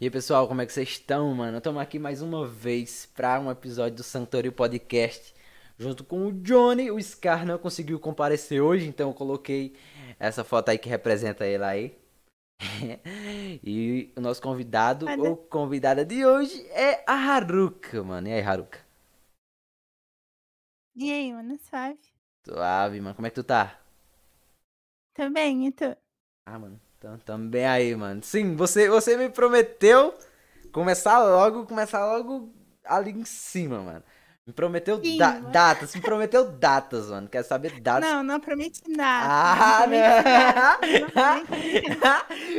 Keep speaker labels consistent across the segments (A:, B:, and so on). A: E aí, pessoal, como é que vocês estão, mano? Estamos aqui mais uma vez para um episódio do Santorio Podcast. Junto com o Johnny, o Scar não conseguiu comparecer hoje, então eu coloquei essa foto aí que representa ele aí. e o nosso convidado
B: Olha.
A: ou convidada de hoje é a Haruka, mano. E aí, Haruka?
B: E aí, mano, suave?
A: Suave, mano. Como é que tu tá?
B: Tô bem, e tu?
A: Ah, mano, tam- também aí, mano. Sim, você, você me prometeu começar logo, começar logo ali em cima, mano. Me prometeu
B: Sim,
A: da-
B: mano.
A: datas, me prometeu datas, mano. Quero saber datas.
B: Não, não prometi nada.
A: Ah, né?
B: não prometi nada, não prometi-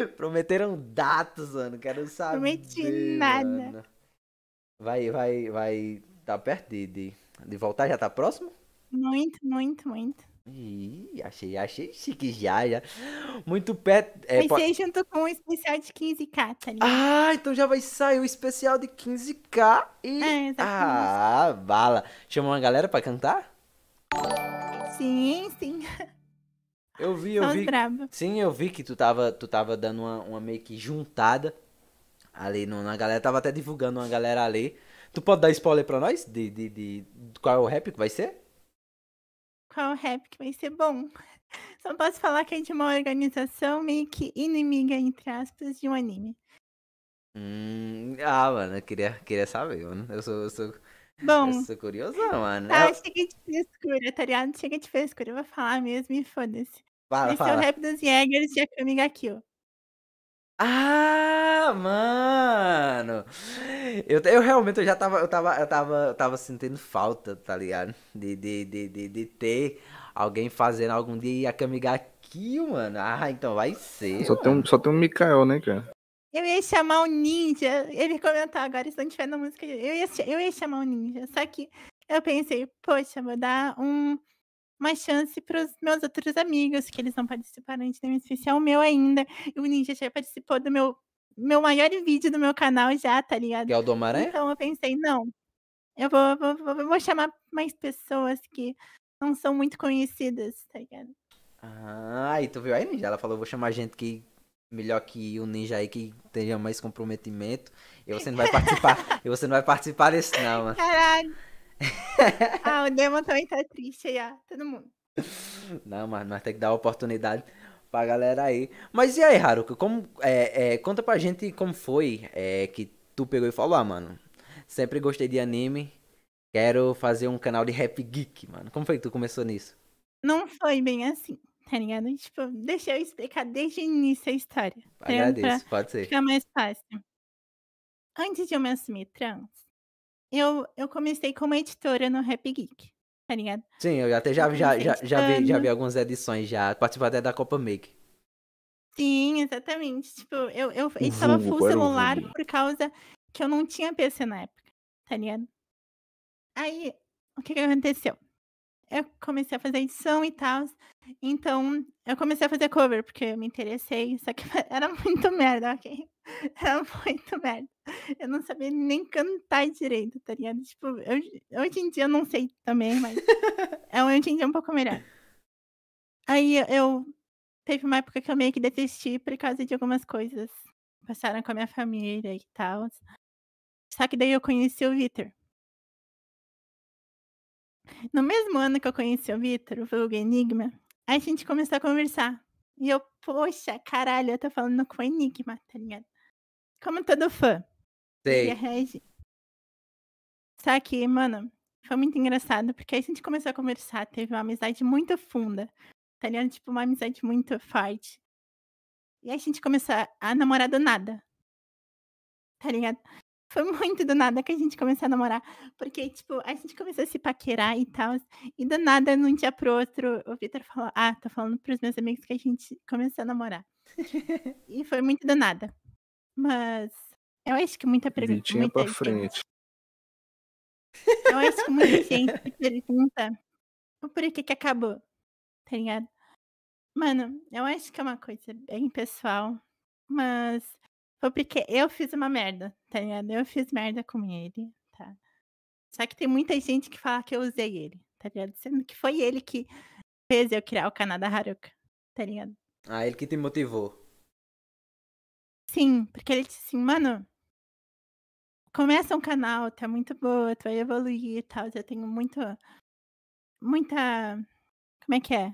A: não. Prometeram datas, mano. Quero saber.
B: Prometi nada.
A: mano. Vai, vai, vai. Tá perto de, de, de voltar, já tá próximo?
B: Muito, muito, muito.
A: Ih, achei, achei chique já, já. Muito perto. é,
B: Vai
A: po-
B: ser junto com um especial de 15k, tá ligado?
A: Ah, então já vai sair o especial de 15k e.
B: É, exatamente.
A: Ah, bala. Chamou uma galera pra cantar?
B: Sim, sim.
A: Eu vi, ah. eu
B: São os
A: vi.
B: brabo.
A: Sim, eu vi que tu tava, tu tava dando uma, uma meio que juntada ali no- na galera. Tava até divulgando uma galera ali. Tu pode dar spoiler pra nós? De, de, de, de qual é o rap que vai ser?
B: Qual rap que vai ser bom? Só posso falar que é de uma organização meio que inimiga, entre aspas, de um anime.
A: Hum, ah, mano, eu queria, queria saber, mano. Eu sou, eu sou,
B: Bom,
A: eu sou curioso, mano.
B: Então. tá,
A: Eu-
B: chega de frescura, tá ligado? Chega de frescura, eu vou falar mesmo e foda-se.
A: Fala,
B: Vai ser é o
A: fala.
B: rap dos Jägers de Akami ga Kill.
A: Ah, mano! Eu, eu realmente eu já tava, eu tava, eu tava, eu tava sentindo falta, tá ligado? De, de, de, de, de ter alguém fazendo algum dia a camiga aqui, mano. Ah, então vai ser.
C: Só tem, um, só tem um Mikael, né, cara?
B: Eu ia chamar o Ninja. Ele comentou agora, se não tiver na música. Eu ia, cha- eu ia chamar o Ninja. Só que eu pensei, poxa, vou dar um- uma chance para os meus outros amigos, que eles não participaram de nenhum especial meu ainda. E o Ninja já participou do meu, meu maior vídeo do meu canal já, tá ligado?
A: Que é o do Homem-Aranha?
B: Então eu pensei, não. Eu vou, vou, vou, vou chamar mais pessoas que não são muito conhecidas, tá ligado?
A: Ah, e tu viu aí, Ninja? Ela falou, vou chamar gente que melhor que o Ninja aí, que tenha mais comprometimento. E você não vai participar, e você não vai participar desse não, mano.
B: Caralho! ah, o Demon também tá triste aí, ó. Todo mundo.
A: Não, mas nós temos que dar oportunidade pra galera aí. Mas e aí, Haruka, como, é, é, conta pra gente como foi é, que tu pegou e falou, ah, mano, sempre gostei de anime, quero fazer um canal de rap geek, mano. Como foi que tu começou nisso?
B: não foi bem assim, tá ligado? Tipo, deixa eu explicar desde o início a história. pra
A: Agradeço, pode ser.
B: Ficar mais fácil. Antes de eu me assumir trans, eu, eu comecei como editora no Rap Geek, tá ligado?
A: Sim, eu até já, já, já, já, vi, já vi
B: Contando.
A: algumas edições, já participei até da Copa Make.
B: Sim, exatamente. Tipo, eu, eu editava
C: vulgo,
B: full
C: era o
B: celular
C: vulgo.
B: por causa que eu não tinha PC na época, tá ligado? Aí, o que que aconteceu? Eu comecei a fazer edição e tal. Então, eu comecei a fazer cover, porque eu me interessei. Só que era muito merda, ok? Era muito merda. Eu não sabia nem cantar direito, tá ligado? Tipo, eu, hoje em dia eu não sei também, mas. é, hoje em dia é um pouco melhor. Aí eu teve uma época que eu meio que desisti por causa de algumas coisas. que Passaram com a minha família e tal. Só que daí eu conheci o Vitor. No mesmo ano que eu conheci o Vitor, o Vulgo Enigma, a gente começou a conversar. E eu, poxa, caralho, eu tô falando com Enigma, tá ligado? Como todo fã,
A: Sei.
B: ia reagir. Só que, Tá mano, foi muito engraçado, porque aí a gente começou a conversar, teve uma amizade muito funda, tá ligado? Tipo, uma amizade muito forte. E aí a gente começou a- a namorar do nada, tá ligado? Foi muito do nada que a gente começou a namorar, porque, tipo, a gente começou a se paquerar e tal, e do nada, num dia pro outro, o Vitor falou, ah, tô falando pros meus amigos que a gente começou a namorar. e foi muito do nada. Mas eu acho que muita pergunta.
C: Vitinha
B: Muita
C: pra
B: gente-
C: frente.
B: eu acho que muita gente se pergunta o porquê que acabou, tá ligado? Mano, eu acho que é uma coisa bem pessoal, mas foi porque eu fiz uma merda, tá ligado? Eu fiz merda com ele, tá? Só que tem muita gente que fala que eu usei ele, tá ligado? Sendo que foi ele que fez eu criar o canal da Haruka, tá ligado?
A: Ah, ele que te motivou.
B: Sim, porque ele disse assim, mano, começa um canal, tá muito boa, tu vai evoluir e tal. Eu tenho muito. Muita. Como é que é?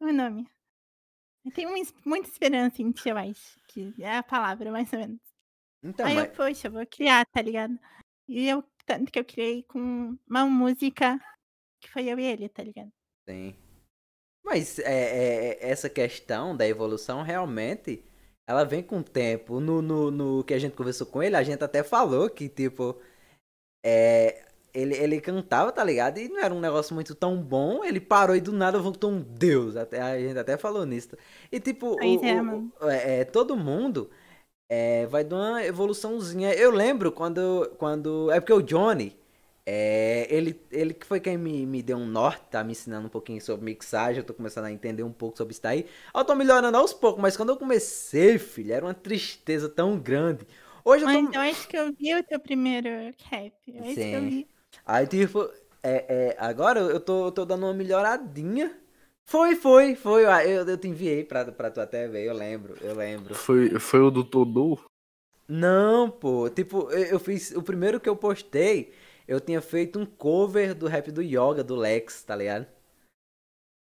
B: O nome? Eu tenho um es- muita esperança em ti, eu acho. Que é a palavra, mais ou menos.
A: Então,
B: Aí
A: mas...
B: eu, poxa, eu vou criar, tá ligado? E eu, tanto que eu criei com uma música que foi eu e ele, tá ligado?
A: Sim. Mas é, é, é, essa questão da evolução realmente ela vem com o tempo. No, no, no que a gente conversou com ele, a gente até falou que, tipo, é, ele, ele cantava, tá ligado? E não era um negócio muito tão bom. Ele parou e do nada voltou um deus. Até, a gente até falou nisso. E, tipo,
B: Pois
A: o-
B: é,
A: o-
B: mano.
A: o- é, é, todo mundo é, vai de uma evoluçãozinha. Eu lembro quando, quando. É porque o Johnny. É, ele, ele que foi quem me, me deu um norte, tá me ensinando um pouquinho sobre mixagem, eu tô começando a entender um pouco sobre isso daí. Eu tô melhorando aos poucos, mas quando eu comecei, filho, era uma tristeza tão grande. Hoje eu
B: Mas
A: tô.
B: eu acho que eu vi o teu primeiro cap. Eu acho que eu
A: Sim.
B: vi.
A: Aí, tipo, é, é, agora eu tô, eu tô dando uma melhoradinha. Foi, foi, foi. ah, Eu, eu te enviei pra, pra tu até ver, eu lembro, eu lembro.
C: Foi, foi o do Todô?
A: Não, pô, tipo, eu, eu fiz. O primeiro que eu postei, eu tinha feito um cover do rap do Yoga, do Lex, tá ligado?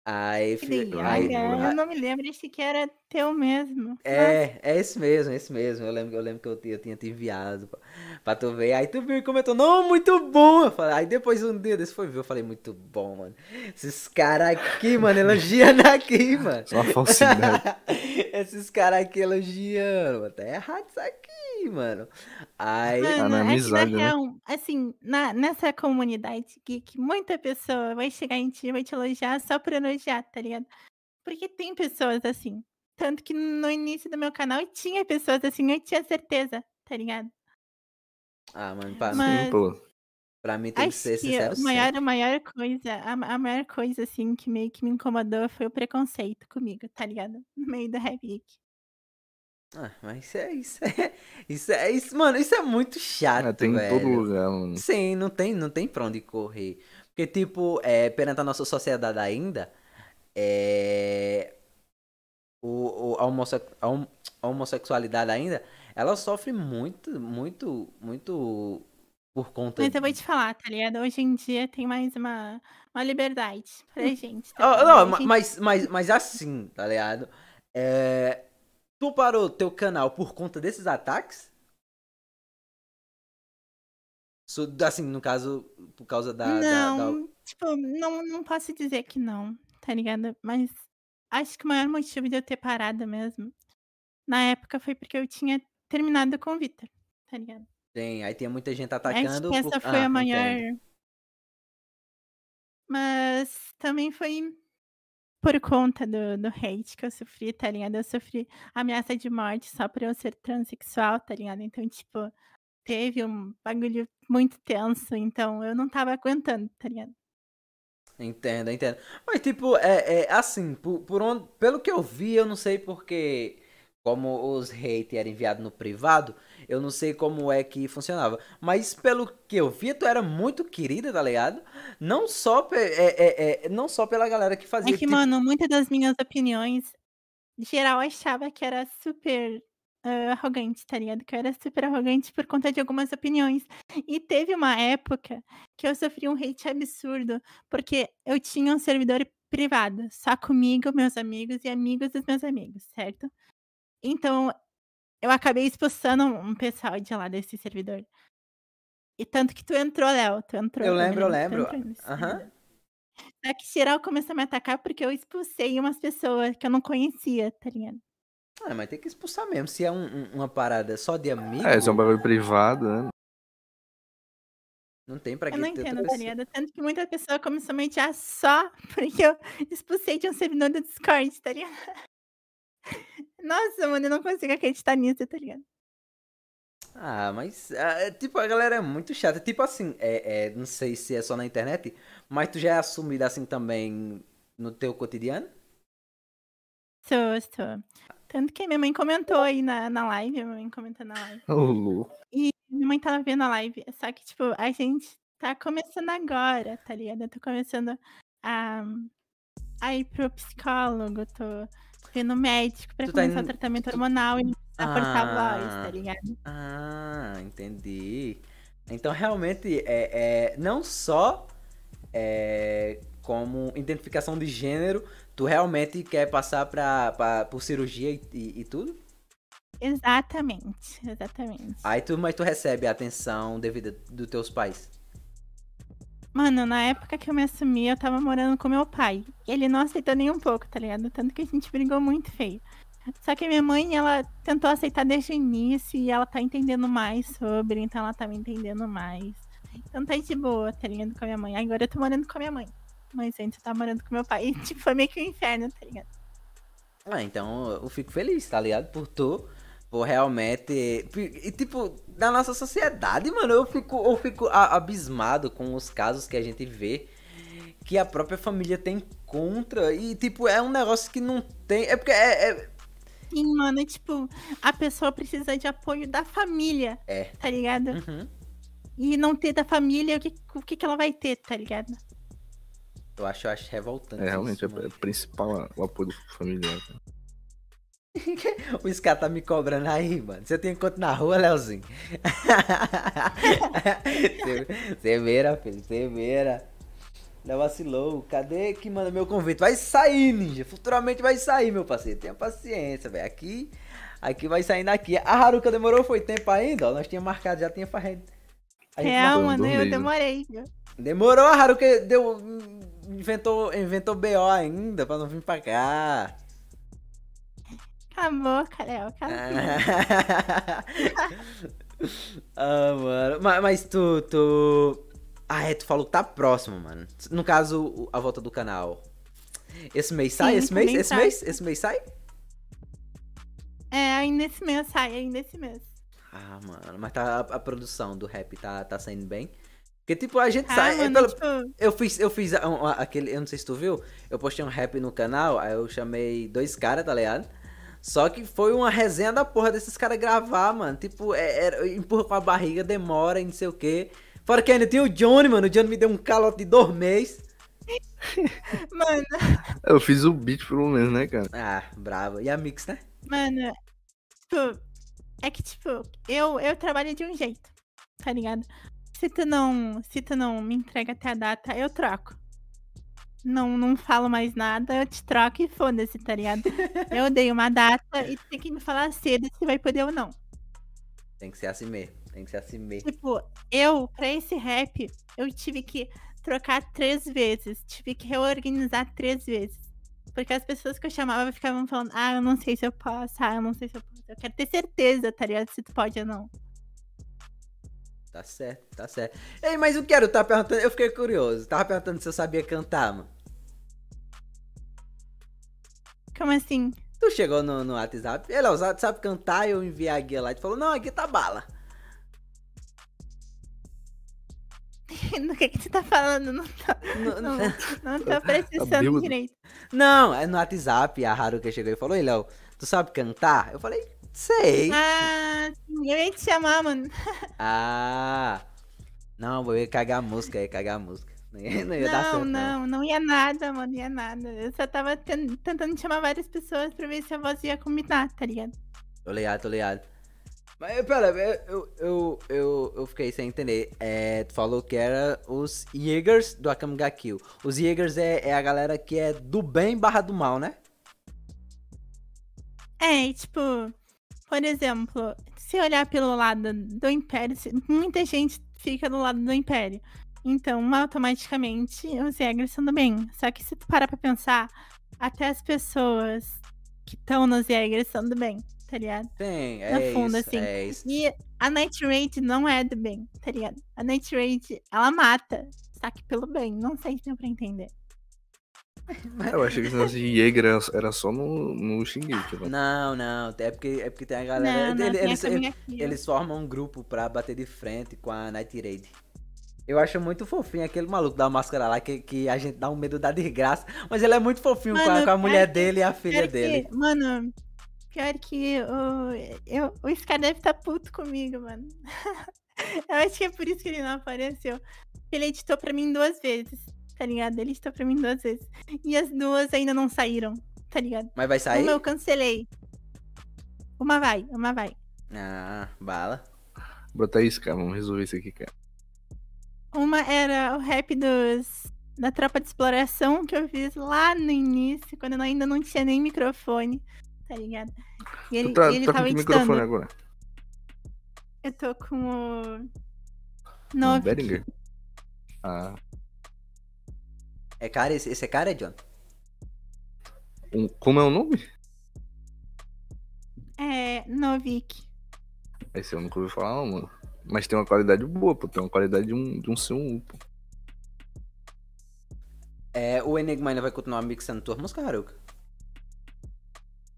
A: Aí,
B: Que
A: fi-
B: delícia,
A: aí,
B: eu não me lembro, achei que era teu mesmo. Nossa,
A: É, é esse mesmo, é esse mesmo. Eu lembro, eu lembro que eu, ti- eu tinha te enviado pra, pra tu ver. Aí tu viu e comentou, não, muito bom. Eu falei, aí depois um dia desse foi ver, eu falei, muito bom, mano. Esses caras aqui, mano, elogiando aqui, mano.
C: Só É uma falsidade.
A: Esses caras aqui elogiando, mano. Tá errado isso aqui, mano. Aí,
B: mano,
C: Ah, não, é
B: é que
C: amizade,
B: na
C: né?
B: real, assim, na- nessa comunidade geek, muita pessoa vai chegar em ti e vai te elogiar só por elogiar, tá ligado? Porque tem pessoas assim. Tanto que no início do meu canal tinha pessoas assim, eu tinha certeza, tá ligado?
A: ah, mano, pra,
B: Mas-
C: Sim, pô.
A: pra mim tem que
B: Acho
A: ser
B: que
A: sincero
B: a maior, a maior coisa, a, ma- a maior coisa, assim, que meio que me incomodou foi o preconceito comigo, tá ligado? No meio da Rap Geek.
A: sempre. Ah, mas isso é, isso é, isso é, isso, mano, isso é muito chato,
C: É, tem em
A: velho.
C: todo lugar, mano.
A: Sim, não tem, não tem pra onde correr. Porque, tipo, é, perante a nossa sociedade ainda, é, o, o- a, homosse- a hom- a homossexualidade ainda, ela sofre muito, muito, muito por conta...
B: Mas eu vou te falar, tá ligado? Hoje em dia tem mais uma, uma liberdade pra gente. tá
A: Ah,
B: ligado?
A: não,
B: A
A: ma-
B: gente-
A: mas, mas, mas assim, tá ligado? É, tu parou teu canal por conta desses ataques? Su- Assim, no caso, por causa da... da- da-
B: não, tipo, não, não posso dizer que não, tá ligado? Mas acho que o maior motivo de eu ter parado mesmo, na época, foi porque eu tinha terminado com o Vitor, tá ligado?
A: Tem, aí tem muita gente
B: Acho
A: atacando.
B: que essa
A: por-
B: foi
A: Ah,
B: a maior.
A: entendo.
B: Mas também foi por conta do, do hate que eu sofri, tá ligado? Eu sofri ameaça de morte só por eu ser transexual, tá ligado? Então, tipo, teve um bagulho muito tenso, então eu não tava aguentando, tá ligado?
A: Entendo, entendo. Mas, tipo, é, é assim, por, por onde, pelo que eu vi, eu não sei porque. Como os hate era enviado no privado, eu não sei como é que funcionava. Mas pelo que eu vi, tu era muito querida, tá ligado? Não só, pe- é, é, é, não só pela galera que fazia.
B: É que,
A: tipo,
B: mano, muitas das minhas opiniões, geral achava que era super ah, arrogante, tá ligado? Que eu era super arrogante por conta de algumas opiniões. E teve uma época que eu sofri um hate absurdo, porque eu tinha um servidor privado, só comigo, meus amigos e amigos dos meus amigos, certo? Então, eu acabei expulsando um pessoal de lá desse servidor. E tanto que tu entrou, Léo, tu entrou.
A: Eu
B: me
A: lembro, eu
B: lembro que tu
A: lembro.
B: entrou nesse
A: Aham.
B: servidor. Só que geral começou a me atacar porque eu expulsei umas pessoas que eu não conhecia, tá ligado?
A: Ah, mas tem que expulsar mesmo. Se é um- um- uma parada só de amigo,
C: É, isso é um bagulho privado, né?
A: não tem pra É que
B: eu não
A: ter outra
B: entendo, tá
A: pessoa.
B: ligado? Tanto que muita pessoa começou a me odiar só porque eu expulsei de um servidor do Discord, tá ligado? Nossa, mano, eu não consigo acreditar nisso, tá ligado?
A: Ah, mas ah, é, tipo, a galera é muito chata. Tipo assim, é, é, não sei se é só na internet, mas tu já é assumida assim também no teu cotidiano?
B: Sou, sou. Tanto que minha mãe comentou aí na, na live, minha mãe comentou na live.
C: Ô, louco.
B: E minha mãe tava vendo a live. Só que, tipo, a gente tá começando agora, tá ligado? Eu tô começando a, a ir pro psicólogo, tô vendo médico pra
A: Tu tá
B: começar o
A: indo-
B: tratamento
A: tu-
B: hormonal e não precisar forçar a voz,
A: Ah.
B: tá ligado?
A: Ah, entendi. Então realmente é, é não só é, como identificação de gênero, tu realmente quer passar pra, pra, por cirurgia e, e- e tudo?
B: Exatamente, exatamente.
A: Aí tu, mas tu recebe a atenção devida dos teus pais.
B: Mano, na época que eu me assumi, eu tava morando com meu pai. Ele não aceitou nem um pouco, tá ligado? Tanto que a gente brigou muito feio. Só que a minha mãe, ela tentou aceitar desde o início e ela tá entendendo mais sobre, então ela tá me entendendo mais. Então tá de boa, tá ligado? Com a minha mãe. Agora eu tô morando com a minha mãe. Mas antes eu tava morando com meu pai. E, tipo, foi meio que um inferno, tá ligado?
A: Ah, então eu fico feliz, tá ligado? Por tu, por realmente. E tipo, da nossa sociedade, mano, eu fico, eu fico a- abismado com os casos que a gente vê que a própria família tem contra. E tipo, é um negócio que não tem. É porque é. é-
B: Sim, mano, tipo, a pessoa precisa de apoio da família,
A: É.
B: tá ligado?
A: Uhum.
B: E não ter da família, o que, o que, que ela vai ter, tá ligado?
A: Eu acho, eu acho revoltante.
C: É, realmente, é
A: isso, mano.
C: o principal é o apoio familiar.
A: O Scar tá me cobrando aí, mano. Você tem encontro na rua, Leozinho? Severa, filho, severa. Não vacilou. um Cadê que manda meu convite? Vai sair, ninja. Futuramente vai sair, meu parceiro. Tenha paciência, velho. Aqui, aqui vai saindo aqui. A Haruka demorou, foi tempo ainda, ó. Nós tínhamos marcado, já tinha farrendo. A gente
B: Real,
C: marcou um
B: mano, eu
C: dormido.
B: demorei, viu?
A: Demorou, a Haruka deu, inventou, inventou BO ainda pra não vir pra cá.
B: Cala a boca, Léo. Cala a
A: É.
B: boca.
A: ah, mano. Mas, mas tu, tu. Ah, é, tu falou que tá próximo, mano. No caso, o- a volta do canal. Esse mês sai?
B: Sim,
A: esse mês?
B: também
A: Esse
B: sai.
A: mês? Esse mês sai?
B: É, ainda esse mês sai, ainda esse mês.
A: Ah, mano. Mas tá, a, a produção do rap tá, tá saindo bem. Porque, tipo, a gente
B: Ah,
A: sai.
B: mano,
A: pelo-
B: tipo,
A: Eu fiz, eu fiz a- um- a- aquele. Eu não sei se tu viu. Eu postei um rap no canal, aí eu chamei dois caras, tá ligado? Só que foi uma resenha da porra desses caras gravar, mano. Tipo, é, era- empurra com a barriga, demora e não sei o quê. Fora que ainda tem o Johnny, mano. O Johnny me deu um calote de dois meses.
B: mano,
C: Eu fiz o beat pelo menos, né, cara?
A: Ah, brava. E a Mix, né?
B: mano, tipo, é que, tipo, eu, eu trabalho de um jeito, tá ligado? Se tu não, se tu não me entrega até a data, eu troco. Não, não falo mais nada, eu te troco e foda-se, tá ligado? Eu dei uma data e tu tem que me falar cedo se vai poder ou não.
A: Tem que ser assim mesmo. Tem que ser assim mesmo.
B: Tipo, eu, pra esse rap, eu tive que trocar três vezes. Tive que reorganizar três vezes. Porque as pessoas que eu chamava ficavam falando, ah, eu não sei se eu posso, ah, eu não sei se eu posso. Eu quero ter certeza, tá ligado? Se tu pode ou não.
A: Tá certo, tá certo. Ei, mas o que era? Eu tava perguntando. Eu fiquei curioso. Tava perguntando se eu sabia cantar, mano.
B: Como assim?
A: Tu chegou no, no WhatsApp. Ele, ó, tu sabe cantar? Eu enviei a guia lá e tu falou, não, aqui tá bala.
B: Do que que tu tá falando? Não tô,
A: No-
B: não,
A: no-
B: não tô processando
C: bêbado.
B: direito.
A: Não, é no WhatsApp a Haruka chegou e falou, ei, Léo, tu sabe cantar? Eu falei, sei.
B: Ah, sim, eu ia te chamar, mano.
A: Ah. Não, eu ia cagar a música, ia cagar a música. Não ia, não ia dar certo, né?
B: Não,
A: não.
B: não, não ia nada, mano, ia nada. Eu só tava ten- tentando chamar várias pessoas pra ver se a voz ia combinar, tá ligado?
A: Tô ligado, tô ligado. Mas pera, eu, eu, eu, eu fiquei sem entender. É, tu falou que era os Jaegers do Akame ga Kill. Os Jaegers é, é a galera que é do bem barra do mal, né?
B: É, e, tipo, por exemplo, se olhar pelo lado do Império, se- muita gente fica do lado do Império. Então, automaticamente, os Jägers são do bem. Só que se tu parar pra pensar, até as pessoas que estão nos Jägers são do bem, tá ligado?
A: Tem,
B: No
A: é
B: fundo,
A: isso,
B: assim.
A: é isso.
B: E a Night Raid não é do bem, tá ligado? A Night Raid, ela mata, só que pelo bem. Não sei se deu pra entender.
C: Eu achei que esse negócio de Jäger era- era só no, no Shingeki, né?
A: Não, não, é porque, é porque tem a galera.
B: não, não,
A: ele-
B: tem a
A: eles,
B: Kamiga Kill.
A: eles formam um grupo pra bater de frente com a Night Raid. Eu acho muito fofinho aquele maluco da máscara lá que, que a gente dá um medo da desgraça. Mas ele é muito fofinho com a- com
B: Mano,
A: a,
B: pior
A: mulher
B: que-
A: dele e a filha
B: Pior
A: dele.
B: Que, mano, pior que o, eu, o Scar deve tá puto comigo, mano. eu acho que é por isso que ele não apareceu. Ele editou pra mim duas vezes, tá ligado? Ele editou pra mim duas vezes. E as duas ainda não saíram, tá ligado?
A: Mas vai sair?
B: Uma eu cancelei. Uma vai, uma vai.
A: Ah, bala.
C: Bota isso, cara. Vamos resolver isso aqui, cara.
B: Uma era o rap dos. Da tropa de exploração que eu fiz lá no início, quando eu ainda não tinha nem microfone, tá ligado? E ele,
C: tu tá,
B: e ele
C: tá com
B: tava
C: que
B: editando.
C: microfone agora?
B: Eu tô com o.
C: Um
B: Novo.
C: Behringer? Ah,
A: É cara, esse, esse é cara, John?
C: um- como é o nome?
B: É. Novik.
C: Esse eu nunca ouvi falar, não, mano. Mas tem uma qualidade boa, pô. Tem uma qualidade de um, de um C1, pô.
A: É, o Enigma ainda vai continuar mixando tuas músicas, Haruka?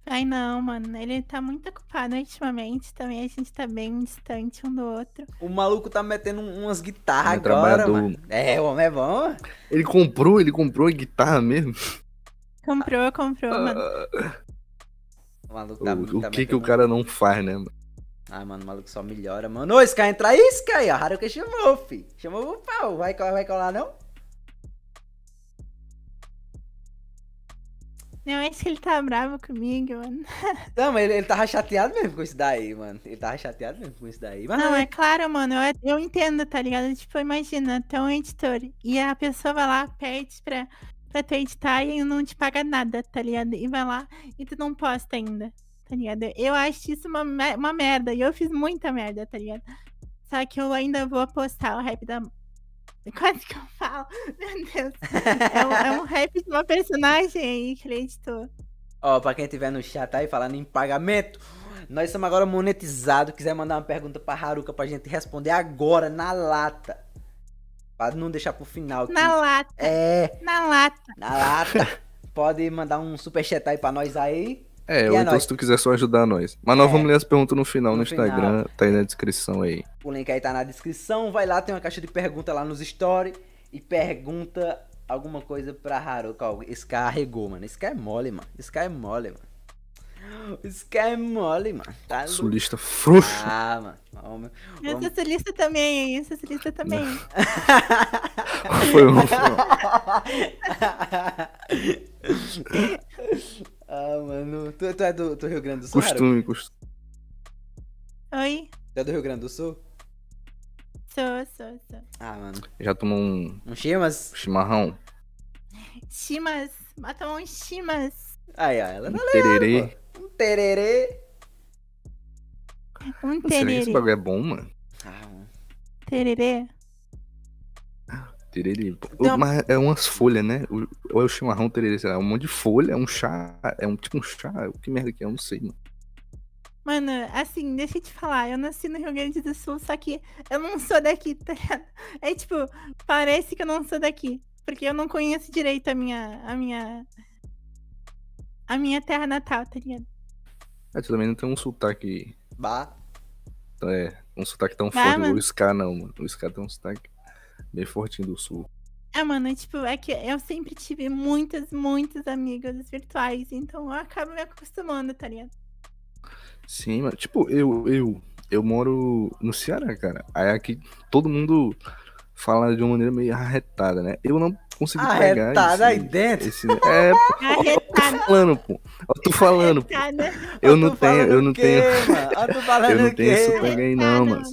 B: Ai não, mano. Ele tá muito ocupado ultimamente também. A gente tá bem distante um do outro.
A: O maluco tá metendo um- umas guitarras
C: Ele é
A: agora,
C: trabalhador.
A: mano. É, o homem é bom.
C: Ele comprou, ele comprou a guitarra mesmo.
A: Tá,
B: Comprou, comprou, mano.
A: O maluco tá,
C: O, o
A: tá
C: que que
A: metendo-
C: o cara não faz, né, mano?
A: Ah, mano, o maluco só melhora, mano. Ô, Sky, entra aí, Sky. ó. A Haruka chamou, fi. Chamou o pau. Vai, colar- vai colar, não?
B: Eu acho que ele tá bravo comigo, mano.
A: Não, mas ele, ele tava chateado mesmo com isso daí, mano. Ele tava chateado mesmo com isso daí. Mas
B: Não, é claro, mano. Eu, eu entendo, tá ligado? Tipo, imagina, tu é um editor. E a pessoa vai lá, pede pra, pra tu editar e não te paga nada, tá ligado? E vai lá e tu não posta ainda, tá ligado? Eu acho isso uma, me- uma merda. E eu fiz muita merda, tá ligado? Só que eu ainda vou postar o rap da. Quase que eu falo. Meu Deus. É um, é um rap de uma personagem aí que ele editou.
A: Ó, pra quem tiver no chat aí falando em pagamento, nós estamos agora monetizados. Quiser mandar uma pergunta pra Haruka pra gente responder agora, na lata. Pra não deixar pro final. que-
B: Na lata,
A: É,
B: na lata.
A: na lata. Pode mandar um superchat aí pra nós aí.
C: É,
A: E
C: ou
A: é
C: então
A: nóis.
C: se tu quiser só ajudar nós. Mas nós
A: É.
C: vamos ler as perguntas no final
A: No
C: no, Instagram, tá aí na descrição aí.
A: O link aí tá na descrição. Vai lá, tem uma caixa de pergunta lá nos stories. E pergunta alguma coisa pra Haruka. Ó, Sky arregou, mano. Sky é mole, mano. Sky é mole, mano. Sky é mole, mano. Tá louco.
C: Sulista frouxo.
A: Ah, mano. Vamos-
B: Eu
A: vamos-
B: sou solista também, eu sou solista também.
C: Foi um. foi um-
A: ah, mano. Tu, tu é do, do Rio Grande do Sul? Haru?
C: Costume, costume.
B: Oi.
A: Tu é do Rio Grande do Sul?
B: Sou, sou, sou.
A: Ah, mano.
C: Já tomou um
A: Um chimas?
C: chimarrão?
B: Chimas, bota um chimas.
A: Aí, ó. Ela
C: Um
A: tá
C: tererê?
A: Um tererê.
B: Um
C: Será que esse
B: tererê.
C: bagulho é bom, mano?
A: Ah, mano.
B: Tererê.
C: Tererê. pô.
A: Não.
C: Mas é umas folhas, né? O- Ou é o chimarrão tererê, sei lá. É um monte de folha, é um chá. É um tipo um chá. O que merda que é? Eu não sei, mano.
B: Mano, assim, deixa eu te falar, eu nasci no Rio Grande do Sul, só que eu não sou daqui, tá ligado? É tipo, parece que eu não sou daqui, porque eu não conheço direito a minha, a minha, a minha terra natal, tá ligado?
C: Ah, tu também não tem um sotaque.
A: Bah.
C: É, um sotaque tão
B: Vai,
C: forte.
B: mano.
C: O Ska não, mano. O Ska tem um sotaque bem fortinho do sul.
B: Ah, mano, tipo, é que eu sempre tive muitos, muitos amigos virtuais, então eu acabo me acostumando, tá ligado?
C: Sim, mano. Tipo, eu, eu, eu moro no Ceará, cara. Aí aqui todo mundo fala de uma maneira meio arretada, né? Eu não consegui pegar
A: Arretada aí
C: esse,
A: dentro.
C: esse... É, pô, tô falando, pô. Eu tô falando, pô.
B: Tá, né?
C: Eu
A: Ah,
C: não
A: tu
C: tenho,
A: falando
C: eu não
A: o quê,
C: tenho.
A: mano? Ah, tu falando
C: Eu não
A: o
C: tenho
A: quê,
C: sotaque aí
B: Ah,
C: não,
B: não.
C: mano.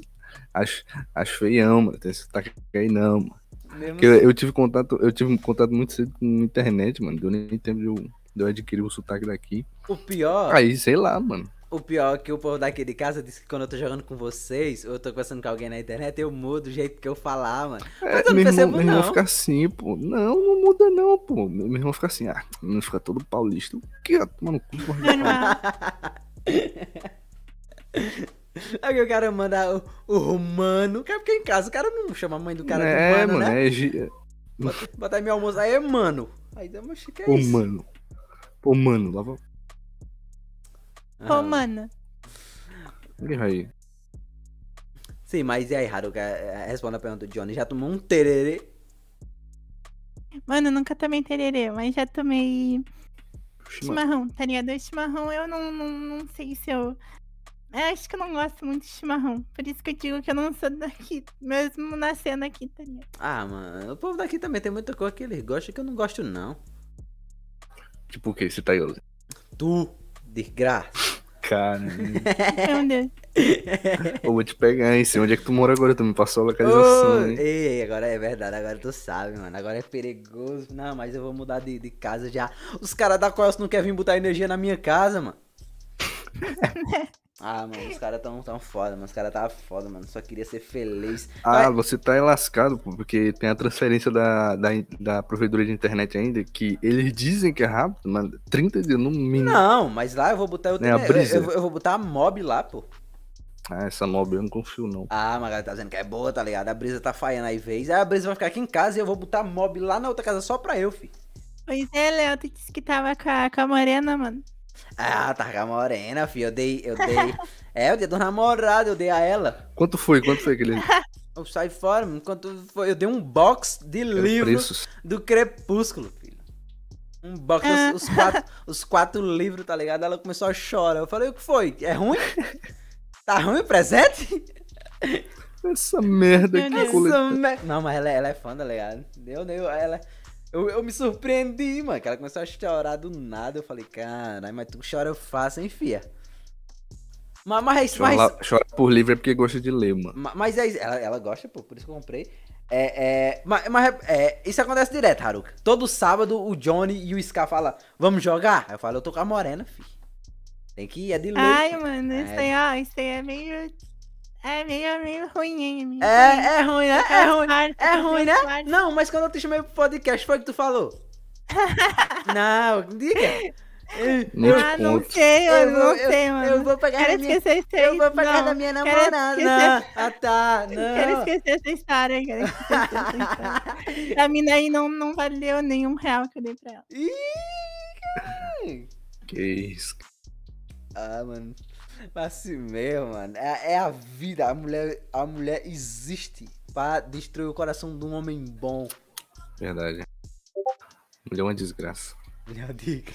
C: Acho, acho feião, mano. Tem sotaque aí não, mano.
A: mano? Mesmo-
C: Porque eu, eu tive contato, eu tive um contato muito cedo com internet, mano. Deu nem tempo de eu, de eu adquirir o sotaque daqui.
A: O pior,
C: Aí, sei lá, mano.
A: o pior é que o povo daqui de casa disse que quando eu tô jogando com vocês, ou eu tô conversando com alguém na internet, eu mudo o jeito que eu falar, mano.
C: É,
A: eu não
C: meu, irmão,
A: percebo,
C: meu irmão
A: não.
C: fica assim, pô. Não, não muda não, pô. Meu meu irmão fica assim, ah, não fica todo paulista. O Tá que, mano?
B: Normal.
A: Aí É o cara manda o, o romano, que é porque em casa o cara não chama a mãe do cara
C: é,
A: de humano,
C: mano,
A: né?
C: é, gi-
A: Bota, bota aí meu almoço, aí é mano. Aí dá uma chique é
C: Ô,
A: isso.
C: mano. Ô, mano, lava.
A: Ah,
B: Ô, mano.
C: Olha aí.
A: Sim, mas e aí, Haruka? É, Responda a pergunta do Johnny. Já tomou um tererê?
B: Mano, eu nunca tomei tererê, mas já tomei
C: Oxi, mano.
B: chimarrão, tá ligado? O chimarrão eu não, não, não sei se eu. É, acho que eu não gosto muito de chimarrão. Por isso que eu digo que eu não sou daqui, mesmo nascendo aqui, tá ligado?
A: Ah, mano, o povo daqui também tem muita coisa que eles gostam que eu não gosto, não.
C: Tipo o que você tá aí? Elza?
A: Tu, desgraça.
C: Cara,
B: Meu Deus.
C: eu vou te pegar, hein? Sei onde é que tu mora agora? Tu me passou a localização,
A: Ô,
C: hein?
A: ei, agora é verdade, agora tu sabe, mano. Agora é perigoso. Não, mas eu vou mudar de, de casa já. Os caras da Coelho não querem vir botar energia na minha casa, mano. ah, mano, os caras tão, tão foda, mano. Os caras tá foda, mano. Só queria ser feliz.
C: Ah,
A: Vai-
C: você tá aí lascado, pô, porque tem a transferência da, da, da provedora de internet ainda, que eles dizem que é rápido, mano. 30 dias no mínimo.
A: Não, mas lá eu vou botar outra
C: É a
A: ener- eu,
C: brisa.
A: eu, eu vou botar a mob lá, pô.
C: Ah, essa mob eu não confio, não.
A: Ah, mas a galera tá dizendo que é boa, tá ligado? A brisa tá falhando aí vez. Aí a brisa vai ficar aqui em casa e eu vou botar mob lá na outra casa só pra eu, fi.
B: Pois é, Léo, tu disse que tava com a, com a morena, mano.
A: Ah, tá com a morena, fi. Eu dei, eu dei. é, eu dei do namorado, eu dei a ela.
C: Quanto foi? Quanto foi aquele
A: Eu saí fora, mano, enquanto foi, eu dei um box de
C: aquele
A: livros
C: preços?
A: do Crepúsculo, filho. Um box,
B: Ah.
A: os, os quatro, os quatro livros, tá ligado? Ela começou a chorar. Eu falei, o que foi? É ruim? Tá ruim o presente?
C: Essa merda
B: Meu
C: que
B: Deus.
C: coletânea.
A: Essa me- Não, mas ela, ela é fã, tá ligado? Eu, eu, ela, eu, eu me surpreendi, mano, que ela começou a chorar do nada. Eu falei, caralho, mas tu chora fácil, hein, fia? Mas, mas,
C: Chora,
A: mas,
C: lá- chora por livro é porque gosta de ler, mano.
A: ma- mas é isso. Ela, ela gosta, pô, por isso que eu comprei. É, é, mas mas é, isso acontece direto, Haruka. Todo sábado o Johnny e o Ska falam, vamos jogar? Aí eu falo, eu tô com a morena, filho. Tem que ir, é de lei.
B: Ai, mano, isso
A: É.
B: aí, ó, isso aí é meio. É meio, meio ruim, hein? meio ruim.
A: é, é ruim, né? É ruim.
B: Partes,
A: É ruim, né?
B: partes.
A: Não, mas quando eu te chamei pro podcast, foi o que tu falou. não, diga. Eu,
C: Não te
B: Ah, não
C: conto.
B: sei, eu,
A: eu
B: não
A: vou- eu-
B: sei, mano.
A: eu vou pagar
B: Quero
A: a minha...
B: esquecer isso aí.
A: Eu vou pagar da
B: não.
A: minha
B: quero
A: namorada.
B: esquecer.
A: Ah, tá,
B: Quero
A: não.
B: esquecer essa história, quero esquecer essa história. A mina aí não, não valeu nenhum real que eu dei pra ela.
A: Ih,
C: Que isso.
A: Ah, mano. Mas assim mesmo, mano. É, é a vida. A mulher, a mulher existe pra destruir o coração de um homem bom.
C: Verdade. Mulher é uma desgraça.
A: Mulher diga.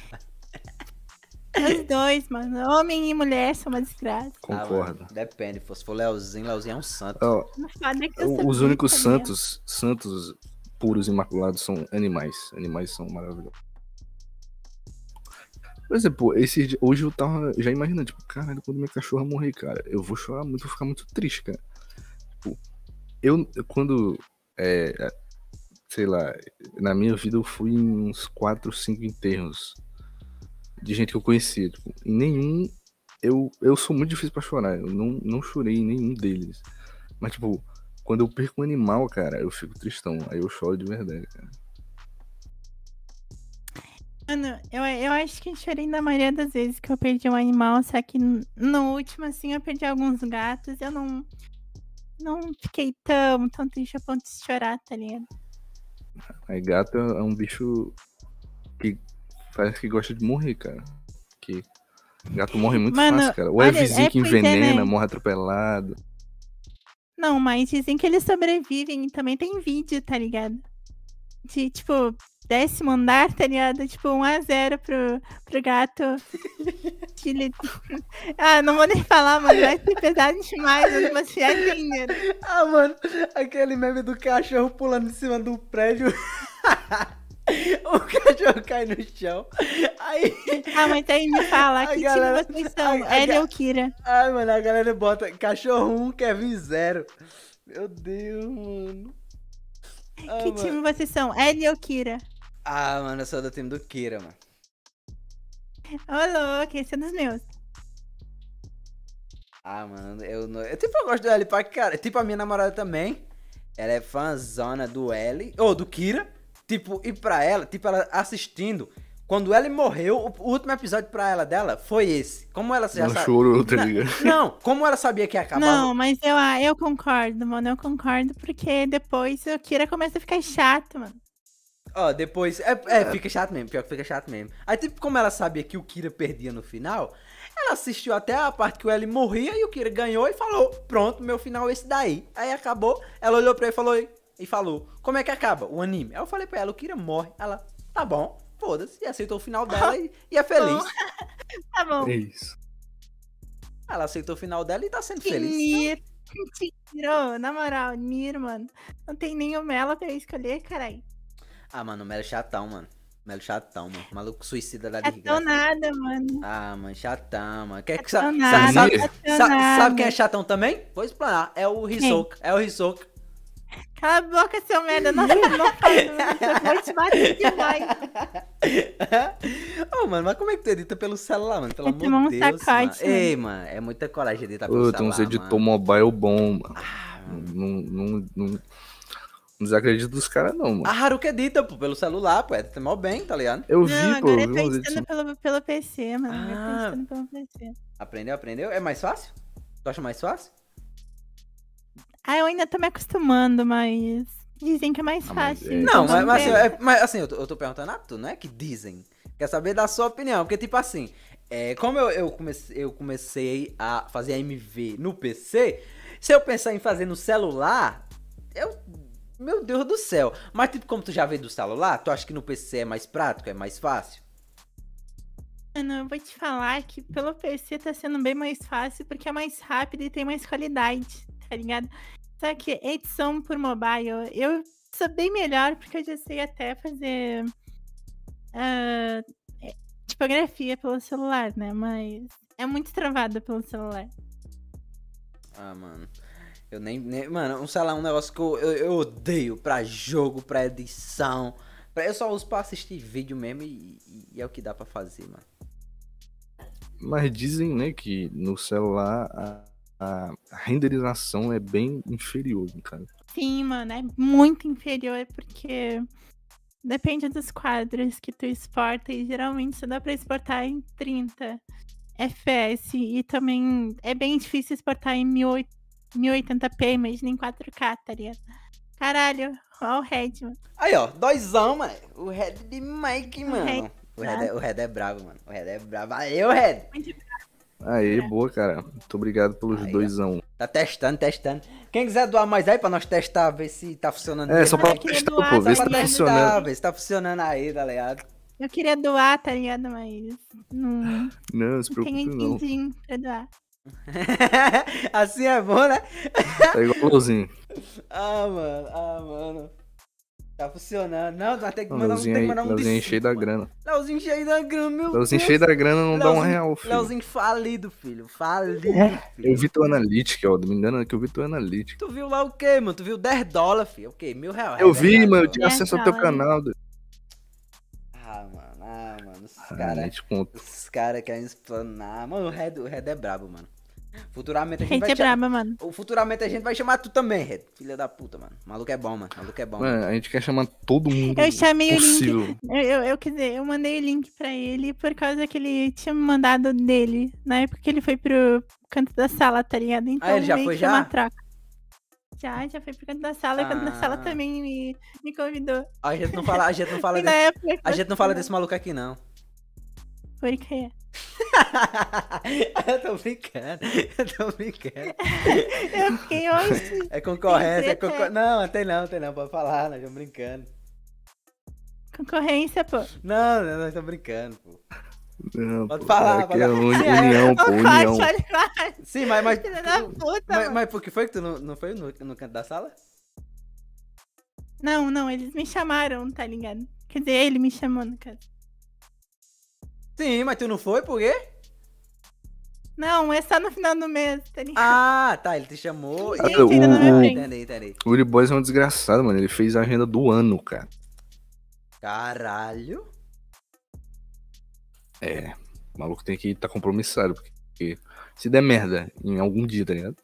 B: Os dois, mano. Homem e mulher são uma desgraça.
C: Concordo.
A: Ah, Depende. Se for Leozinho, Leozinho é um santo.
C: Ó,
B: Não fala é que eu
C: O-
B: sou
C: Os únicos
B: bonita mesmo.
C: santos, santos puros e imaculados são animais. Animais são maravilhosos. Por exemplo, esse, di- hoje eu tava já imaginando, tipo, caralho, quando minha cachorra morrer, cara, eu vou chorar muito, vou ficar muito triste, cara. Tipo, eu, eu quando, é, é, sei lá, na minha vida eu fui em uns 4, 5 enterros de gente que eu conhecia, tipo, em nenhum, eu, eu sou muito difícil pra chorar, eu não, não chorei em nenhum deles. Mas, tipo, quando eu perco um animal, cara, eu fico tristão. Aí eu choro de verdade, cara.
B: Mano, eu, eu acho que eu chorei na maioria das vezes que eu perdi um animal, só que n- no último, assim, eu perdi alguns gatos. Eu não, não fiquei tão, tão triste a ponto de chorar, tá ligado?
C: Aí gato é é um bicho que parece que gosta de morrer, cara. Que gato morre muito
B: Mano,
C: fácil, cara. Ou é
B: olha,
C: vizinho
B: é
C: que
B: pois é, né?
C: envenena, morre atropelado.
B: Não, mas dizem que eles sobrevivem e também tem vídeo, tá ligado? De, tipo, décimo andar, tá ligado? Tipo, 1x0 pro, pro gato. Chile- ah, não vou nem falar, mano. Vai ser pesado demais. Eu não vou se atender.
A: Ah, mano, aquele meme do cachorro pulando em cima do prédio. O cachorro cai no chão. Aí,
B: Ah, mas aí me fala,
A: A
B: que
A: galera-
B: time vocês são?
A: a- a
B: Ela
A: ga-
B: ou Kira?
A: ai, mano, a galera bota cachorro 1, Kevin 0. Meu Deus, mano. Ah,
B: que
A: mano.
B: time vocês são? Ela ou Kira?
A: Ah, mano, eu sou do time do Kira, mano.
B: Ô, louco, esse é dos meus.
A: Ah, mano, eu não. Eu, tipo, eu gosto do L pra cara. Tipo, a minha namorada também. Ela é fãzona do L. Ou do Kira. Tipo, e pra ela, tipo, ela assistindo. Quando o L morreu, o, o último episódio pra ela dela foi esse. Como ela já
C: Ela
A: sabe.
C: chorou, tá
A: Não.
C: ligado?
A: Não, como ela sabia que ia acabar.
B: Não, mas eu, ah, eu concordo, mano. Eu concordo, porque depois o Kira começa a ficar chato, mano.
A: Ó, depois. É, é, fica chato mesmo, pior que fica chato mesmo. Aí, tipo, como ela sabia que o Kira perdia no final, ela assistiu até a parte que o L morria e o Kira ganhou e falou: Pronto, meu final é esse daí. Aí acabou, ela olhou pra ele e falou: "E- E falou: Como é que acaba o anime? Aí eu falei pra ela: O Kira morre. Ela, tá bom, foda-se, e aceitou o final dela e, e é feliz.
B: Tá bom.
C: É isso.
A: Ela aceitou o final dela e tá sendo
B: Que
A: feliz.
B: Nir. Tirou, na moral, Nir, mano. Não tem nem o Mela pra eu escolher, caralho.
A: Ah, mano, o Melo é chatão, mano. O Melo é chatão, mano. O maluco suicida da
B: É tão
A: desgraça.
B: nada, mano. é
A: Ah, mano, chatão, mano. Quer É que sa-
B: Tão
A: sa-
B: nada,
A: sabe-
B: tá tão
A: Sa-
B: nada.
A: sabe quem é chatão também? Vou explanar. É o Hisoka. É o Hisoka.
B: Cala a boca, seu merda. Nossa, não faz, mano. Eu vou te bater demais.
A: Ô, mano, mas como é que tu edita pelo celular, mano? Pelo
B: É
A: amor de
B: tomar um
A: Deus, mano.
B: sacate, mano.
A: Ei, mano, é muita coragem editar pelo
C: Ô, um tem
A: celular,
C: uns
A: mano.
C: editor mobile bom, mano.
A: Ah, mano.
C: Não, não, não- não desacredito dos caras, não, mano.
A: A Haruka edita, pô, pelo celular, pô. Edita mal bem, tá ligado?
C: Eu vi,
B: Não,
C: pô, eu
B: agora tá eu
C: vi
B: tô
C: uns editores.
B: editando pelo, pelo PC, mano. Eu
A: Ah.
B: tô editando pelo PC.
A: Aprendeu, aprendeu? É mais fácil? Tu acha mais fácil?
B: Ah, eu ainda tô me acostumando, mas. Dizem que é mais
C: Ah, mas
B: fácil.
C: é-
A: Não,
B: então
A: mas, mas,
B: vamos ver.
A: é- mas, assim, eu tô, eu tô perguntando a tu, não é que dizem. Quer saber da sua opinião, porque tipo assim, é, como eu, eu, comecei, eu comecei a fazer AMV no PC, se eu pensar em fazer no celular, eu. Meu Deus do céu. Mas tipo, como tu já veio do celular, tu acha que no PC é mais prático, é mais fácil?
B: Mano, eu vou te falar que pelo PC tá sendo bem mais fácil porque é mais rápido e tem mais qualidade, tá ligado? Só que edição por mobile, eu sou bem melhor porque eu já sei até fazer ah, é, tipografia pelo celular, né? Mas é muito travada pelo celular.
A: Ah, mano. Eu nem. nem- mano, um celular é um negócio que eu, eu, eu odeio pra jogo, pra edição. Pra, eu só uso pra assistir vídeo mesmo e, e- e é o que dá pra fazer, mano.
C: Mas dizem, né, que no celular a, a renderização é bem inferior, cara.
B: Sim, mano, é muito inferior porque depende dos quadros que tu exporta e geralmente só dá pra exportar em 30 FPS e também é bem difícil exportar em 1008 1080p, imagina em 4K, tá ligado? Caralho, ó o Red, mano.
A: Aí, ó, doisão, mano. O Red de Mike, mano. O Red, é,
B: brabo.
A: o Red é brabo, mano. O Red é brabo. Valeu, Red.
C: Aê, boa, cara. Muito obrigado pelos
A: É. Aí, ó.
C: dois a um.
A: Tá testando, testando. Quem quiser doar mais aí pra nós testar, ver se tá funcionando.
C: É, só pra
B: eu queria
C: testar,
B: doar
C: pô, ver se
A: pra
C: tá
B: agora.
A: testar,
C: funcionando.
A: ver se tá funcionando aí, tá ligado?
B: Eu queria doar, tá ligado? Mas não,
C: Não, se
B: não tenho
C: preocupe Ah, não.
B: din-din pra doar.
A: assim é bom, né?
C: Tá igual o Lozinho.
A: Ah, mano, ah, mano. Tá funcionando. Não, nós tem que
C: O
A: mandar um, tem
C: Leozinho
A: que
C: aí,
A: mandar um
C: Leozinho aí
A: de
C: cheio
A: cinco,
C: da
A: mano.
C: grana.
A: Leozinho cheio da grana, meu
C: Leozinho
A: Deus.
C: cheio da grana não dá um
A: Leozinho-
C: real, filho. É
A: Leozinho falido, filho. Falido, filho.
C: Eu vi teu analítica, ó. Não me engano que eu vi teu analítica.
A: Tu viu lá o quê, mano? Tu viu 10 dólares, filho. O quê? Mil reais.
C: Eu
A: né,
C: vi,
A: cara?
C: mano. Eu tinha
B: É,
C: acesso ao teu
B: fala aí.
C: canal. do-
A: Ah, mano. Ah, mano. Os
C: Ah,
A: caras
C: nem te conto.
A: os cara querem explanar. Mano, o Red, o Red é brabo, mano. Futuramente a gente
B: Red
A: vai
B: é
A: chamar.
B: braba, mano.
A: Futuramente a gente vai chamar tu também, Red. Filha da puta, mano. Maluco é bom, mano. Maluco é bom.
C: Mano, a gente quer chamar todo mundo
B: Eu chamei o Link
C: possível.
B: Eu, eu, eu, quer dizer, eu mandei o link pra ele por causa que ele tinha me mandado dele, na época que ele foi pro canto da sala, tá ligado? Então
A: Ah, ele já
B: meio
A: foi
B: que uma
A: já?
B: troca. Já, já foi pro canto da sala, e o canto da sala
A: Ah.
B: também me, me convidou.
A: A gente não fala, a gente não fala
B: E na
A: desse,
B: época.
A: a gente não fala desse maluco aqui, não.
B: Por quê?
A: eu tô brincando. Eu tô brincando.
B: Eu fiquei hoje.
A: É concorrência, é
B: Tem
A: concor...
B: treta.
A: Não, tem não, tem não. Pode falar, nós estamos brincando.
B: Concorrência, pô.
A: Não, não, nós estamos brincando, pô.
C: Não,
A: Pode
C: pô,
A: falar,
C: aqui
A: pode
C: é
A: falar.
C: uni-
A: Sim, é,
C: união, pô,
B: Ô, Cláudio,
C: união.
B: olha lá,
A: Sim, mas. mas...
B: filha da puta,
A: Mas,
B: mano.
A: mas por que foi que tu não, não foi no, no canto da sala?
B: Não, não, eles me chamaram, tá ligado? Quer dizer, ele me chamou, no caso.
A: Sim, mas tu não foi, por quê?
B: Não, é só no final do mês, tá ligado?
A: Ah, tá, ele te chamou.
B: Gente,
C: Ah, o-
B: ainda não
C: o-
B: é frente.
A: Entendi, entendi.
C: O Willy Boys é um desgraçado, mano. Ele fez a agenda do ano, cara.
A: Caralho.
C: É. O maluco tem que estar compromissado, porque se der merda em algum dia, tá ligado?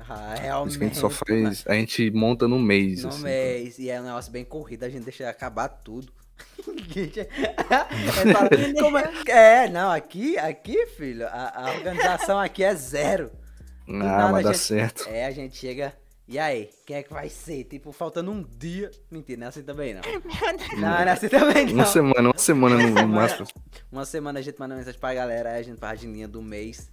A: Ah,
C: Por
A: realmente.
C: isso que a gente só faz. A gente monta no mês.
A: No
C: assim,
A: mês. E é um negócio bem corrido, a gente deixa acabar tudo. Gente, é, fala, como é- é, não, aqui, aqui, filho, a, a organização aqui é zero.
C: então.
A: nada,
C: Ah, mas dá
A: gente.
C: certo.
A: É, a gente chega. E aí, quem é que vai ser? Tipo, faltando um dia. Mentira, não é assim também não. Não, não é assim também não.
C: Uma semana, uma semana no- no
A: semana.
C: máximo.
A: Uma semana a gente manda mensagem pra galera, aí a gente faz a linha do mês.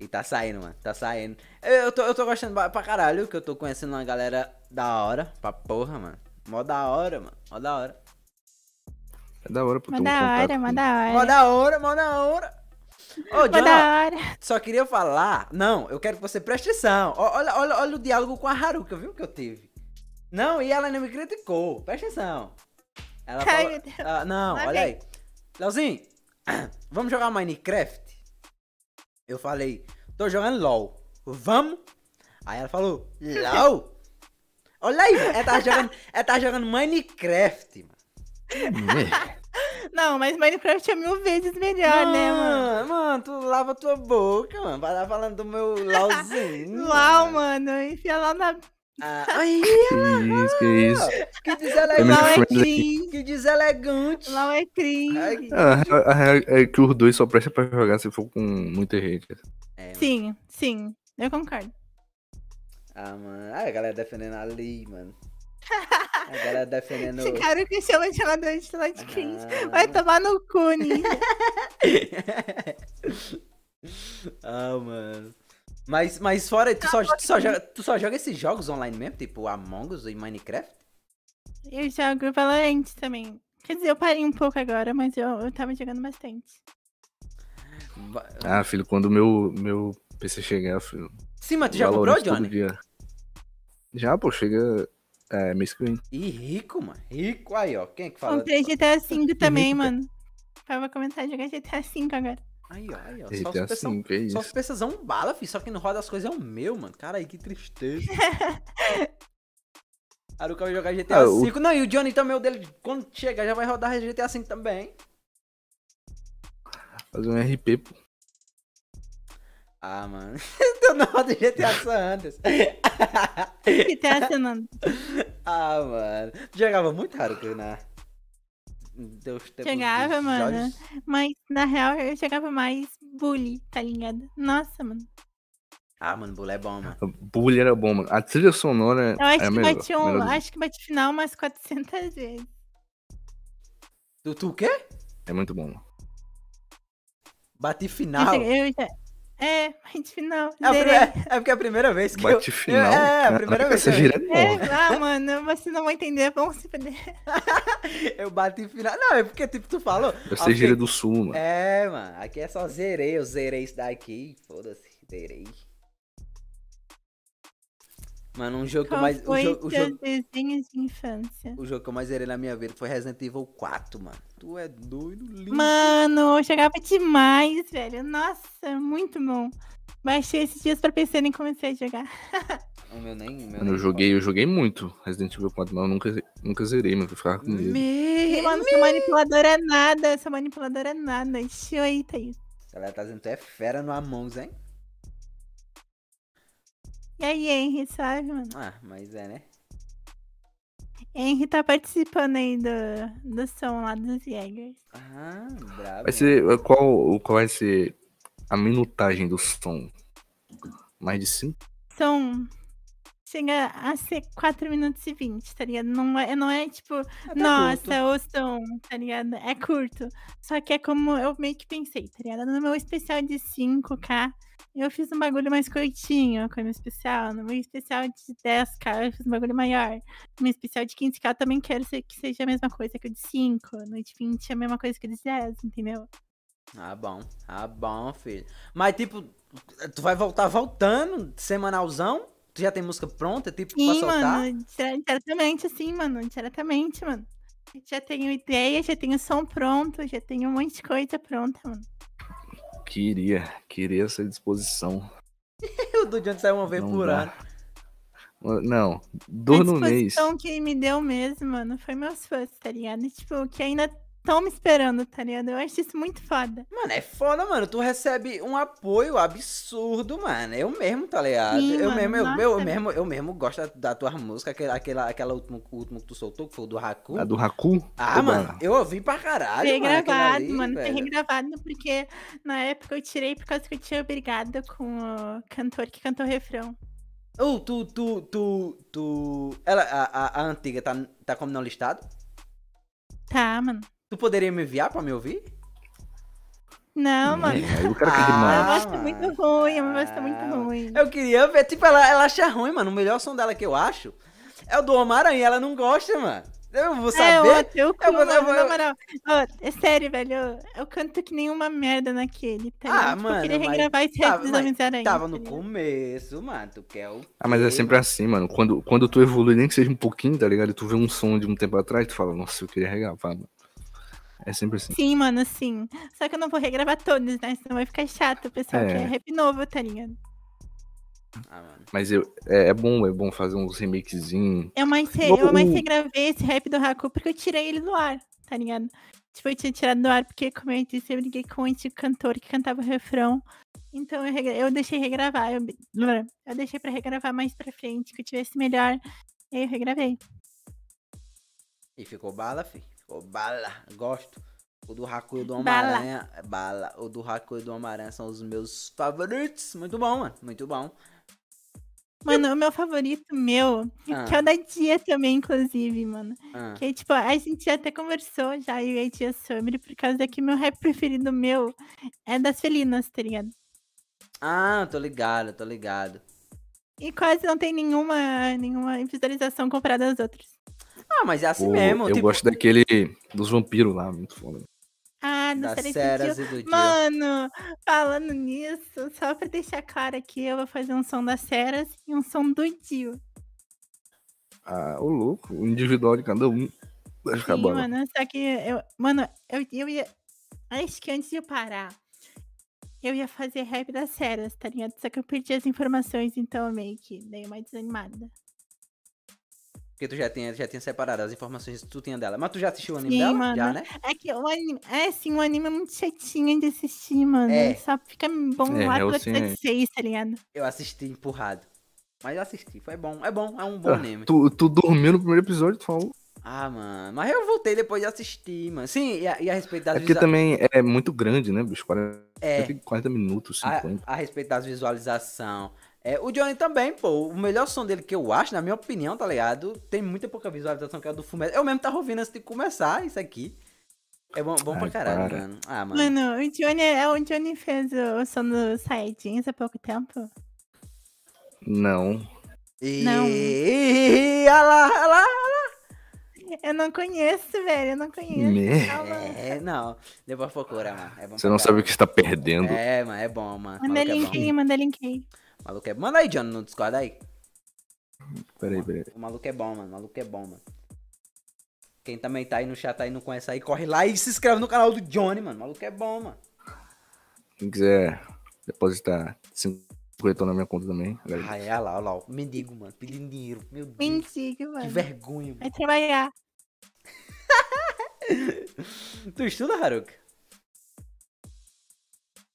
A: E tá saindo, mano. Tá saindo. Eu, eu tô, eu tô gostando ba- pra caralho, que eu tô conhecendo uma galera da hora. Pra porra, mano. Mó da hora, mano. Mó da hora.
C: É da hora pro
B: Mó da hora, mó da
A: Mó
B: hora.
A: da hora, mó da hora. Ô,
B: É. Mó
A: John,
B: da hora.
A: só queria falar. Não, eu quero que você preste atenção. Ó, Olha, olha, olha o diálogo com a Haruka, viu? Que eu tive. Não, e ela não me criticou. Preste atenção. Ela
B: Ai,
A: falou.
B: meu Deus.
A: Ah, não,
B: Lá
A: olha
B: vem.
A: aí. Leozinho, vamos jogar Minecraft? Eu falei, tô jogando LOL. Vamos? Aí ela falou, LOL? Olha aí, ela tá jogando, ela tá jogando Minecraft, mano.
C: um
B: Não, mas Minecraft é mil vezes melhor, né, mano?
A: Mano, tu lava tua boca, mano. Vai lá falando do meu LOLzinho.
B: LOL, mano, enfia lá na.
A: Ah, ai,
C: Que isso, que isso.
A: que
C: Eu me
B: LOL
A: deselegante.
B: é
C: friendly.
B: cringe.
A: Que deselegante.
B: LOL é cringe.
A: Ai,
C: Ah, a- a real é que os dois só prestam pra jogar se for com muita rede.
A: É, mano.
B: Sim, sim, eu concordo.
A: Ah, mano. Ai, a galera defendendo ali, mano. A galera defendendo.
B: Esse cara que chama de jogador de LOL de cringe
A: Ah.
B: vai tomar no cu, né? Ninja.
A: ah, mano. Mas, mas fora, tu só, tu, só joga, tu só joga esses jogos online mesmo? Tipo Among Us e Minecraft?
B: Eu jogo Valorant também. Quer dizer, eu parei um pouco agora, mas eu, eu tava jogando bastante.
A: Va-
C: Ah, filho, quando o meu, meu PC chegar, filho.
A: Sim, mas tu já
C: Valorant
A: comprou,
C: todo
A: Johnny?
C: dia. Já, pô, chega. É, mês que vem.
A: Ih, rico, mano. Rico aí, ó. Quem é que fala?
B: Comprei GTA V também,
C: rico, cara.
B: mano. Tava começar a jogar GTA V agora.
A: Aí, ó, aí, ó. Então, Só
C: GTA
A: os pessoal.
C: V, é isso.
A: Só os pessoal bala, fi. Só que não roda as coisas é o meu, mano. Cara, aí que tristeza. Aruca vai jogar GTA
C: Ah, o-
A: V. Não, e o Johnny também, o dele, quando chegar, já vai rodar GTA V também.
C: Fazer um RP, pô.
A: Ah, mano. Teu não roda GTA San Andreas.
B: GTA Sanando.
A: Ah, mano. Tu Jogava muito raro que na. Deus
B: Jogava, mano. Mas, na real, eu jogava mais bully, tá ligado? Nossa, mano.
A: Ah, mano, bula é bom, mano.
C: Bully era bom, mano. A trilha sonora
B: Eu acho
C: é a
B: que
C: melhor.
B: bati um.
C: melhor do-
B: Acho que bati final umas 400 vezes.
A: Tu, tu o quê?
C: É muito bom. mano.
A: Bati
B: Eu
A: final.
B: cheguei- eu já... É, bate final.
A: É, a prime-
B: zerei.
A: é, é porque é a primeira vez que
C: Bate
A: eu...
C: final.
A: Eu, é, a
C: caraca,
A: primeira vez que
C: Essa
A: eu,
C: gira é
B: É,
C: bom.
B: ah, mano, vocês não vão entender, vão se perder.
A: eu bati final. Não, é porque, tipo, tu falou.
C: Essa
A: ok.
C: gira do sul, mano.
A: É, mano, aqui é só zerei. Eu zerei isso daqui. Foda-se, zerei. Mano, um jogo que eu
B: Qual
A: mais. O
B: foi
A: jogo, o
B: seus
A: jogo-
B: desenhos de infância?
A: o jogo que eu mais zerei na minha vida foi Resident Evil 4, mano. Tu é doido, lindo.
B: Mano, eu jogava demais, velho. Nossa, muito bom. Baixei esses dias pra PC e comecei a jogar.
A: O meu nem. o meu
C: Mano, eu
A: nem-
C: joguei, eu joguei muito Resident Evil 4, mas eu nunca, nunca zerei, mano. Eu ficava com medo.
B: E,
A: Me...
B: mano, sou manipuladora nada, sou manipuladora nada. Show aí, Thaís.
A: Galera tá dizendo que tu é fera no Among Us, hein?
B: E aí, Henry, sabe, mano?
A: Ah, mas é, né?
B: Henry tá participando aí do, do som lá dos Jaegers.
A: Ah, brabo.
C: Vai ser. é, Qual, qual vai ser a minutagem do som? Mais de 5?
B: Som Então, chega a ser 4 minutos e 20, tá ligado? Não é, não é tipo,
A: Ah, tá curto.
B: Nossa, o som, tá ligado? É curto. Só que é como eu meio que pensei, tá ligado? No meu especial de 5K, eu fiz um bagulho mais curtinho com o meu especial. No meu especial de 10K, eu fiz um bagulho maior. No meu especial de 15K, eu também quero ser- que seja a mesma coisa que o de 5. No de 20 é a mesma coisa que o de 10, entendeu?
A: Ah, bom. Ah, bom, filho. Mas, tipo, tu vai voltar voltando, semanalzão? Tu já tem música pronta, tipo, pra
B: Sim,
A: soltar?
B: mano. dire- Diretamente, assim, mano. Diretamente, mano. Já tenho ideia, já tenho som pronto, já tenho um monte de coisa pronta, mano.
C: Queria, queria essa disposição.
A: o do John sai uma vez
C: Não
A: por
C: dá.
A: ano.
C: Não, dor no
B: A
C: mês.
B: disposição que me deu mesmo, mano, foi meus fãs, tá ligado? Tipo, que ainda estão me esperando, tá ligado? Eu acho isso muito foda.
A: Mano, é foda, mano. Tu recebe um apoio absurdo, mano. Eu mesmo, tá ligado?
B: Sim,
A: eu,
B: mano,
A: mesmo, eu,
B: nossa.
A: eu, eu mesmo, eu mesmo gosto da tua música, aquela, aquela, aquela última, última que tu soltou, que foi o do Haku.
C: A do Raku?
A: Ah,
C: Oba.
A: mano, eu ouvi pra caralho,
B: Foi
A: mano. aquilo
B: gravado,
A: ali,
B: mano. Foi
A: velho.
B: regravado porque na época eu tirei por causa que eu tinha brigado com o cantor que cantou o refrão.
A: Ou tu, tu, tu, tu. Ela, a, a, a antiga tá, tá como não listado?
B: Tá, mano.
A: Tu poderia me enviar pra me ouvir?
B: Não, mano.
C: É, aí o cara quer
B: Uma
A: Ah,
C: demais.
B: voz tá muito
A: mano.
B: ruim, é uma voz tá muito
A: Ah, mano.
B: ruim.
A: Eu queria ver. Tipo, ela, ela acha ruim, mano. O melhor som dela que eu acho é o do Homem-Aranha. Ela não gosta, mano. Eu vou
B: É,
A: saber.
B: ô, teu cu,
A: Eu vou- eu
B: mano,
A: vou-
B: na
A: eu-
B: moral. Ô, é sério, velho. Eu, eu canto que nenhuma merda naquele,
A: Ah,
B: tá ligado? Tipo,
A: mano,
B: eu queria
A: mas
B: regravar esse
A: tava-
B: rap dos
A: mas
B: Homens-Aranha.
A: Tava
B: tá
A: no
B: ligado?
A: começo, mano. Tu quer o.
C: Ah, mas é
A: quê,
C: sempre assim, mano. Quando, quando tu evolui, nem que seja um pouquinho, tá ligado? E tu vê um som de um tempo atrás, tu fala, nossa, eu queria regravar, mano. É sempre assim.
B: Sim, mano, sim. Só que eu não vou regravar todos, né? Senão vai ficar chato. O pessoal
C: É.
B: quer rap novo, tá ligado?
A: mano? Ah, mano.
C: Mas eu, é, é bom, é bom fazer uns remakezinho.
B: Eu mais, re...
C: Ou-
B: eu mais regravei esse rap do Haku porque eu tirei ele do ar, tá ligado? Tipo, eu tinha tirado do ar porque, como eu disse, eu briguei com o antigo cantor que cantava o refrão. Então eu, regra- eu deixei regravar. Eu... eu deixei pra regravar mais pra frente, que eu tivesse melhor. E aí eu regravei.
A: E ficou bala, fi. Ficou bala. Gosto. O do Haku e o do
B: Bala.
A: Homem-Aranha. é Bala. O do Haku e do Homem-Aranha são os meus favoritos. Muito bom, mano. Muito bom.
B: Mano, o meu favorito meu,
A: Ah,
B: que é o da Dia também, inclusive, mano.
A: ah.
B: Que, tipo, a gente já até conversou já, eu e a Dia sobre, por causa que meu rap preferido meu é das felinas, tá ligado?
A: Ah, tô ligado, tô ligado.
B: E quase não tem nenhuma, nenhuma visualização comparada às outras.
A: Ah, mas é assim
C: Pô,
A: mesmo.
C: eu
A: tipo,
C: gosto daquele dos vampiros lá, muito foda.
B: Ah, não
A: das
B: sei
A: Seras
B: se
A: e é do Jill.
B: Mano, falando nisso, só pra deixar claro aqui, eu vou fazer um som das Ceras e um som do Dio.
C: Ah, ô louco, o individual de cada um. Vai ficar
B: Sim,
C: bom.
B: mano, só que eu. Mano, eu, eu ia. Acho que antes de eu parar, eu ia fazer rap das Ceras, tá ligado? Só que eu perdi as informações, então eu meio que dei uma desanimada.
A: Porque tu já tinha, já tinha separado as informações que tu tinha dela. Mas tu já assistiu o anime
B: Sim,
A: dela?
B: mano.
A: Já, né?
B: É que o anime. É assim, um anime é muito chatinho de assistir, mano.
A: É.
B: Ele Só fica bom
C: É,
B: lá pro
C: Hellsing é-
B: episódio 6, tá ligado?
A: Eu assisti empurrado. Mas eu assisti, foi bom. É bom, é um bom anime.
C: Ah, Tu, tu dormiu no primeiro episódio, tu falou.
A: Ah, mano. Mas eu voltei depois de assistir, mano. Sim, e a, e a respeito das
C: É porque
A: visua-
C: também é muito grande, né, bicho? 40,
A: É, Ah,
C: 40 minutos,
A: a,
C: 50.
A: a respeito das visualizações. o Johnny também, pô, o melhor som dele que eu acho, na minha opinião, tá ligado? Tem muita pouca visualização que é o do Fumeto. Eu mesmo tava ouvindo antes de começar isso aqui. É bom, bom pra
C: Ai,
A: caralho,
C: para.
A: mano. Ah, mano.
B: Mano, o Johnny, é o Johnny fez o o som do Saiyajins há pouco tempo.
C: Não.
A: E...
B: Não.
A: Ih, olha lá, olha lá.
B: Eu não conheço, velho, eu não conheço.
C: Merda.
B: Calma.
A: É, não. Depois procura, mano. É bom
C: Você
A: pra
C: não sabe
A: caralho.
C: o que tá está perdendo.
A: É, mano, é bom, mano.
B: Manda
A: Maluco é
B: link
A: bom.
B: aí, manda link aí.
A: Maluco é... Manda aí, Johnny, no Discord aí.
C: Peraí, peraí.
A: O maluco é bom, mano. O maluco é bom, mano. Quem também tá aí no chat aí não conhece aí, corre lá e se inscreve no canal do Johnny, mano. O maluco é bom, mano.
C: Quem quiser depositar 50 na minha conta também. galera.
A: Ah, é, olha lá, olha lá. ó. Mendigo, mano. Pedindo dinheiro. Meu Deus.
B: Mentira,
A: Que
B: mano.
A: vergonha,
B: Vai
A: mano.
B: trabalhar.
A: Tu estuda, Haruka?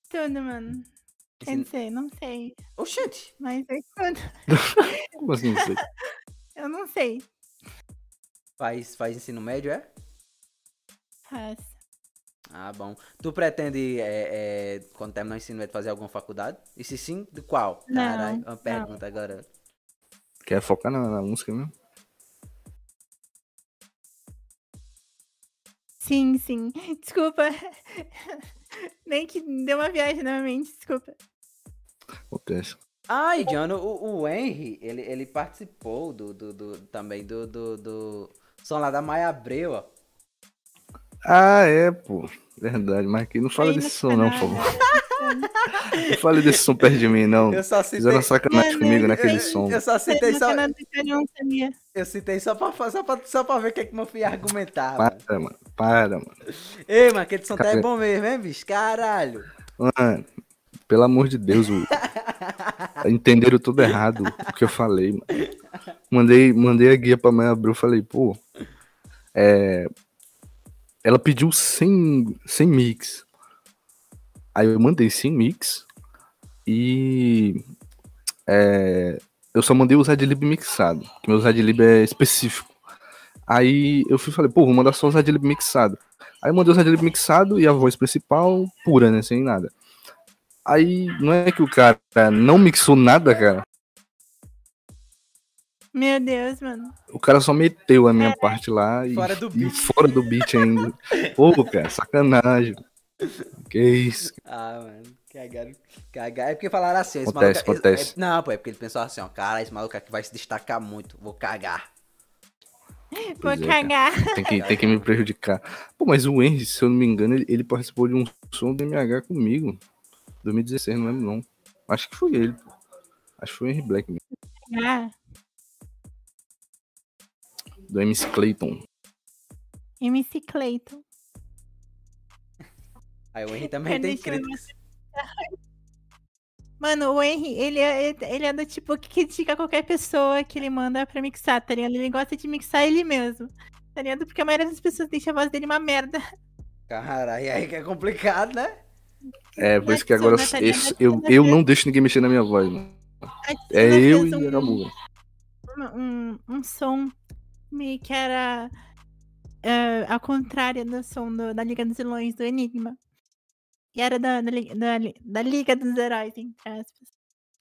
B: Tudo, mano. Quer
C: Assim,
B: dizer, não sei.
A: Oxente.
B: Mas eu estudo.
C: Como assim, não sei?
B: Eu não sei.
A: Faz, faz ensino médio, é?
B: Faço.
A: Ah, bom. Tu pretende, é, é, quando terminar o ensino médio, fazer alguma faculdade? E se sim, de qual?
B: Não,
A: Caralho, uma
B: não.
A: pergunta agora.
C: Quer focar na, na música mesmo?
B: Sim, sim. Desculpa. Nem que deu uma viagem na minha mente, desculpa.
C: Acontece.
A: Ai, John, Ah, o, o Henry, ele, ele participou do, do, do- também do, do, do som lá da Maia Abreu, ó.
C: Ah, é, pô. Verdade, mas aqui não fala
B: Aí
C: desse
B: não
C: som, não, por
B: fica
C: favor.
B: nada.
C: Não fale desse som perto de mim, não.
A: Eu só citei.
C: Fizeram sacanagem
B: Mano,
C: comigo
B: eu-
C: naquele som.
A: Eu só citei
B: Sendo
A: só.
B: que eu não deixaria um, sabia?
A: Eu citei só pra, fa- só pra, só pra ver o que, é que meu filho ia argumentar. mano.
C: Para, mano. Para, mano.
A: Ei, mas aquele som tá é
C: Cadê?
A: bom mesmo, hein, bicho? Caralho.
C: Mano, pelo amor de Deus, o- entenderam tudo errado o que eu falei, mano. Mandei, mandei a guia pra mãe Abreu, falei, pô, é, ela pediu 100, 100 mix. Aí eu mandei 100 mix e é, eu só mandei os adlib mixado, que meus adlib é específico. Aí eu fui e falei, pô, vou mandar só os adlib mixado. Aí eu mandei os adlib mixado e a voz principal pura, né, sem nada. Aí não é que o cara não mixou nada, cara.
B: Meu Deus, mano.
C: O cara só meteu a minha parte lá e
A: Fora do
C: e
A: beat.
C: fora do beat ainda. Pô, cara, sacanagem. Que isso?
A: Ah, mano. Cagaram. Cagaram. É porque falaram assim, esse
C: Acontece,
A: maluco.
C: acontece.
A: esse- é- não, pô, é porque ele pensou assim, ó, cara, esse maluco aqui vai se destacar muito. Vou cagar.
B: Vou
C: Pois é, cara.
B: cagar.
C: Tem que, tem que me prejudicar. Pô, mas o Henry, se eu não me engano, ele, ele participou de um som do MH comigo. 2016, não lembro não. Acho que foi ele. pô. Acho que foi o Henry Black mesmo.
B: Ah,
C: Do MC Clayton.
B: MC Clayton.
A: Aí o Henry também tem
B: Deixa eu ver.
A: críticas.
B: Mano, o Henry, ele é, ele é do tipo que critica qualquer pessoa que ele manda pra mixar, tá ligado? Ele gosta de mixar ele mesmo, tá ligado? Porque a maioria das pessoas deixa a voz dele uma merda.
A: Caralho, aí que é complicado, né?
C: É, por isso que agora
B: Mas,
C: eu,
B: mas,
C: eu, eu não deixo ninguém mexer na minha voz, mano. É
B: Ela
C: eu
B: fez
C: e
B: um-
C: a Gamula.
B: um, um som meio que era eh, ao contrário do som do- da Liga dos Vilões do Enigma. E era da, da, li- da li- da Liga dos Heróis, entre aspas.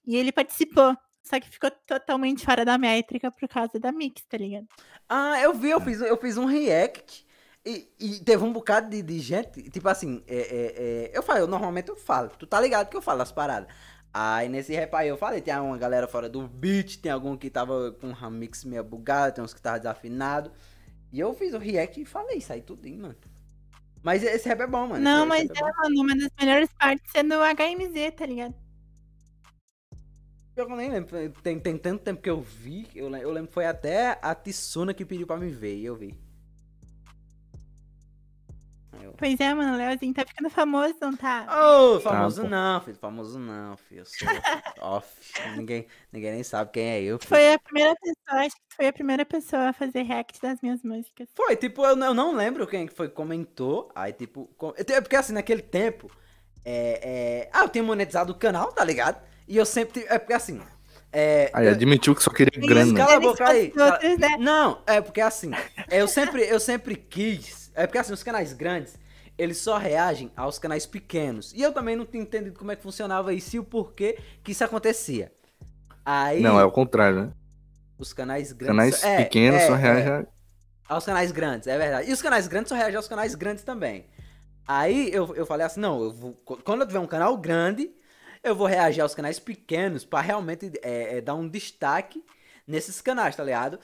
B: E ele participou, só que ficou totalmente fora da métrica por causa da mix, tá ligado?
A: Ah, eu vi, eu fiz, eu fiz um react. E, e teve um bocado de, de gente, tipo assim, é, é, é, eu falo, eu normalmente eu falo, tu tá ligado que eu falo as paradas. Aí nesse rap aí eu falei, tem uma galera fora do beat, tem algum que tava com um mix meio bugado, tem uns que tava desafinado. E eu fiz o react e falei isso aí tudinho, mano. Mas esse rap é bom, mano.
B: Não,
A: esse
B: mas
A: rap é
B: ela, mano, uma das melhores partes é do HMZ, tá ligado?
A: Pior que Eu nem lembro. Tem, tem tanto tempo que eu vi. Eu, lem- eu lembro que foi até a Tsuna que pediu pra me ver. E eu vi. Aí eu-
B: Pois é, mano, o Leozinho tá ficando famoso, não tá?
A: Ô, famoso
C: pô.
A: não, filho. Famoso não, filho. Eu sou off. Ninguém, ninguém nem sabe quem é eu. Filho.
B: Foi a primeira pessoa, acho que foi a primeira pessoa a fazer react das minhas músicas.
A: Foi, tipo, eu, não- eu não lembro quem que foi que comentou. Aí, tipo, com... eu te- é porque assim, naquele tempo. É, é... Ah, eu tinha monetizado o canal, tá ligado? E eu sempre. ti- É porque assim. É,
C: Aí admitiu que só queria
B: Tem
C: grana.
B: uns
A: Cala a boca aí,
B: Eles fazem outros, né?
A: Não, é porque assim, eu sempre, eu sempre quis. É porque assim, os canais grandes, eles só reagem aos canais pequenos. E eu também não tinha entendido como é que funcionava isso e o porquê que isso acontecia. Aí,
C: Não, é o contrário, né?
A: os canais grandes.
C: Canais
A: é,
C: pequenos
A: é,
C: só
A: é,
C: reagem.
A: aos canais grandes, é verdade. E os canais grandes só reagem aos canais grandes também. Aí eu, eu falei assim, não, eu vou, qu- quando eu tiver um canal grande, eu vou reagir aos canais pequenos pra realmente é, é, dar um destaque nesses canais, tá ligado?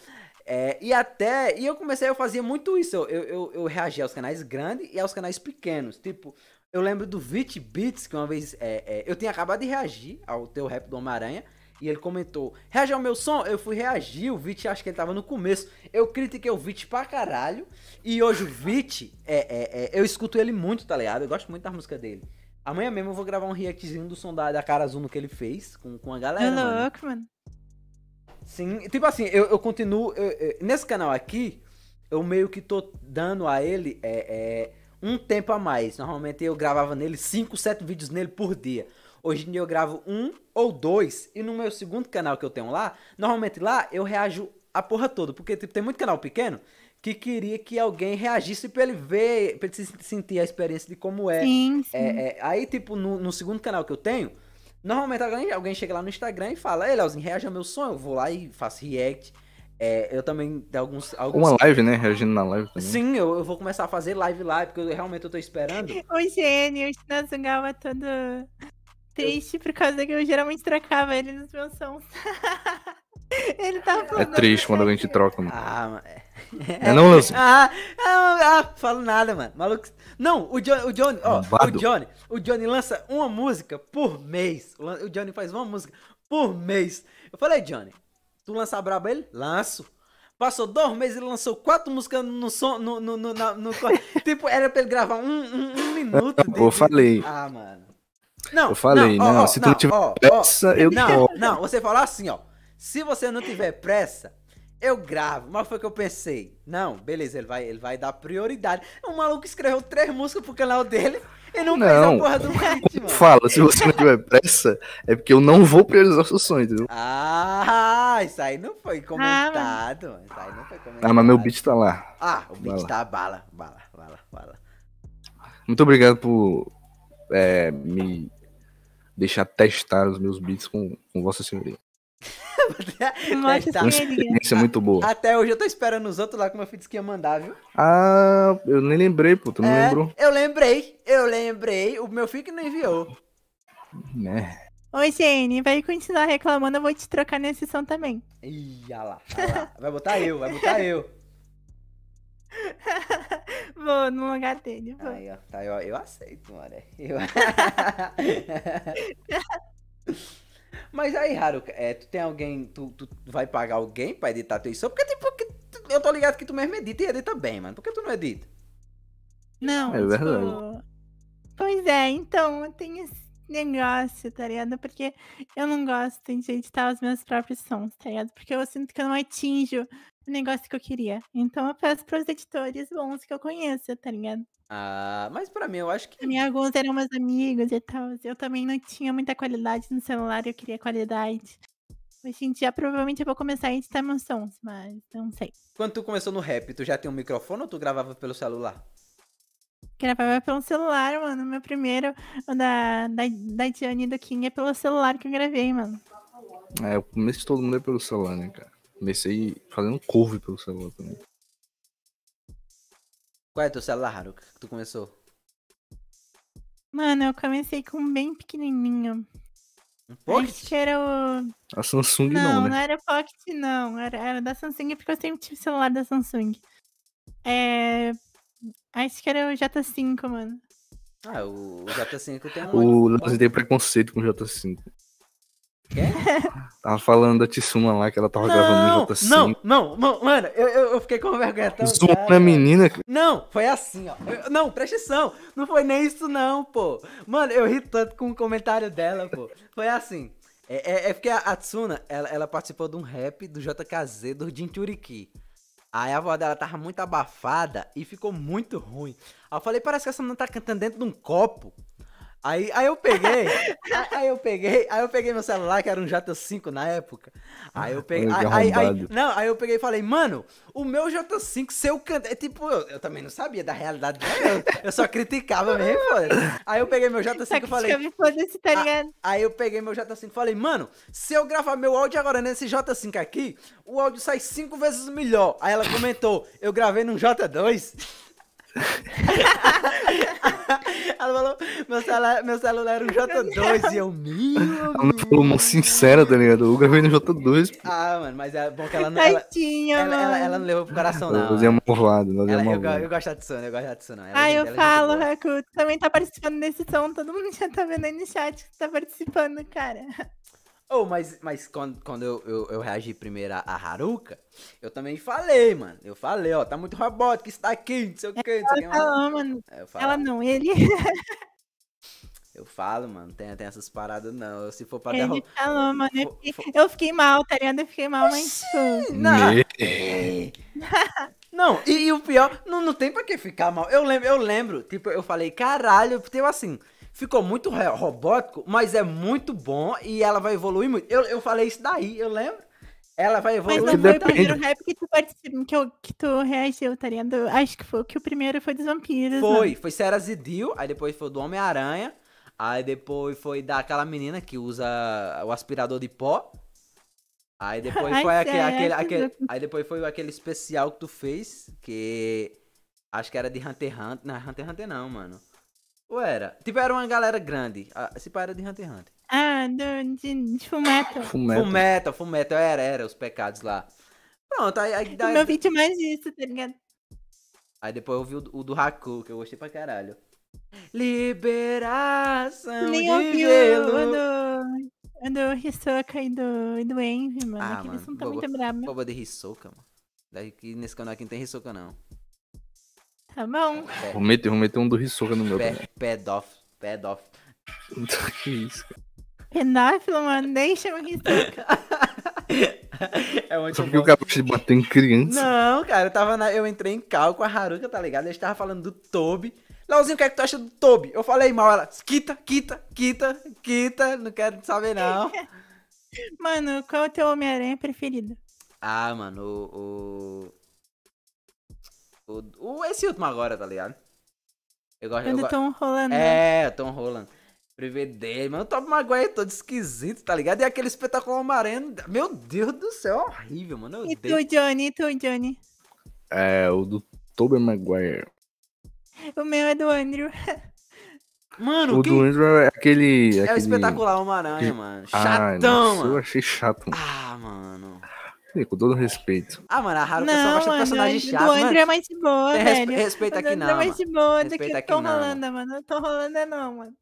A: É, e até, e eu comecei, eu fazia muito isso, eu, eu, eu, eu reagia aos canais grandes e aos canais pequenos. Tipo, eu lembro do Vit Beats, que uma vez, é, é, eu tinha acabado de reagir ao teu rap do Homem-Aranha, e ele comentou, reagir ao meu som, eu fui reagir, o Vit, acho que ele tava no começo, eu critiquei o Vit pra caralho. E hoje o Vit, é, é, é, eu escuto ele muito, tá ligado? Eu gosto muito da música dele. Amanhã mesmo eu vou gravar um reactzinho do som da, da cara azul que ele fez com, com a
B: Ô,
A: galera. mano.
B: louco, mano.
A: Sim, tipo assim, eu, eu continuo. eu- eu- nesse canal aqui, eu meio que tô dando a ele é, é, um tempo a mais. Normalmente eu gravava nele 5, 7 vídeos nele por dia. Hoje em dia eu gravo um ou dois. E no meu segundo canal que eu tenho lá, normalmente lá eu reajo a porra toda. Porque tipo, tem muito canal pequeno que queria que alguém reagisse pra ele ver, pra ele se sentir a experiência de como é.
B: Sim, sim.
A: É, é, aí, tipo, no, no segundo canal que eu tenho, normalmente alguém, alguém chega lá no Instagram e fala, ei, Leozinho, reage ao meu sonho. Eu vou lá e faço react. É, eu também, de alguns... alguns...
C: Uma live, né? Reagindo na live também.
A: Sim, eu, eu vou começar a fazer live lá, porque eu, realmente eu tô esperando.
C: Hum.
B: O gênio, o Shinazugawa todo triste por causa que eu geralmente trocava ele nos meus sons. ele tava
C: É
B: falando.
C: triste É quando alguém te troca, mano.
A: Ah, ma- é.
C: É não, Lança?
A: Ah, ah, ah, falo nada, mano. Maluco. Não, o Johnny, o Johnny, ó, o
C: Arrombado.
A: Johnny, o Johnny lança uma música por mês. O Lan- O Johnny faz uma música por mês. Eu falei, Johnny, tu lança a braba ele? Lanço. Passou dois meses, ele lançou quatro músicas no som, no, no, no, na- no co- tipo, era pra ele gravar um, um, um minuto. de-
C: Eu
A: de-
C: falei.
A: Ah, mano. Não,
C: Eu falei,
A: ó,
C: não,
A: ó,
C: se tu não tiver
A: ó, ó,
C: pressa, eu
A: não,
C: topo.
A: não, você fala assim, ó. Se você não tiver pressa, eu gravo. Mas foi o que eu pensei. Não, beleza, ele vai, ele vai dar prioridade. O maluco escreveu três músicas pro canal dele e não, fez a
C: Não.
A: porra do hit,
C: Eu
A: mano.
C: falo, se você não tiver pressa, é porque eu não vou priorizar o seu sonho, entendeu?
A: Ah, isso aí não foi comentado. mano. Isso aí não foi comentado.
C: Ah, mas meu beat tá lá.
A: Ah, o beat
C: Bala.
A: tá bala, bala, bala, bala.
C: Muito obrigado por é, me deixar testar os meus beats com, com vossa senhoria.
B: Nossa,
A: Tá.
C: Uma
B: senhoria.
C: experiência muito boa.
A: Até hoje eu tô esperando os outros lá que meu filho disse que ia mandar, viu?
C: Ah, eu nem lembrei, pô, tu não
A: É,
C: lembrou?
A: Eu lembrei, eu lembrei. O meu filho que não enviou.
C: É.
B: Oi, Jane, vai continuar reclamando, eu vou te trocar nesse som também.
A: Ih, olha lá, olha lá. Vai botar eu, vai botar eu.
B: Vou no lugar dele, vou.
A: Aí, ó, tá, aí, ó, eu aceito, mano. Eu- Mas aí, Haruka, é, tu tem alguém, tu, tu vai pagar alguém pra editar teu som? Porque, tipo, que tu- eu tô ligado que tu mesmo edita e edita bem, mano. Por que tu não edita?
B: Não,
C: É
B: tipo,
C: verdade.
B: Pois é, então eu tenho esse negócio, tá ligado? Porque eu não gosto de editar os meus próprios sons, tá ligado? Porque eu sinto que eu não atinjo o negócio que eu queria. Então eu peço pros editores bons que eu conheço, tá ligado?
A: Ah, mas pra mim, eu acho que...
C: Uhum.
B: Também alguns eram meus amigos e tal. Eu também não tinha muita qualidade no celular, eu queria qualidade. Hoje em dia, provavelmente eu vou começar a editar meus sons, mas não sei.
A: Quando tu começou no rap, tu já tinha um microfone ou tu gravava pelo celular?
B: Gravava pelo celular, mano. Meu primeiro, o da, da, da Diane e do Kim, é pelo celular que eu gravei, mano.
C: É, o começo de todo mundo é pelo celular, né, cara? Comecei fazendo couve pelo celular também.
A: Qual é teu celular, Haruka, que tu começou?
B: Mano, eu comecei com um bem pequenininho.
A: Um
B: Acho
A: pocket?
B: que era o.
C: A Samsung
B: Não,
C: não,
B: não,
C: né?
B: era o Pocket, não. Era, era da Samsung, porque eu sempre tive celular da Samsung. É. Acho que era o J5, mano.
A: Ah, o, o J5 tem um...
C: O
A: monte.
C: Lanza tem preconceito com o J5.
A: Quê?
C: Tava falando da Tsuma lá que ela tava gravando
A: Não,
C: no J5.
A: não, não, não, mano, eu, eu, eu fiquei com vergonha tão grande,
C: Zoando a
A: mano.
C: menina, cara.
A: Não, foi assim, ó. Eu- não, presta atenção. Não foi nem isso, não, pô. Mano, eu ri tanto com o comentário dela, pô. Foi assim. É, é- é porque a a Tsuna, ela, ela participou de um rap do JKZ do Jinchuriki. Aí a voz dela tava muito abafada e ficou muito ruim. Aí eu falei, parece que essa menina tá cantando dentro de um copo. Aí, aí eu peguei, aí, aí eu peguei, aí eu peguei meu celular, que era um J5 na época. Aí eu peguei.
C: Olha que
A: Aí, aí- aí-
C: arrombado.
A: não, aí eu peguei e falei, mano, o meu J5, seu canto. É tipo, eu, eu também não sabia da realidade dela. Eu, eu só criticava mesmo, foda Aí eu peguei meu
B: Só
A: J5
B: que
A: e falei. Ah,
B: me foda-se, tá ligado?
A: Aí eu peguei meu J5 e falei, mano, se eu gravar meu áudio agora nesse J5 aqui, o áudio sai cinco vezes melhor. Aí ela comentou, eu gravei num J2. ela falou, meu celular, meu celular era um J2 e eu, meu.
C: Ela me falou mão sincera, tá ligado? Eu gravei no J2, pô.
A: Ah, mano, mas é bom que ela não. Ela,
B: Tadinha,
A: ela,
B: mano.
A: ela- ela não levou pro coração,
C: Ela
A: não. né?
C: fazia malvado, ela
A: Ela-
C: fazia
A: eu, go- eu
C: malvado.
A: gosto da Tsuna, eu gosto da Tsuna. Ela é
B: Ah,
A: gente- ela
B: eu
A: é gente
B: falo,
A: boa.
B: Raku, tu também tá participando desse som, todo mundo já tá vendo aí no chat que tu tá participando, cara.
A: Oh, mas, mas quando, quando eu, eu, eu reagi primeiro a, a Haruka, eu também falei, mano. Eu falei, ó, tá muito robótico, isso daqui, não sei o que, não sei o que.
B: Ela
A: Mas...
B: ama, mano.
A: É, Eu falo,
B: Ela não, ele,
A: eu falo, mano, tem, tem essas paradas não. Se for pra
B: ele
A: derrubar.
B: falou, mano. Eu
A: Fo-
B: fiquei, né? eu fiquei mal, tá ligado? Eu fiquei mal, mas tipo,
A: Não,
C: Me-
A: Não, e, e o pior, não, não tem pra que ficar mal. Eu lembro, eu lembro, tipo, eu falei, caralho, tipo assim, ficou muito re- robótico, mas é muito bom e ela vai evoluir muito. Eu, eu falei isso daí, eu lembro. Ela vai
B: mas
A: evoluir
B: não foi
C: Que
B: o
C: depende.
B: primeiro rap que tu participou, que, eu- que tu reagiu, tá ligado? Eu Acho que foi que o primeiro foi dos vampiros.
A: Foi, foi Sarah Zidil, aí depois foi do Homem-Aranha, aí depois foi daquela menina que usa o aspirador de pó. Aí depois
B: Ai,
A: foi
B: sei,
A: aquele,
B: ai,
A: aquele,
B: que
A: aquele-
B: louco.
A: aí depois foi aquele especial que tu fez, que acho que era de Hunter x Hunter, não, Hunter x Hunter não, mano. Ou era? Tipo, era uma galera grande, ah, se pá, era de Hunter x Hunter.
B: mano. Ah, do, de, de fumeto.
C: Full
A: Full
C: metal.
A: Metal, Full Metal, era, era, os pecados lá. Pronto, aí, aí,
B: O
A: daí-
B: meu vídeo mais disso, tá ligado?
A: aí depois eu vi o, o do Haku, que eu gostei pra caralho. Liberação
B: Nem
A: de
B: ouviu o
A: gelo.
B: do, o do Hisoka e do, e do Envy, mano.
A: Ah,
B: Aqueles
A: mano,
B: são tão
A: vou-
B: muito brabos.
A: Boba de Hisoka, mano. Daí que nesse canal aqui não tem Hisoka, não.
B: Tá bom?
A: Pé,
C: Vou meter, vou meter um do Hisoka no meu.
A: pé, pedófilo, pedófilo.
C: que isso, cara.
B: Pedófilo, mano, deixa o Hisoka.
A: é muito
C: Só porque
A: bom.
C: o cara gosta de bater em criança.
A: Não, cara, eu tava na- eu entrei em cal com a Haruka, tá ligado? Eles tava falando do Toby. Lauzinho, o que é que tu acha do Toby? Eu falei mal, ela, quita, quita, quita, quita, não quero saber não.
B: Mano, qual é o teu Homem-Aranha preferido?
A: ah, mano, o, o, o, o- Esse último agora, tá ligado? Eu gosto,
B: É
A: eu
B: do
A: go-
B: Tom Holland. né?
A: É, o Tom Holland. Privê dele, mano. O Tom Maguire é todo esquisito, tá ligado? E aquele espetacular amarelo. Meu Deus do céu, é horrível, mano. Eu
B: E
A: odeio.
B: tu, Johnny? E tu, Johnny?
C: É, o do Tobey Maguire.
B: O meu é do Andrew.
A: Mano,
C: O
A: que
C: do Andrew é aquele.
A: é o
C: aquele...
A: espetacular Homem-Aranha, mano.
C: Ah,
A: Chatão,
C: nossa,
A: mano.
C: eu achei chato, mano.
A: Ah, mano.
C: Sim, Com todo respeito.
A: Ah, mano, a Haruka só
B: Não,
A: gosta de
B: mano,
A: personagem
B: o
A: chato,
B: do Andrew
A: mano.
B: é mais de boa,
A: Tem respe-
B: velho.
A: respeito
B: o
A: aqui
B: do Andrew
A: não,
B: é mais de boa do que
A: Respeita
B: o
A: aqui
B: Tom
A: não, mano.
B: Holland, mano. O Tom Holland é não, mano.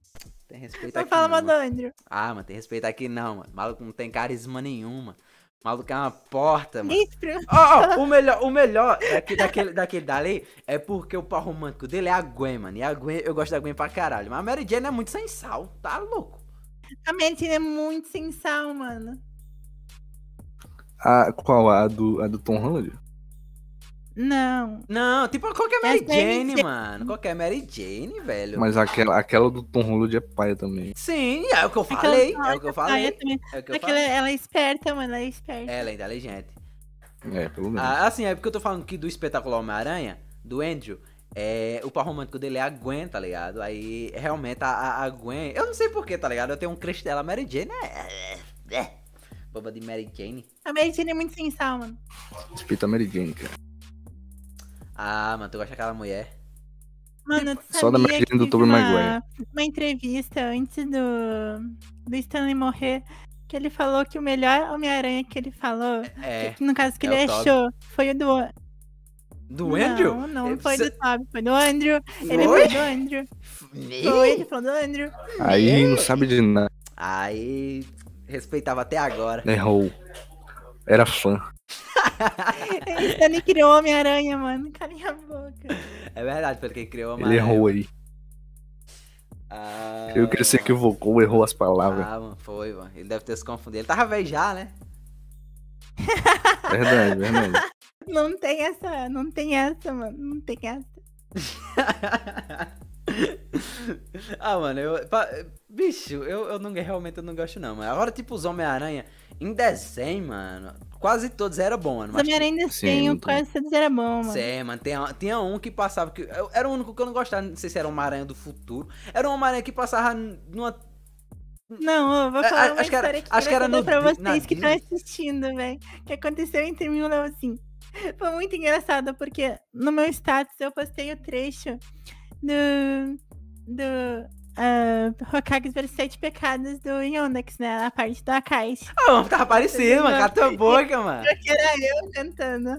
A: Tem respeito
B: Não
A: aqui
B: fala
A: não,
B: mal do
A: mano.
B: Andrew.
A: Ah, mano, tem respeito aqui não, mano. Maluco não tem carisma nenhuma. Maluco é uma porta, mano.
B: Ih, pro-
A: Ó, ó, o melhor, o melhor daqui- daquele, daquele dali é porque o par romântico dele é a Gwen, mano. E a Gwen, eu gosto da Gwen pra caralho. Mas a Mary Jane é muito sem sal, tá louco?
B: A Martina é muito sem sal, mano.
C: A, qual? A do, a do Tom Holland?
B: Não.
A: Não, tipo qualquer Mary
B: Essa é Mary
A: Jane,
B: Jane.
A: mano. Qualquer Mary Jane, velho.
C: Mas aquela, aquela do Tom Holland é paia também.
A: Sim, é o que eu
B: Aquela
A: falei.
B: sala
A: É o que eu
B: de praia
A: falei.
B: também.
A: É o que eu
B: Aquela,
A: falei.
B: ela é esperta, mano. Ela é esperta.
A: Ela é inteligente.
C: É, pelo menos.
A: Ah, assim, é porque eu tô falando que do espetacular Homem-Aranha, do Andrew, é, o par romântico dele é a Gwen, tá ligado? Aí, realmente, a, a, a Gwen... Eu não sei porquê, tá ligado? Eu tenho um crush dela. A Mary Jane é... é, é boba de Mary Jane.
B: A Martina é muito sem sal, mano.
C: Respeito a Mary Jane, cara.
A: Ah, mano, tu gosta daquela mulher.
B: Mano, tu
C: Só da
B: sabia
C: Margarine
B: que
C: do
B: teve
C: Tobey
B: uma,
C: Maguire.
B: uma entrevista antes do, do Stanley morrer, que ele falou que o melhor Homem-Aranha que ele falou,
A: É,
B: que- no caso que
A: é o
B: ele
A: Tobey.
B: achou, foi o do...
A: do
B: não,
A: Andrew?
B: Não,
A: Eu-
B: foi
A: cê-
B: do Toby, foi do Andrew. Ele
A: Oi?
B: foi do Andrew.
A: Ih!
B: Foi, ele falou do Andrew.
C: Aí não sabe de nada.
A: Aí, respeitava até agora.
C: Errou. Era fã.
B: E o Stanley criou o Homem-Aranha, mano. Carinha a boca.
A: É verdade, porque ele criou a
C: Ele errou aí.
A: Ah,
C: Eu que ele se equivocou, errou as palavras.
A: Ah, mano, foi, mano. Ele deve ter se confundido. Ele tava velho já, né? Ah.
C: Verdade, verdade.
B: Não tem essa, não tem essa, mano. Não tem essa.
A: ah, mano, eu. pa- bicho, eu, eu não, realmente eu não gosto, não, mano. Agora, tipo, os Homem-Aranha em desenho, mano. Quase todos eram bons, mano.
B: Os
A: Mas,
B: Homem-Aranha ainda
C: sim,
B: tem, um
C: muito
B: quase todos era bom, mano.
A: Cê, mano, tinha, tinha um que passava. Que, eu- era o único que eu não gostava. Não sei se era uma aranha do futuro. Era uma aranha que passava numa.
B: Não, eu vou
A: É,
B: falar
A: a-
B: uma
A: acho que era-
B: história que,
A: acho que
B: eu
A: era
B: vou
A: no
B: contar pra
A: Di-
B: vocês
A: na
B: que estão
A: Disney.
B: assistindo, velho. Que aconteceu entre mim e o Leozinho. Foi muito engraçado, porque no meu status eu postei o trecho do, do ah, Hokage versus Sete Pecados do Yondex, né? A parte da Akashi.
A: Ah, mano, tava parecendo, mano.
B: Mano,
A: Cala tua boca, mano.
B: Que era eu cantando.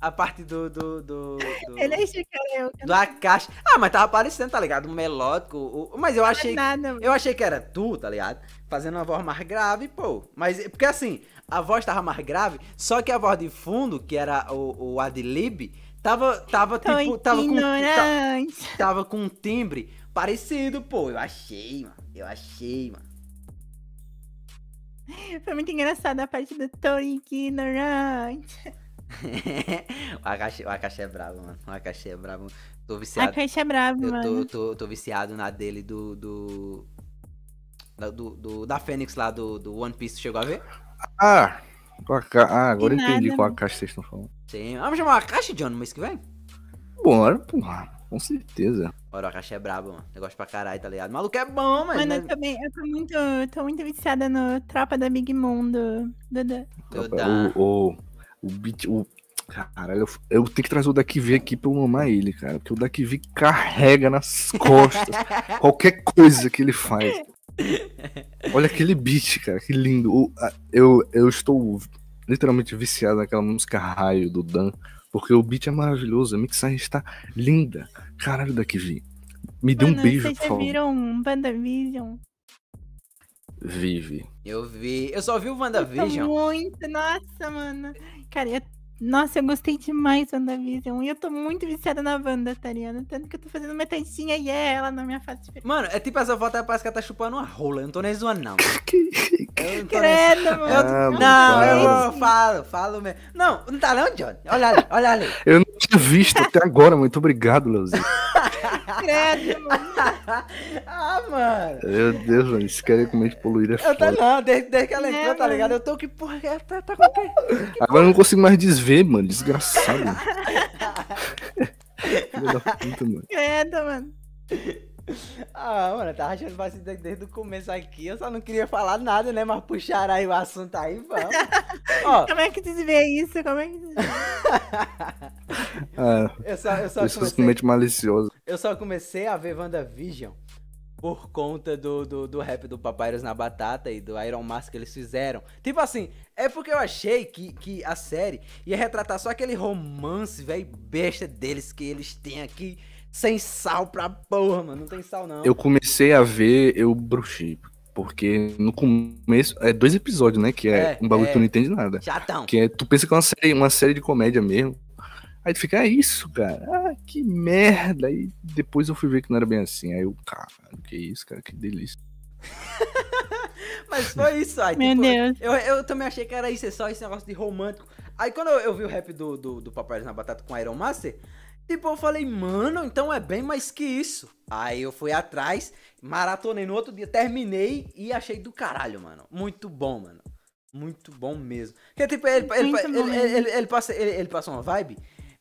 A: A parte do. Do. Do. Do,
B: Ele é achou que era eu
A: do Akashi. Ah, mas tava parecendo, tá ligado? Um melódico. o- o- mas eu achei
B: cantando nada, mano.
A: Eu achei que era tu, tá ligado? Fazendo uma voz mais grave, pô. Mas, porque assim, a voz tava mais grave, só que a voz de fundo, que era o, o adlib, tava, tava
B: Tô
A: tipo, tava com, ta-
B: ignorante.
A: tava com um timbre parecido, pô. Eu achei, mano. Eu achei, mano.
B: Foi muito engraçado a parte do tô ignorante.
A: o, Akashi, o Akashi é brabo, mano. O Akashi é brabo. Tô
B: A
A: viciado.
B: caixa é brava,
A: Eu tô,
B: mano.
A: tô, tô viciado na dele do. do... Da, do- do- da Fênix lá do, do One Piece, chegou a ver?
C: Ah, com a ca- ah, agora
B: De
C: eu entendi
B: nada,
A: né?
C: qual a
B: mano.
C: caixa que vocês estão falando.
A: Sim. Vamos chamar o Akashi, John, no mês que vem?
C: Bora, porra. Com certeza.
A: Ora, o Akashi é brabo, mano. Negócio pra caralho, tá ligado? O maluco é bom, mano.
B: Mano,
A: né?
B: eu também, eu tô muito, eu tô muito viciada no Tropa da Big Moon do, do, do-
A: Eu
C: Opa,
A: dá.
C: O, o, o beat. O, caralho, eu, eu tenho que trazer o Daqui V aqui pra eu amar ele, cara. Porque o Daqui V carrega nas costas qualquer coisa que ele faz. Olha aquele beat, cara, que lindo. O- a- eu, eu estou literalmente viciado naquela música raio do Dan, porque o beat é maravilhoso, a mixagem está linda. Caralho, daqui vi. Me dê um
B: Mano,
C: beijo,
B: Vocês
C: por
B: já
C: favor.
B: viram um WandaVision?
C: Vive.
A: Eu vi. Eu só vi o
B: Tô
A: WandaVision.
B: muito, nossa, mano. Cara, eu- nossa, eu gostei demais da WandaVision. E eu tô muito viciada na Wanda, Tariana. Tanto que eu tô fazendo metadinha e é ela na minha fase de
A: Mano, é tipo essa foto, parece que ela tá chupando uma rola. Eu não tô nem zoando, não. Eu não tô nem
B: Credo,
A: Eu-
B: mano. é
C: Ah,
A: Não,
C: para.
A: eu vou- falo, falo mesmo. Não, não tá não, John. Olha ali, olha ali.
C: Eu não tinha visto até agora, muito obrigado, Leozinho.
B: Credo, mano.
A: ah, mano.
C: Meu Deus, mano, esse cara é com mente poluída é
A: Eu tô
C: foda.
A: não, desde, desde que ela
B: Né,
A: entrou, tá
B: mano?
A: ligado? Eu tô que porra, ela tá, tá com o quê?
C: Agora eu não consigo mais desver, mano, desgraçado. Filho da puta, mano.
B: Credo, mano.
A: Ah, mano, eu tava achando vacilo desde, desde o começo aqui. Eu só não queria falar nada, né? Mas puxaram aí o assunto aí, vamos. Ó,
B: Como é que desvia isso? Como é que desvia?
C: Ah,
A: eu só, eu só
C: pessoas com
A: comecei-
C: mente maliciosa.
A: Eu só comecei a ver WandaVision por conta do, do, do rap do Papyrus na Batata e do Iron Mask que eles fizeram. Tipo assim, é porque eu achei que, que a série ia retratar só aquele romance, velho, besta deles que eles têm aqui, sem sal pra porra, mano. Não tem sal, não.
C: Eu comecei a ver, eu bruxei. Porque no começo. É dois episódios, né? Que é,
A: É,
C: um bagulho
A: é.
C: que tu não entende nada.
A: Chatão.
C: Que é, tu pensa que é uma série, uma série de comédia mesmo. Aí tu fica, é isso, cara. Ah, que merda. Aí depois eu fui ver que não era bem assim. Aí eu, caralho, que isso, cara, que delícia.
A: Mas foi isso aí.
B: Meu
A: tipo,
B: Deus.
A: Eu, eu também achei que era isso, é só esse negócio de romântico. Aí quando eu, eu vi o rap do, do, do Papai na Batata com Iron Master, tipo, eu falei, mano, então é bem mais que isso. Aí eu fui atrás, maratonei no outro dia, terminei e achei do caralho, mano. Muito bom, mano. Muito bom mesmo. Porque, tipo, ele, ele,
B: Muito
A: ele,
B: bom né?
A: ele,
B: mesmo.
A: ele- ele passa, ele, ele passa uma vibe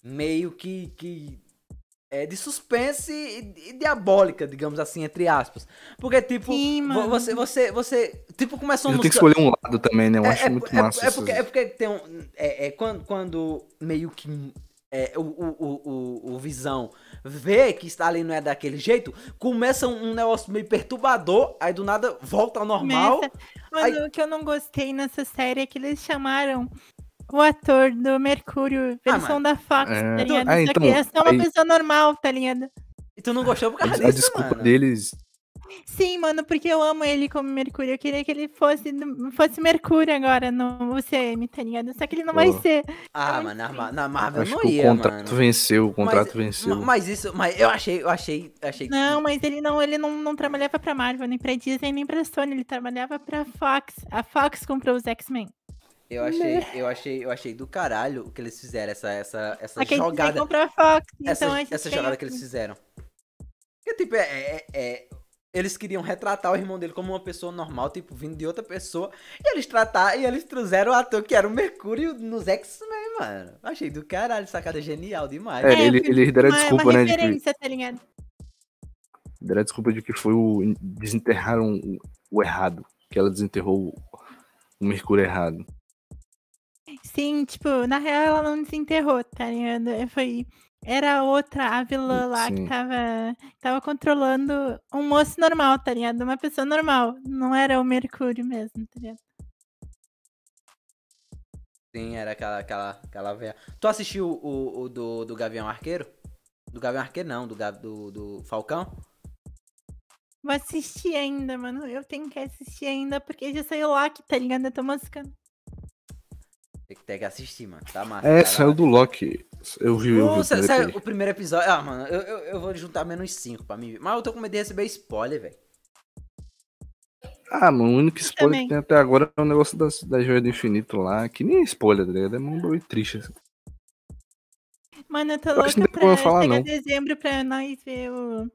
A: meio que, que é, de suspense e, e diabólica, digamos assim, entre aspas. Porque, tipo,
B: Sim,
A: vo-
B: mano.
A: você, você, você, tipo, começou
C: Eu
A: uma
C: tenho que
A: música-
C: escolher um lado também, né? Eu acho
A: é,
C: muito
A: é,
C: massa.
A: é porque,
C: essas-
A: é porque tem um. É, é quando, quando meio que. é, o, o, o, o, o Visão vê que está ali não é daquele jeito, começa um, um negócio meio perturbador, aí do nada volta ao normal.
B: Começa. Mano, o que eu não gostei nessa série é que eles chamaram o ator do Mercúrio,
A: Ah,
B: versão da Fox,
C: É.
B: tá ligado?
C: Ah,
B: Só que
C: então,
B: é só uma
C: aí-
B: pessoa normal, tá ligado?
A: E tu não gostou por
C: A,
A: causa
C: a
A: disso,
C: desculpa
A: mano.
C: deles.
B: Sim, mano, porque eu amo ele como Mercúrio. Eu queria que ele fosse, do- fosse Mercúrio agora no UCM, tá ligado? Só que ele não vai
C: Boa.
B: ser.
A: Ah,
B: É
A: mano, na,
B: muito
A: Ma- na Marvel
C: Acho
A: não
C: que o
A: ia,
C: contrato
A: mano.
C: venceu, o contrato venceu.
A: Ma- Mas isso, mas eu achei, eu achei, achei.
B: Não, mas ele não, ele não, não trabalhava pra Marvel, nem pra Disney, nem pra Sony. Ele trabalhava pra Fox. A Fox comprou os X-Men.
A: Eu achei,
B: né?
A: eu achei, eu achei do caralho o que eles fizeram, essa, essa, essa
B: Só que a Disney
A: jogada.
B: comprou a Fox.
A: essa,
B: Então a gente
A: essa
B: tem
A: jogada
B: o-
A: que eles fizeram. Porque, tipo, é, é- é- eles queriam retratar o irmão dele como uma pessoa normal, tipo, vindo de outra pessoa. E eles tratar, e eles trouxeram o ator que era o Mercúrio nos X-Men, mano. Achei do caralho, sacada genial demais.
C: É,
B: É,
C: ele,
B: porque
C: eles deram a
B: uma,
C: desculpa,
B: uma
C: né? De que,
B: referência, tá ligado?
C: deram a desculpa de que foi o. Desenterraram o, o errado. Que ela desenterrou o, o Mercúrio errado.
B: Sim, tipo, na real ela não desenterrou, tá ligado? É, Foi. Era a outra, a vilã lá
C: Hum, Sim.
B: que tava, tava controlando um moço normal, tá ligado? Uma pessoa normal. Não era o Mercúrio mesmo, tá ligado?
A: Sim, era aquela, aquela, aquela velha. Tu assistiu o, o do, do Gavião Arqueiro? Do Gavião Arqueiro, não, do, Ga- do, do Falcão?
B: Vou assistir ainda, mano. Eu tenho que assistir ainda, porque já saiu Loki, tá ligado? Eu tô moscando.
A: Tem que, tem que assistir, mano. Tá massa.
C: É,
A: tá
C: saiu
A: massa.
C: do Loki. Eu vi, eu vi.
A: Pô,
C: o
A: sério, sério,
C: primeiro episódio.
A: é o primeiro episódio. Ah, mano, eu, eu, eu vou juntar menos 5 pra mim. ver. Mas eu tô com medo de receber spoiler, velho.
C: Ah, mano, o único spoiler
B: também.
C: que tem até agora é o negócio da, da Joia do Infinito lá, que nem é spoiler, tá ligado? É um bagulho triste. assim.
B: Mano, eu tô
C: Eu acho
B: louca
C: que não tem como eu
B: pra
C: falar,
B: chegar
C: não.
B: dezembro pra nós ver o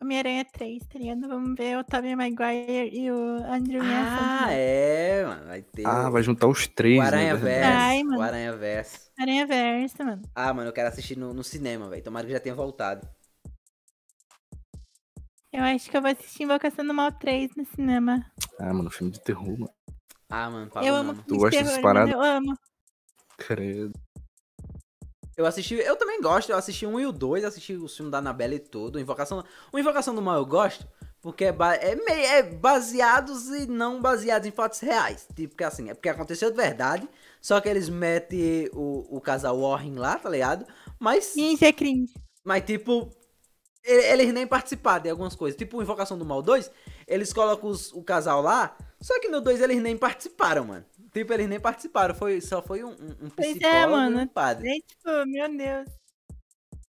B: Homem-Aranha 3, tá ligado? Vamos ver o Tobey Maguire e o Andrew
A: Ah,
B: Wilson.
A: é, mano. Vai ter.
C: Ah,
A: o-
C: vai juntar os três,
A: o
C: né?
A: Aranha
C: verdade.
B: Verso.
A: Verso.
B: Ai,
A: O
B: mano.
A: Aranha Verso.
B: Aranha Versa, mano.
A: Ah, mano, eu quero assistir no, no cinema, velho. Tomara que já tenha voltado.
B: Eu acho que eu vou assistir Invocação do Mal 3 no cinema.
C: Ah, mano, filme de terror, mano.
A: Ah, mano,
C: Tá
A: falou
B: eu
A: não,
B: amo
A: mano.
B: filme
C: né? gosta
B: de
C: dessas
B: terror,
C: paradas?
B: mano. Eu amo.
C: Credo.
A: Eu assisti, eu também gosto, eu assisti um e o dois, assisti o filme da Anabela e tudo. Invocação, o Invocação do Mal eu gosto, Porque é, ba- é meio, é baseados e não baseados em fatos reais. Tipo, que assim, é porque aconteceu de verdade, só que eles metem o, o casal Warren lá, tá ligado? Mas,
B: Gente, é cringe.
A: mas tipo, e- eles nem participaram de algumas coisas. Tipo, Invocação do Mal 2, eles colocam os- o casal lá, só que no 2 eles nem participaram, mano. Tipo, eles nem participaram, foi, só foi um, um, um
B: Pois é,
A: psicólogo e um
B: mano.
A: padre.
B: É tipo, meu Deus.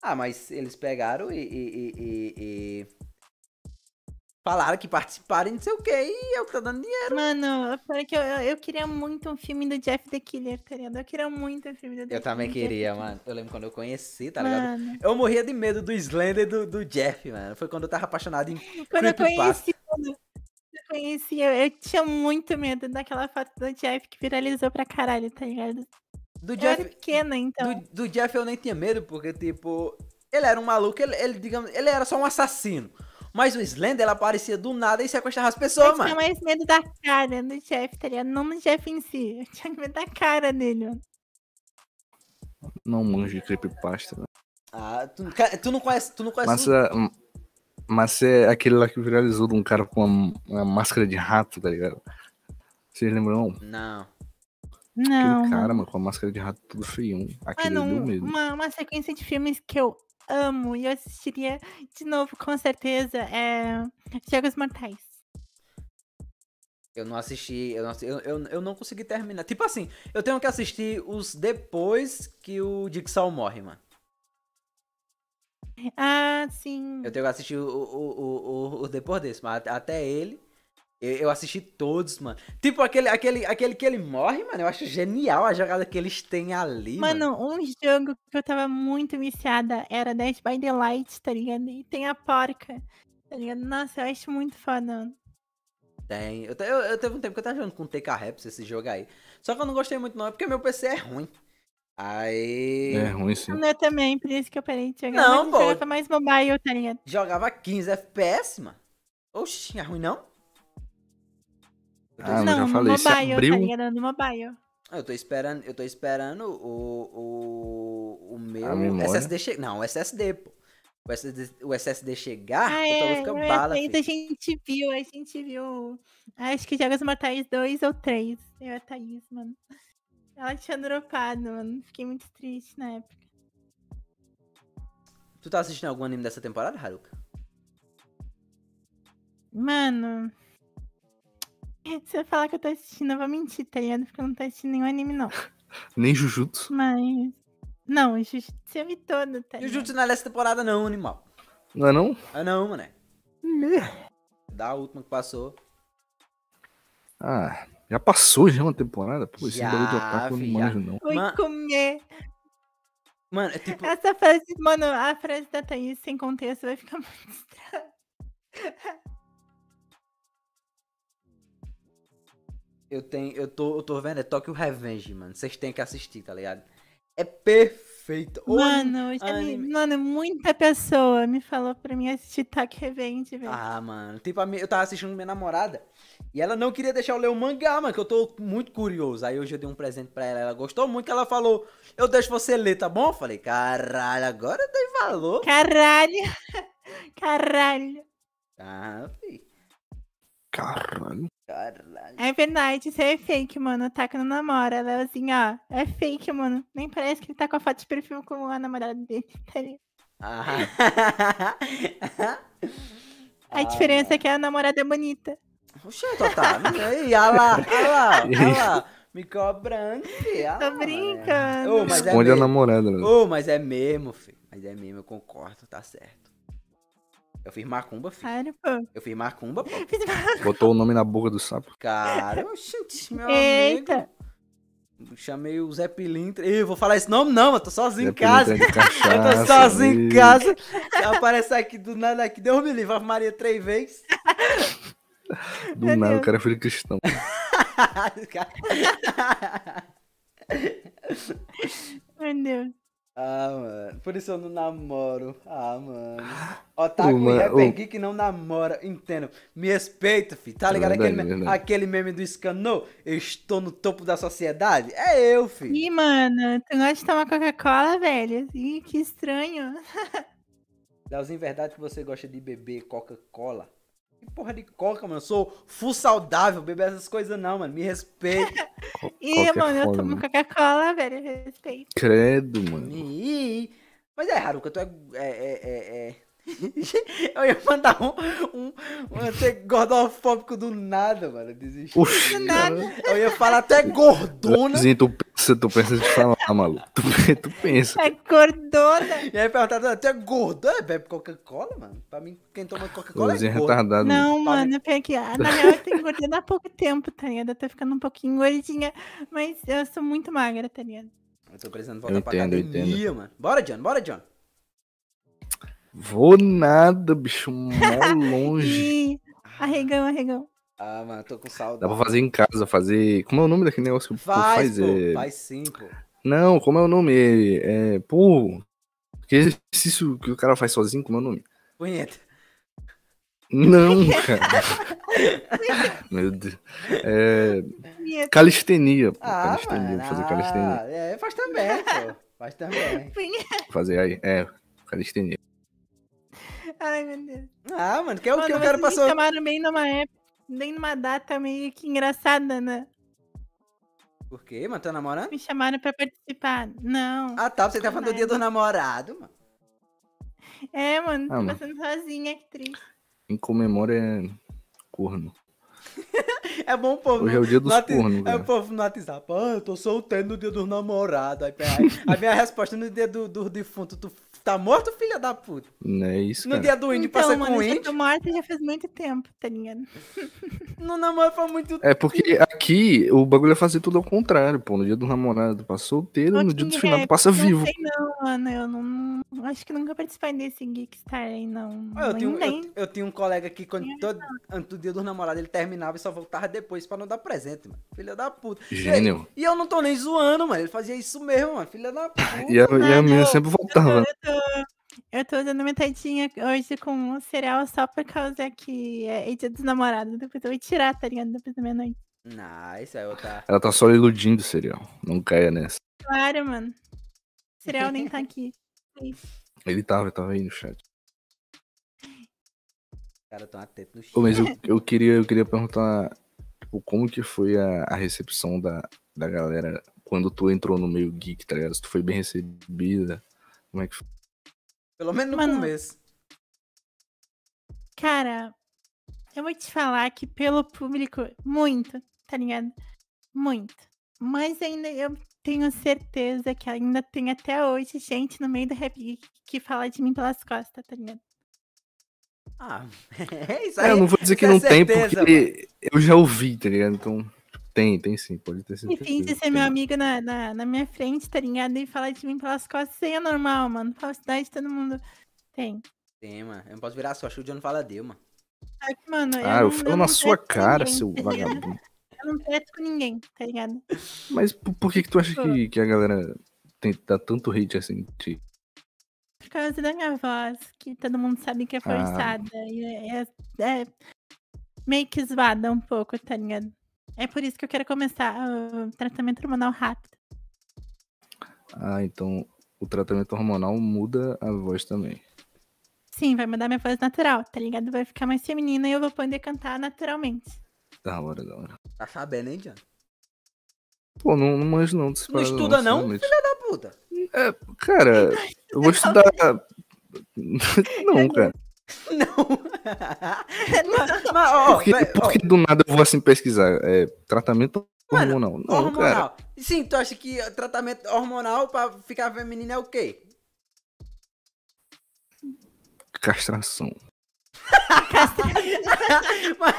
A: Ah, mas eles pegaram e. e- e- e- e Falaram que participaram e não sei o que, e é o que tá dando dinheiro.
B: Mano, para que eu, eu, eu queria muito um filme do Jeff the Killer, tá ligado? Eu queria muito um filme do
A: Eu
B: Jeff-
A: também
B: do Jeff
A: queria,
B: the
A: mano. Eu lembro quando eu conheci, tá
B: Killer.
A: ligado?
B: Mano,
A: Eu morria de medo do Slender e do, do Jeff, mano. Foi quando eu tava apaixonado em.
B: quando eu
A: Creepypasta.
B: conheci, mano, quando eu conheci, eu, eu tinha muito medo daquela foto do Jeff que viralizou pra caralho, tá ligado?
A: Do
B: Eu era
A: Jeff,
B: pequena, então.
A: do, do Jeff eu nem tinha medo, porque, tipo, ele era um maluco, ele, ele, digamos, ele era só um assassino. Mas o Slender, ele aparecia do nada e sequestrava as pessoas,
B: Eu
A: mano.
B: tinha mais medo da cara do Jeff, tá ligado? Não no Jeff em si. Eu tinha medo da cara dele, mano.
C: Não manjo de creepypasta. né?
A: Ah, tu, ca- tu não conhece. Tu não conhece um-
C: Mas, é- mas é aquele lá que viralizou de um cara com uma, uma máscara de rato, tá ligado? Vocês lembram?
A: o- Não.
B: Não. mano.
C: Aquele cara, mano, com a máscara de rato tudo feião. Aquele
B: Mano,
C: deu
B: um-
C: medo.
B: uma, uma sequência de filmes que eu amo e eu assistiria de novo, com certeza, é Jogos Mortais.
A: Eu não assisti, eu não, assi- eu, eu, eu não consegui terminar. Tipo assim, eu tenho que assistir os depois que o Dixal morre, mano.
B: Ah, sim.
A: Eu tenho que assistir o, o, o, o, o depois desse, mas a- até ele. Eu, eu assisti todos, mano. Tipo, aquele, aquele, aquele que ele morre, mano. Eu acho genial a jogada que eles têm ali. Mano,
B: Mano, um jogo que eu tava muito viciada era Dead by the Light, tá ligado? E tem a porca. Tá ligado? Nossa, eu acho muito foda. mano.
A: tem. Eu, te- eu, eu teve um tempo que eu tava jogando com o TK Raps esse jogo aí. Só que eu não gostei muito, não. É porque meu PC é ruim. Aí.
C: É ruim sim.
B: Eu também, por isso que eu parei de jogar.
A: Não,
B: mas
A: pô.
B: Eu jogava mais mobile, tá ligado?
A: Jogava 15 FPS, mano. Oxi, é ruim não? Eu tô
C: Ah, mas
B: não,
C: já
B: no
C: falei, se
B: mobile,
C: abriu-
B: tá ligado? No mobile.
A: Eu tô esperando, eu tô esperando o, o, o meu
C: memória?
A: SSD chegar. Não, o SSD, pô. O SSD, o SSD chegar,
B: Ah,
A: o
B: é,
A: fica
B: eu ia
A: bala, assim.
B: ver isso, a
A: filho.
B: gente viu, a gente viu. Acho que Jogos Mortais 2 ou 3. Eu e a Thaís, mano. Ela tinha dropado, mano. Fiquei muito triste na época.
A: Tu tá assistindo algum anime dessa temporada, Haruka?
B: Mano. Se eu falar que eu tô assistindo, eu vou mentir, tá ligado? Porque eu não tô assistindo nenhum anime, não.
C: Nem Jujutsu.
B: Mas. Não, Jujutsu eu vi todo, tá ligado?
A: Jujutsu não é dessa temporada não, animal.
C: Não é não?
A: Ah não, mané. é. Da última que passou.
C: Ah, já passou já uma temporada? Pô, esse
A: Já,
C: bagulho do ataque eu não
A: fi, já.
C: manjo, não.
B: Fui
A: Ma-
B: comer.
A: Mano, é tipo.
B: Essa frase, mano, a frase da Thaís sem contexto vai ficar muito estranha.
A: Eu tenho. Eu tô, eu tô vendo, é Tokyo Revenge, mano. Vocês têm que assistir, tá ligado? É perfeito. O anime-
B: Mano, já me-
A: anime-
B: mano, muita pessoa me falou pra mim assistir Tokyo Revenge, velho.
A: Ah, mano. Tipo, a minha- eu tava assistindo com minha namorada. E ela não queria deixar eu ler o mangá, mano, que eu tô muito curioso. Aí hoje eu dei um presente pra ela. Ela gostou muito, que ela falou: Eu deixo você ler, tá bom? Eu falei: Caralho, agora eu dei valor.
B: Caralho! Caralho!
A: Ah, fi,
C: Caralho.
A: caralho.
B: É verdade, isso é fake, mano. Tá com a namora, Leozinho, ó. É fake, mano. Nem parece que ele tá com a foto de perfil com a namorada dele. tá ligado?
A: Ah.
B: A diferença é que a namorada é bonita.
A: Oxê, Ah, Totá. Ei, olha Ah lá, olha lá, olha lá. Me cobrando, fi. Ah, olha lá,
B: Tô
A: mané.
B: brincando.
A: Ô, mas é
C: Esconde a
A: mesmo.
C: namorada, né?
A: Ô, mas é mesmo, fi. Mas é mesmo, eu concordo, tá certo. Eu fiz macumba, fi.
B: Claro, pô.
A: Eu fiz macumba, pô.
B: Fiz uma-
C: Botou o nome na boca do sapo.
A: Cara, oxente, meu
B: Eita.
A: amigo. Chamei o Zé Pilintra. Ih, eu vou falar esse nome não, eu tô sozinho
C: É
A: em casa.
C: penetrante de
A: Eu
C: cachaça,
A: tô sozinho em
C: amigo.
A: casa. Se aparece aqui do nada aqui, Deus me livre, Ave Maria três vezes.
C: Do
B: Meu
C: nada, o
B: Deus.
C: cara foi cristão.
B: Meu Deus.
A: ah, mano. Por isso eu não namoro. Ah, mano. tá Otaku
C: Ô, mano,
A: e rapper
C: ô.
A: é geek não namora, entendo. Me respeita, fi. Tá ligado
C: verdade,
A: aquele, me-
C: verdade.
A: aquele meme do Scanô? Eu estou no topo da sociedade? É eu, fi.
B: Ih, mano, tu gosta de tomar Coca-Cola, velho? Ih, que estranho.
A: Leozinho, verdade que você gosta de beber Coca-Cola? Que porra de coca, mano? Eu sou full saudável, beber essas coisas não, mano. Me respeita.
C: Co-
B: Ih,
C: qualquer
B: mano, eu
C: foda,
B: tomo
C: mano.
B: Coca-Cola, velho. Respeito.
C: Credo, mano.
A: Me- Mas é, Haruka, tu é. é, é, é- é. Eu ia mandar um. um, um tu é gordofóbico do nada, mano. Desisti.
C: Oxi,
B: Do
C: cara.
B: nada.
A: Eu ia falar, tu é gordona.
C: Leozinho, tu pensa, tu pensa de falar, maluco. Tu, pe- tu pensa.
B: É gordona.
A: E aí perguntar, tu é gordona? Bebe Coca-Cola, mano? Pra mim, quem toma Coca-Cola é
C: Leozinho é
A: gordo.
C: retardado. mano.
B: Não, mano, pior que. ah, Na real, eu tô engordando há pouco tempo, tá ligado? Eu tô ficando um pouquinho gordinha. Mas eu sou muito magra, tá ligado?
A: Eu tô precisando voltar pra
C: entendo, eu entendo.
A: academia, mano. Bora, John, bora, John.
C: Vou nada, bicho. Mó longe.
B: Ih, arregão, arregão.
A: Ah, mano, tô com
C: Dá
A: saudade.
C: pra fazer em casa, fazer. Como é o nome daquele negócio que o povo
A: Faz,
C: faz?
A: pô.
C: É-
A: Faz sim, pô.
C: Não, como é o nome? É. é, Pô. Que exercício que o cara faz sozinho, como é o nome?
A: Punheta.
C: Não, cara. Meu Deus. É,
B: Punheta.
C: calistenia. pô,
A: Ah,
C: Um calistenia.
A: mano.
C: Vou fazer calistenia.
A: Ah, é, faz também, pô. Faz também.
B: punheta.
C: Vou fazer aí. É, calistenia.
B: Ai, meu Deus.
A: Ah, mano, que é o que eu
B: Mano,
A: quero
B: vocês me
A: passar.
B: chamaram bem numa época, bem numa data meio que engraçada, né?
A: Por quê, mano? Tá namorando?
B: Me chamaram pra participar. Não.
A: Ah, tá. Você tá falando do dia do namorado, mano.
B: É, mano,
C: Ah,
B: tô
C: mano.
B: passando sozinha, que triste.
C: Em comemora é corno.
A: É bom o povo.
C: Hoje é o dia dos
A: no WhatsApp-
C: cornos,
A: é
C: cara.
A: o povo no WhatsApp. Ah, eu tô solteiro no dia dos namorados. Aí, aí, a minha resposta é no dia do, do defunto, tu tá morto, filha da puta?
C: Não é isso,
A: No
C: cara.
A: dia do índio, passa
B: Então,
A: com
B: mano,
A: o
B: eu já tô
A: índio.
B: morta já faz muito tempo, tá ligado?
A: Não namoro faz muito
C: É porque aqui o bagulho é fazer tudo ao contrário, pô. No dia do namorado tu passa solteiro, no dia do
B: Fucking
C: finado
B: Geeks,
A: Tá
C: passa
B: é, não
C: vivo.
B: sei não, mano, eu não, não- Acho que nunca participei desse Geekstar aí, não.
A: Ah, Eu
B: não
A: tinha, um-
B: lembro.
A: eu, eu tinha um colega que quando todo, antes do dia dos namorados ele terminava e só voltava depois pra não dar presente, mano. Filha da puta. E-
C: Gênio.
A: E, eu não tô nem zoando, mano. Ele fazia isso mesmo, mano. Filha da puta.
C: E a, e a
B: Ah,
C: menina
B: não.
C: sempre voltava.
B: Eu tô, eu tô dando metadinha hoje com o cereal só por causa que é é dia dos namorados. Depois eu vou tirar, tá ligado? Depois da meia-noite.
A: Não, isso aí eu tá.
C: Ela tá só iludindo o cereal. Não caia nessa.
B: Claro, mano. O cereal nem tá aqui.
C: Ele tava, tava aí no chat.
A: Cara, tão atento no chão.
C: Ô, mas eu, eu queria, eu queria perguntar tipo, como que foi a, a recepção da, da galera quando tu entrou no meio geek, tá ligado? Se tu foi bem recebida. Como é que foi?
A: Pelo menos no
B: Mano.
A: começo.
B: Cara, eu vou te falar que pelo público, muito, tá ligado? Muito. Mas ainda eu tenho certeza que ainda tem até hoje gente no meio do rap Geek que fala de mim pelas costas, tá ligado?
A: Ah, é isso aí.
C: É, eu não vou dizer que
A: isso é
C: não tem,
A: certeza,
C: porque eu já ouvi, tá ligado? Então, tipo, tem, tem sim, pode ter
B: E
C: certeza.
B: finge ser é meu amigo na, na, na minha frente, tá ligado? E falar de mim pelas costas, isso aí é normal, mano. Falsidade todo mundo tem.
A: Tem, mano. Eu não posso virar só, acho que o John fala deu, mano.
B: Só que, mano,
C: Ah, eu
B: não-
C: falo na
B: não
C: sua
B: treto com
C: cara,
B: ninguém,
C: seu
B: tá ligado?
C: vagabundo.
B: Eu não treto com ninguém, tá ligado?
C: Mas por, por que que tu acha que, que a galera tem, dá tanto hate assim? de-
B: Por causa da minha voz, que todo mundo sabe
C: Ah.
B: que é forçada. E é, é- é meio que zoada um pouco, tá ligado? É por isso que eu quero começar o tratamento hormonal rápido.
C: Ah, então o tratamento hormonal muda a voz também.
B: Sim, vai mudar minha voz natural, tá ligado? Vai ficar mais feminina e eu vou poder cantar naturalmente.
C: Da hora, da hora.
A: Tá sabendo, hein, John?
C: Pô, não, não manjo não. dessas
A: Não
C: paradas
A: estuda não,
C: sinceramente.
A: Tá puta.
C: Cara, eu vou estudar... não, cara.
A: Não.
B: Não,
A: Mas, ó,
C: Porque,
A: velho, ó,
C: porque do nada eu vou assim pesquisar. É, tratamento
A: Mano,
C: hormonal. Não, cara.
A: hormonal. Sim, tu acha que tratamento hormonal pra ficar feminino é o quê?
C: Castração.
A: mas,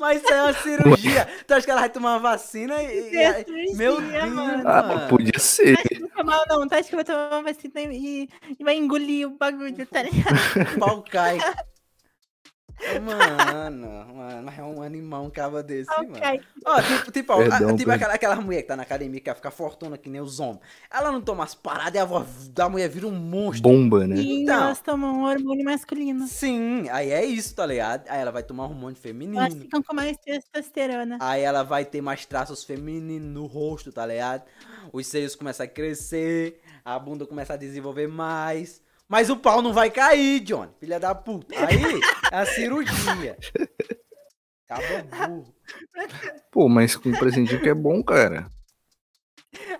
A: mas isso é uma cirurgia. tu acha que ela vai tomar uma vacina e. e-
B: é
A: e- meu
B: cirurgia,
A: Deus,
B: mano.
C: Ah,
A: mano.
C: mas podia ser.
B: Acho que eu vou tomar ou não, tá? Acho que eu vou tomar uma vacina e, e vai engolir o bagulho, tá ligado?
A: O pau cai. Mano, mano, mas é um animal, um cava desse, mano.
B: Ok.
A: Ó, tipo, tipo, ó,
C: Perdão,
A: a- tipo
C: perdão.
A: aquela, aquela mulher que tá na academia que quer ficar fortuna que nem os homens. Ela não toma as paradas e a voz da mulher vira um monstro.
C: Bomba, né?
B: E
A: Então.
B: elas tomam um hormônio masculino.
A: Sim, aí é isso, tá ligado? Aí ela vai tomar hormônio
B: Elas
A: feminino.
B: ficam com mais testosterona.
A: Aí ela vai ter mais traços femininos no rosto, tá ligado? Os seios começam a crescer, a bunda começa a desenvolver mais. Mas o pau não vai cair, John. Filha da puta. Aí é a cirurgia. Acaba burro.
C: Pô, mas com um presentinho que é bom, cara.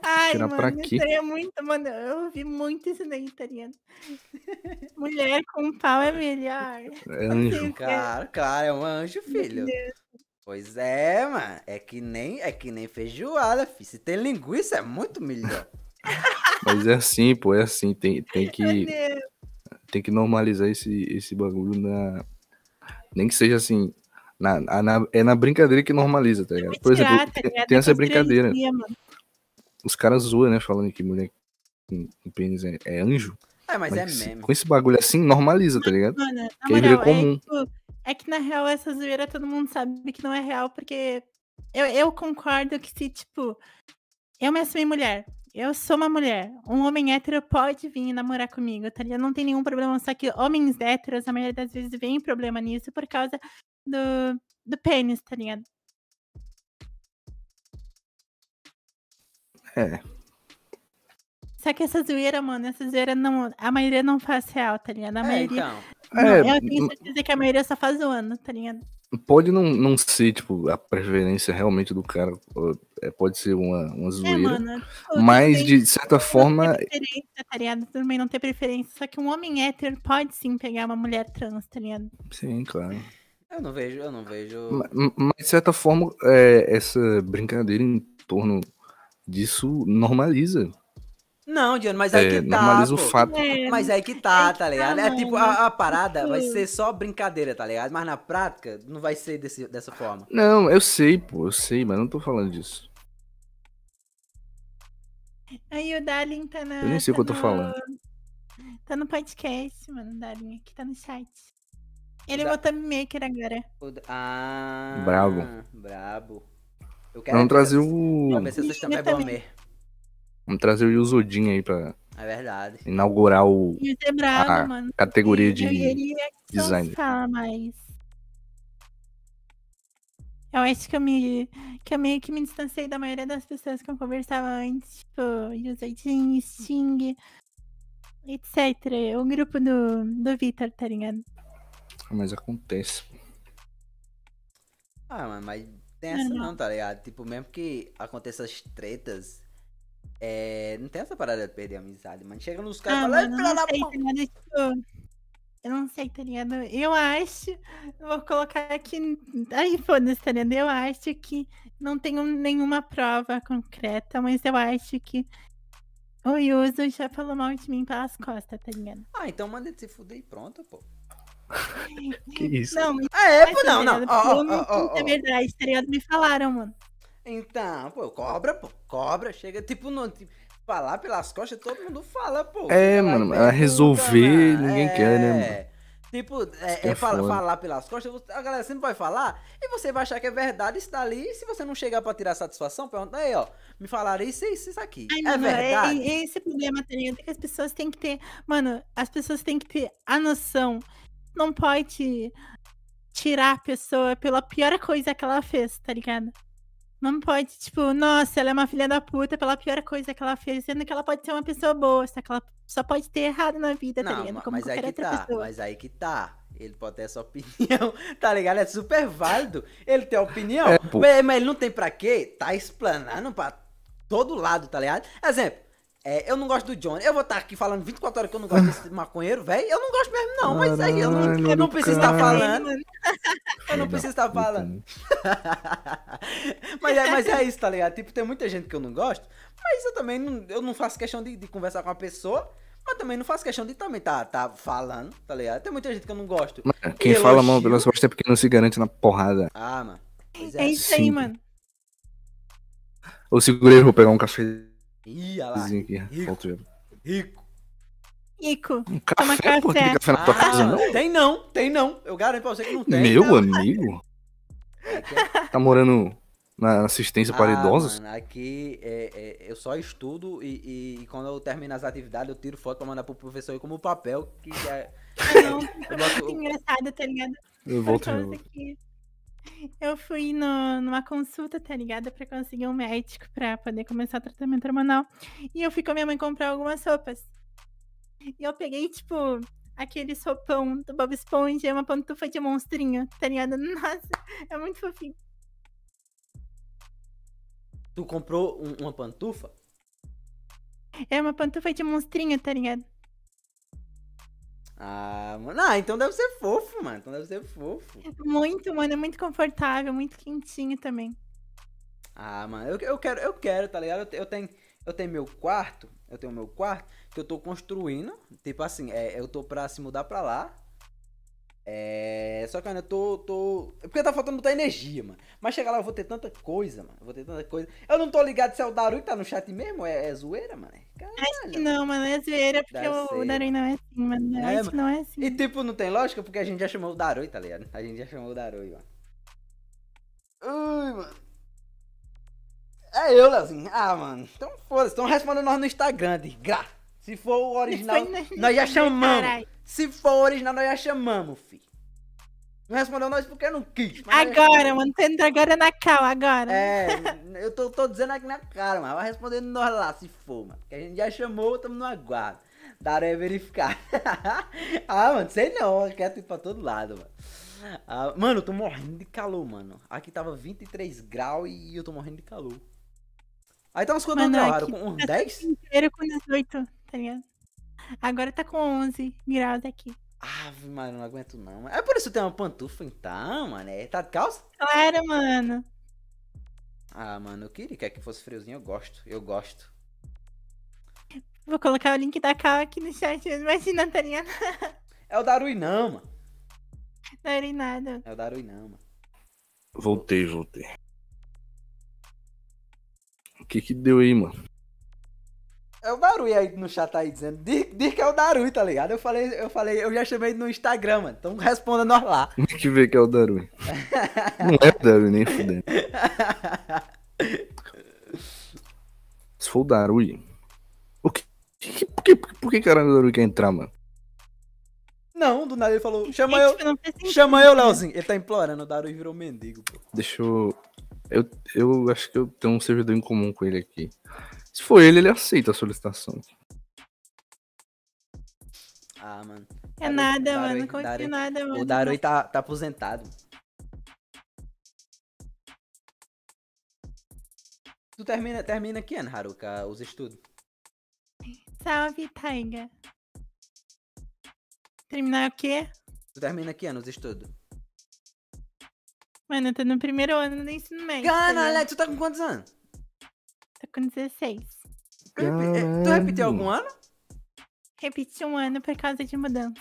B: Ai,
C: Tirar
B: mano,
C: Ah, pra
B: isso
C: quê?
B: daí é muito, mano. Eu ouvi muito isso daí, italiano. Mulher com pau é melhor.
C: É anjo.
B: Sim,
A: Claro, claro, é um anjo, filho. Pois é, mano. É que nem, é que nem feijoada, filho. Se tem linguiça, é muito melhor.
C: Mas é assim, pô, é assim. Tem, tem,
B: Meu
C: que,
B: Deus.
C: tem que normalizar esse, esse bagulho na. Nem que seja assim. Na, a- na- é na brincadeira que normaliza, tá ligado? Por exemplo,
B: Tirar, tá
C: tem-
B: ligado?
C: tem essa
B: Depois
C: brincadeira.
B: três dias, mano.
C: Os caras zoam, né? Falando que mulher com, com pênis é, é anjo.
A: É, mas é
C: se-
A: meme.
C: com esse bagulho assim, normaliza, tá ligado?
B: Mano, na
C: Que aí vira
B: moral, é,
C: comum.
B: tipo, é que na real essa zoeira todo mundo sabe que não é real, porque eu, eu concordo que se, tipo, eu me assumi mulher, eu sou uma mulher, um homem hétero pode vir namorar comigo, tá ligado? Não tem nenhum problema, só que homens héteros, a maioria das vezes, vem problema nisso por causa do, do pênis, tá ligado?
C: É.
B: Só que essa zoeira, mano, essa zoeira não. A maioria não faz real, tá ligado? A
A: É,
B: maioria.
A: então.
B: Não,
C: É,
B: eu tenho certeza que a maioria só faz zoando, tá ligado?
C: Pode não, não ser, tipo, a preferência realmente do cara. ó, é, Pode ser uma, uma
B: É,
C: zoeira.
B: mano. tipo,
C: mas,
B: tudo
C: de certa forma,
B: bem não ter preferência, tá ligado? Tudo bem não ter preferência. Só que um homem hétero pode sim pegar uma mulher trans, tá ligado?
C: sim, claro.
A: Eu não vejo, eu não vejo.
C: Ma- ma- Mas, de certa forma, é, essa brincadeira em torno disso normaliza.
A: Não, Diana, mas aí
C: É,
A: que tá.
C: normaliza o
A: pô.
C: fato.
B: É,
A: Mas aí que tá,
B: Aí que
A: tá
B: tá,
A: ligado? É
B: mano.
A: tipo, a, a parada vai
B: Tipo-
A: ser só brincadeira, tá ligado? Mas na prática, não vai ser desse, dessa forma.
C: Não, eu sei, pô, eu sei, mas não tô falando disso.
B: Aí o Darling tá na.
C: Eu nem sei o
B: tá
C: que eu tô
B: no-
C: falando.
B: Tá no podcast, mano, o Darling. Aqui tá no chat. Ele
A: Da-
B: é o thumb maker agora.
A: O d- Ah.
C: Bravo.
A: Brabo. Eu é
C: Pra não
A: ver
C: trazer
A: se-
C: o.
A: pra ver se vocês também é
B: Eu
A: bom
B: também.
A: mesmo.
C: Vamos trazer o Yuzodin aí pra
A: É verdade.
C: inaugurar o
B: E o Zebrado,
C: Ah,
B: mano.
C: categoria
B: Eu
C: de.
B: iria
C: design.
B: desonçar, mas. Eu acho que eu me. que eu meio que me distanciei da maioria das pessoas que eu conversava antes, tipo, Yuzajin, Sting, etc. O grupo do, do Vitor, tá ligado?
C: Mas acontece.
A: Ah, mano, mas tem essa
B: Normal.
A: não, tá ligado? Tipo, mesmo que aconteça as tretas, é, não tem essa parada de perder a amizade, mano. Chega nos caras e
B: Ah,
A: fala, "Ei,
B: mano, eu
A: filha
B: não
A: da
B: sei,
A: puta."
B: tá ligado? Tipo, eu não sei, tá ligado? Eu acho, eu vou colocar aqui, aí foda-se, tá ligado? Eu acho que não tenho nenhuma prova concreta, mas eu acho que o Yuzo já falou mal de mim pelas costas, tá ligado?
A: Ah, então manda ele se fuder e pronto, pô.
C: Que isso?
B: Não, mas
A: É,
B: vai,
A: pô,
B: tá
A: não, não.
B: ligado?
A: Ó,
B: Porque
A: ó,
B: eu não
A: ó, ó,
B: É
A: ó.
B: verdade, tá ligado? Me falaram, mano.
A: Então, pô, cobra, pô. Cobra, chega, tipo, não, tipo, falar pelas costas, todo mundo fala, pô.
C: É,
A: Fica lá
C: mano,
A: e
C: mas
A: pergunta,
C: resolver
A: mano. é.
C: ninguém quer, né, mano?
A: Tipo,
C: que
A: é,
C: é
A: é fala-
C: foda.
A: falar pelas costas, você- a galera sempre vai falar, e você vai achar que é verdade isso dali, e se você não chegar pra tirar satisfação, pergunta aí, ó, me falaram isso e isso, isso aqui.
B: Ai,
A: é
B: mano,
A: verdade?
B: É, é esse problema, tá ligado? Que as pessoas têm que ter. Mano, as pessoas têm que ter a noção. Não pode tirar a pessoa pela pior coisa que ela fez, tá ligado? Não pode, tipo, nossa, ela é uma filha da puta pela pior coisa que ela fez, sendo que ela pode ser uma pessoa boa, só que ela só pode ter errado na vida, tá
A: Não,
B: ligado?
A: ma-
B: Como
A: mas aí
B: qualquer
A: que
B: outra
A: tá,
B: pessoa.
A: mas aí que tá. Ele pode ter essa opinião, tá ligado? É super válido ele ter opinião,
C: É, pô.
A: mas, mas ele não tem pra quê tá explanando pra todo lado, tá ligado? Exemplo, é, eu não gosto do Johnny, eu vou estar aqui falando 24 horas que eu não gosto desse maconheiro, velho, eu não gosto mesmo não, mas aí eu não,
C: Caralho,
A: eu não
C: do
A: preciso estar
C: cara.
A: falando,
B: Mano,
A: eu não preciso estar falando.
C: né?
A: mas, é, mas é isso, tá ligado? Tipo, tem muita gente que eu não gosto, mas eu também não, eu não faço questão de, de conversar com a pessoa, mas também não faço questão de também tá, tá falando, tá ligado? Tem muita gente que eu não gosto.
C: Mano, Quem
A: Elogio.
C: fala mal pelas costas é porque não se garante na porrada.
A: Ah, mano. Pois
B: é
A: é.
B: isso aí,
C: Sim.
B: mano.
C: Eu segurei, vou pegar um cafezinho
A: Ih, olha lá.
C: aqui.
A: Rico.
C: volto já.
A: Rico. Ah,
B: Ico,
C: Um
B: Toma
C: café, pô,
B: café.
C: tem café na tua casa, não?
A: tem não, tem não. Eu garanto pra você que não tem.
C: Meu
A: não.
C: amigo?
A: Aqui, é-
C: Tá morando na assistência para
A: Ah,
C: idosos?
A: mano, aqui é, é, eu só estudo e, e- e quando eu termino as atividades eu tiro foto pra mandar pro professor aí como papel. Que é,
B: ah, não,
A: eu boto-
B: engraçado, tá ligado?
C: Eu
B: Por
C: volto já.
B: causa que eu fui no- numa consulta, tá ligado? Pra conseguir um médico pra poder começar o tratamento hormonal. E eu fui com a minha mãe comprar algumas roupas. E eu peguei, tipo, aquele sopão do Bob Esponja e uma pantufa de monstrinho, tá ligado? Nossa, é muito fofinho.
A: Tu comprou um- uma pantufa?
B: É uma pantufa de monstrinho, tá ligado?
A: Ah, mano. Ah, então deve ser fofo, mano. Então deve ser fofo.
B: Muito, mano, é muito confortável, muito quentinho também.
A: Ah, mano, eu, eu quero, eu quero, tá ligado? Eu, te- eu tenho, eu tenho meu quarto, eu tenho meu quarto que eu tô construindo, tipo assim, é, eu tô pra se mudar pra lá. É, só que mano, eu tô, tô, é porque tá faltando muita energia, mano. Mas chegar lá eu vou ter tanta coisa, mano. Eu vou ter tanta coisa. Eu não tô ligado se é o Daru que tá no chat mesmo, é, é zoeira, mano. Caralho.
B: Não, mano, é zoeira, porque
A: Deve
B: o,
A: ser.
B: o Darwin não é assim, mano.
A: É,
B: Eu acho que não é assim.
A: E tipo, não tem lógica porque a gente já chamou o Darui, tá ligado? A gente já chamou o Darui, mano. Ai, mano. É eu, Leozinho. Ah, mano. Então foda-se. Estão respondendo nós no Instagram, desgra. Se for o original,
B: Foi na-
A: nós já chamamos.
B: Caralho.
A: Se for o original, nós já chamamos, fi. Não respondeu nós porque não quis. mas nós já
B: Agora, mano, tá entrando agora na cal, agora.
A: é, n- eu tô, tô dizendo aqui na cara, mano. Vai responder nós lá se for, mano. Porque a gente já chamou, tamo no aguardo. Daru é verificar. ah, mano, sei não. Eu quero ir pra todo lado, mano. Ah, mano, eu tô morrendo de calor, mano. Aqui tava 23 graus e eu tô morrendo de calor. Aí tá uns quantos
B: Mano,
A: graus, Haru?
B: aqui
A: Com uns
B: tá
A: 10?
B: Primeiro com 18, tá ligado? Agora tá com 11 graus aqui.
A: Ah, mano, não aguento não. É por isso que eu tenho uma pantufa então, mano. É, tá de calça?
B: Claro, mano.
A: Ah, mano, eu queria que aqui fosse friozinho. Eu gosto, eu gosto.
B: Vou colocar o link da cal aqui no chat. Imagina, tá ligado?
A: É o Darui não, mano.
B: Não era nada.
A: É o Darui não, mano.
C: Voltei, voltei. O que que deu aí, mano?
A: É o Darui aí no chat aí dizendo. Diz, diz que é o Darui, tá ligado? Eu falei, eu falei, eu já chamei no Instagram, mano. Então responda nós lá.
C: Tem que ver que é o Darwin. Não é o Darwin, nem fudendo. Se for o Darwin. O que. que- Por que, por que caralho o Darwin quer entrar, mano?
A: Não, do nada ele falou, chama
B: É,
A: eu.
B: tipo, não faz sentido.
A: Chama eu, Leozinho. Ele tá implorando, o Darui virou mendigo, pô.
C: Deixa eu. Eu, eu acho que eu tenho um servidor em comum com ele aqui. Se for ele, ele aceita a solicitação.
A: Ah, mano.
B: É
A: Darui-
B: nada,
A: Darui-
B: mano. Não confio
A: Darui-
B: em nada, mano. Tipo,
A: O Darui tá, tá aposentado. Tu termina, termina aqui, Ana Haruka, os estudos.
B: Salve, Taiga. Terminar o quê?
A: Tu termina aqui, Ana, os estudos.
B: Mano, eu tô no primeiro ano do ensino médio. tá
A: Gana,
B: ligado?
A: Alex, tu tá com quantos anos?
B: Tô com 16.
A: Tu repi- eh, Tu repetiu algum ano?
B: Repeti um ano por causa de mudança.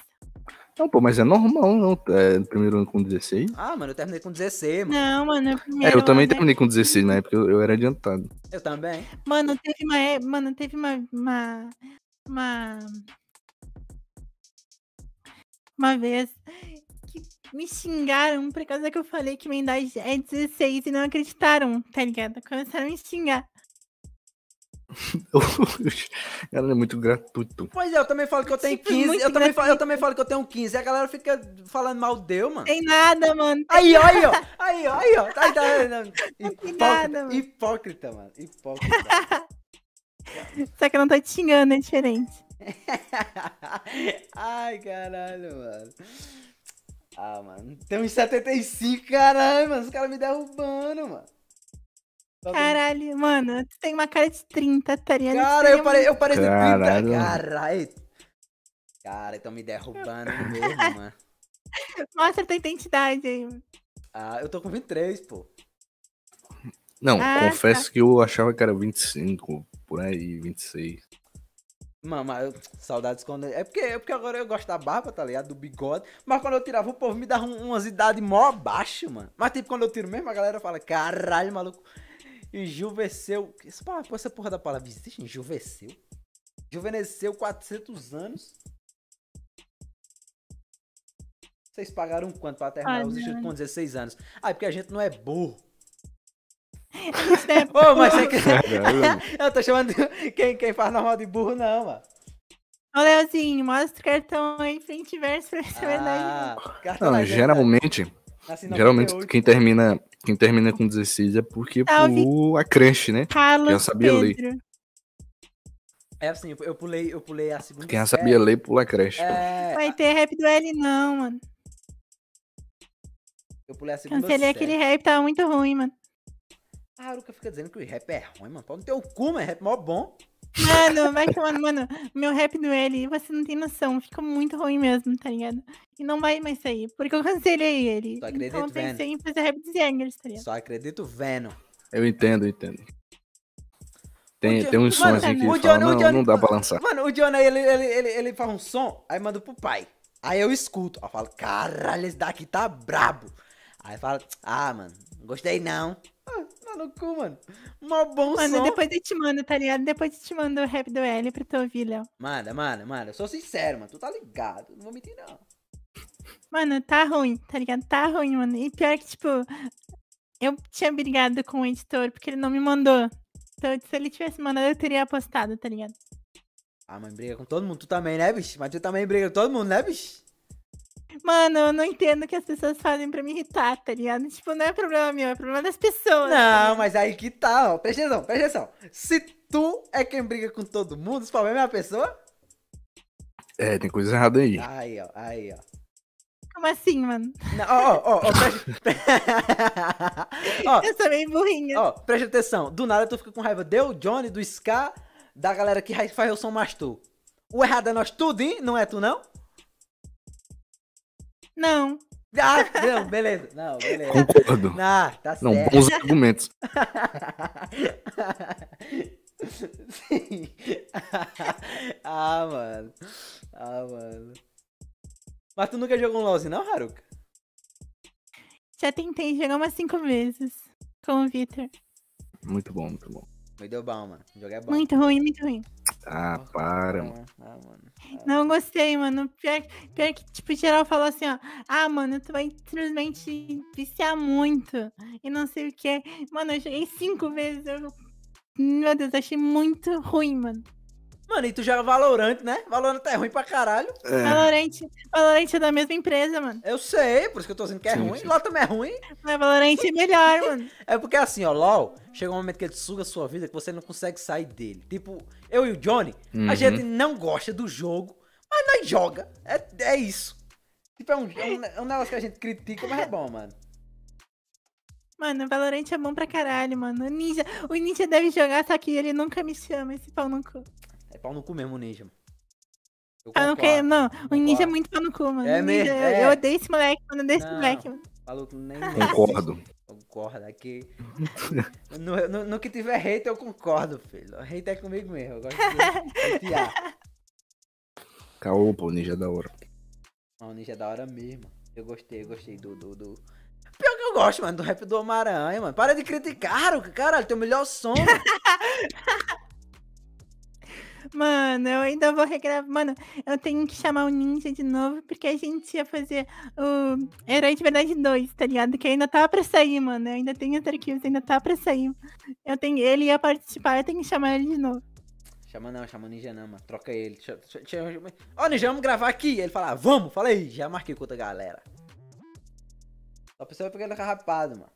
C: Não, pô, mas é normal, não. É, primeiro ano com 16.
A: Ah, mano, eu terminei com 16, mano.
B: Não, mano, o primeiro
C: É, eu também
B: ano né?
C: terminei com 16 na época, eu, eu era adiantado.
A: Eu também.
B: Mano, teve uma. é- Mano, teve uma. Uma. Uma, uma vez que me xingaram por causa que eu falei que minha idade é 16 e não acreditaram, tá ligado? Começaram a me xingar.
C: Ela é muito gratuito.
A: Pois é, eu também falo que eu tenho
B: Tipo,
A: 15.
B: muito
A: Eu também, falo, eu também falo que eu tenho 15. E a galera fica falando mal deu, mano.
B: Tem nada, mano.
A: Aí, ó, aí, ó. Aí, ó, aí, ó. Tá, tá, não. Hipócrita,
B: nada, mano.
A: hipócrita, mano. Hipócrita.
B: Só que eu não tô te xingando, é diferente.
A: Ai, caralho, mano. Ah, mano. Tem uns 75, caralho, mano. Os caras me derrubando, mano. Todo mundo-
B: Caralho, mano, tu tem uma cara de 30, tá ligado? Tu
A: Cara, eu
B: seria
A: parei, eu parei de
C: Caralho,
A: pintar.
C: mano.
A: Caralho. Cara, estão me derrubando mesmo, mano.
B: muito- Mostra tua identidade aí. mano.
A: Ah, eu tô com 23, pô.
C: Não,
B: Ah,
C: confesso que eu achava que era 25, por aí, 26.
A: Mano, mas eu- saudades quando. É porque, é porque agora eu gosto da barba, tá ligado? Do bigode. Mas quando eu tirava, o povo me dava um- umas idades mó abaixo, mano. Mas tipo, quando eu tiro mesmo, a galera fala: caralho, maluco. Enjuveceu. Essa, palavra- essa porra da palavra existe? Enjuveceu? Juvenesceu 400 anos. Vocês pagaram quanto pra terminar
B: Ah,
A: os estudos com 16 anos? Ah, é porque a gente não é burro.
B: Isso é
A: Ô, mas você que.
C: Caralho,
A: Eu tô chamando quem, quem faz normal de burro, não, mano.
B: Ô, Leozinho, mostra o cartão aí, frente e verso, pra ver se é
A: Ah,
B: verdade.
A: cartão
C: não,
A: na
C: geralmente,
A: Assim,
C: geralmente
A: 98.
C: quem termina, quem termina com 16 é porque
B: Salve.
C: pulou a creche, né?
B: Carlos
C: Já sabia ler.
B: Pedro.
A: É assim, eu pulei, eu pulei a segunda.
C: Quem não sabia ler, pula a creche.
A: É,
B: Vai ter rap do L, não, mano.
A: eu pulei a segunda.
B: Cancelei
A: série.
B: aquele rap, tava muito ruim, mano.
A: Ah, Haruka fica dizendo que o rap é ruim, mano. Pau no teu cu, mano. Rap mó bom.
B: Mano, vai tomando, mano. Meu rap do L, você não tem noção. Ficou muito ruim mesmo, tá ligado? E não vai mais sair, porque eu cancelei ele.
A: Só acredito,
B: então eu
A: vendo.
B: pensei em fazer rap dos Youngers, tá ligado?
A: Só acredito vendo.
C: Eu entendo, eu entendo. Tem,
A: O
C: tem uns
A: Jo- mano,
C: sons assim que
A: o
C: falam,
A: Johnny- o
C: não,
A: Johnny-
C: não dá pra lançar.
A: Mano, o Johnny, ele, ele, ele, ele faz um som, aí manda pro pai. Aí eu escuto. Aí eu falo, caralho, esse daqui tá brabo. Aí fala, ah, mano, não gostei não. Ah, tá no cu, mano. Mó bom
B: Mano,
A: som.
B: depois eu te mando, tá ligado? Depois eu te mando o rap do L pra tu ouvir, Léo.
A: Manda, manda, manda. Eu sou sincero, mano. Tu tá ligado. Não vou mentir, não.
B: Mano, tá ruim, tá ligado? Tá ruim, mano. E pior que, tipo, eu tinha brigado com o editor porque ele não me mandou. Então, se ele tivesse mandado, eu teria apostado, tá ligado?
A: Ah, mãe briga com todo mundo. Tu também, né, bicho? Mas tu também briga com todo mundo, né, bicho?
B: Mano, eu não entendo o que as pessoas fazem pra me irritar, tá ligado? Tipo, não é problema meu, é problema das pessoas.
A: Não, mas aí que tá, ó. Presta atenção, presta atenção. Se tu é quem briga com todo mundo, se problema é a pessoa.
C: É, tem coisa errada aí.
A: Aí, ó, aí, ó.
B: Como assim, mano?
A: Não, ó, ó, ó, ó, presta... ó,
B: Eu sou meio burrinha.
A: ó, presta atenção. Do nada tu fica com raiva do Johnny, do Ska, da galera que faz o som mais tu. O errado é nós tudo, hein? Não é tu, não?
B: Não.
A: Ah, não, beleza. Não, beleza.
C: Concordo.
A: Ah, tá
C: Não,
A: certo.
C: bons argumentos.
A: Sim. ah, mano. Ah, mano. Mas tu nunca jogou um LOLzinho, não, Haruka?
B: Já tentei jogar umas cinco vezes com o Victor.
C: Muito bom, muito bom.
A: Me deu bom, mano. O jogo é bom.
B: Muito ruim, muito ruim.
C: Ah, para, mano.
A: Ah, mano.
B: Não gostei, mano. Pior, que- pior que, tipo, geral falou assim, ó. Ah, mano, tu vai simplesmente viciar muito. E não sei o que. Mano, eu joguei cinco vezes. eu- Meu Deus, achei muito ruim, mano.
A: Mano, e tu joga Valorant, né? Valorant é ruim pra caralho.
C: É,
B: Valorant, Valorant é da mesma empresa, mano.
A: Eu sei, por isso que eu tô dizendo que é
C: Sim,
A: ruim.
C: sim.
A: LOL também é ruim.
B: Mas Valorant é melhor, mano.
A: É porque assim, ó, LOL, chega um momento que ele suga a sua vida que você não consegue sair dele. Tipo, eu e o Johnny, a
C: Uhum.
A: gente não gosta do jogo, mas nós joga. É, é isso. Tipo, é um, é, um, ne- é um negócio que a gente critica, mas é bom, mano.
B: Mano, Valorant é bom pra caralho, mano. O Ninja, o Ninja deve jogar, só que ele nunca me chama, esse pau no cu.
A: É pau no cu mesmo, Ninja. mano. Eu
B: Ah, não,
A: concordo.
B: quero, não. O
A: concordo.
B: Ninja é muito pau no cu, mano.
A: É
B: O
A: mesmo,
B: Ninja, eu-
A: é.
B: Eu odeio esse moleque, mano. Eu odeio esse
A: Não.
B: moleque, mano.
A: Maluco, nem
C: Concordo.
A: Concordo aqui. No, no, no que tiver hate, eu concordo, filho. Hate é comigo mesmo. Eu gosto de hatear.
C: Caô, pô, ninja é da hora.
A: Mas o Ninja é da hora mesmo. Eu gostei, eu gostei do, do, do- Pior que eu gosto, mano, do rap do Homem-Aranha, mano. Para de criticar, o caralho, teu melhor som. mano.
B: Mano, eu ainda vou regravar. Mano, eu tenho que chamar o Ninja de novo, porque a gente ia fazer o Herói de Verdade 2, tá ligado? Que ainda tava pra sair, mano. Eu ainda tenho os arquivos, ainda tava pra sair. Eu tenho... Ele ia participar, eu tenho que chamar ele de novo.
A: chama não, chama o Ninja não, mano. Troca ele. Deixa- deixa- deixa- Ó, Ninja, vamos gravar aqui. Ele fala, ah, vamos, fala aí. Já marquei com outra galera. Só precisa pegar ele rapado, mano.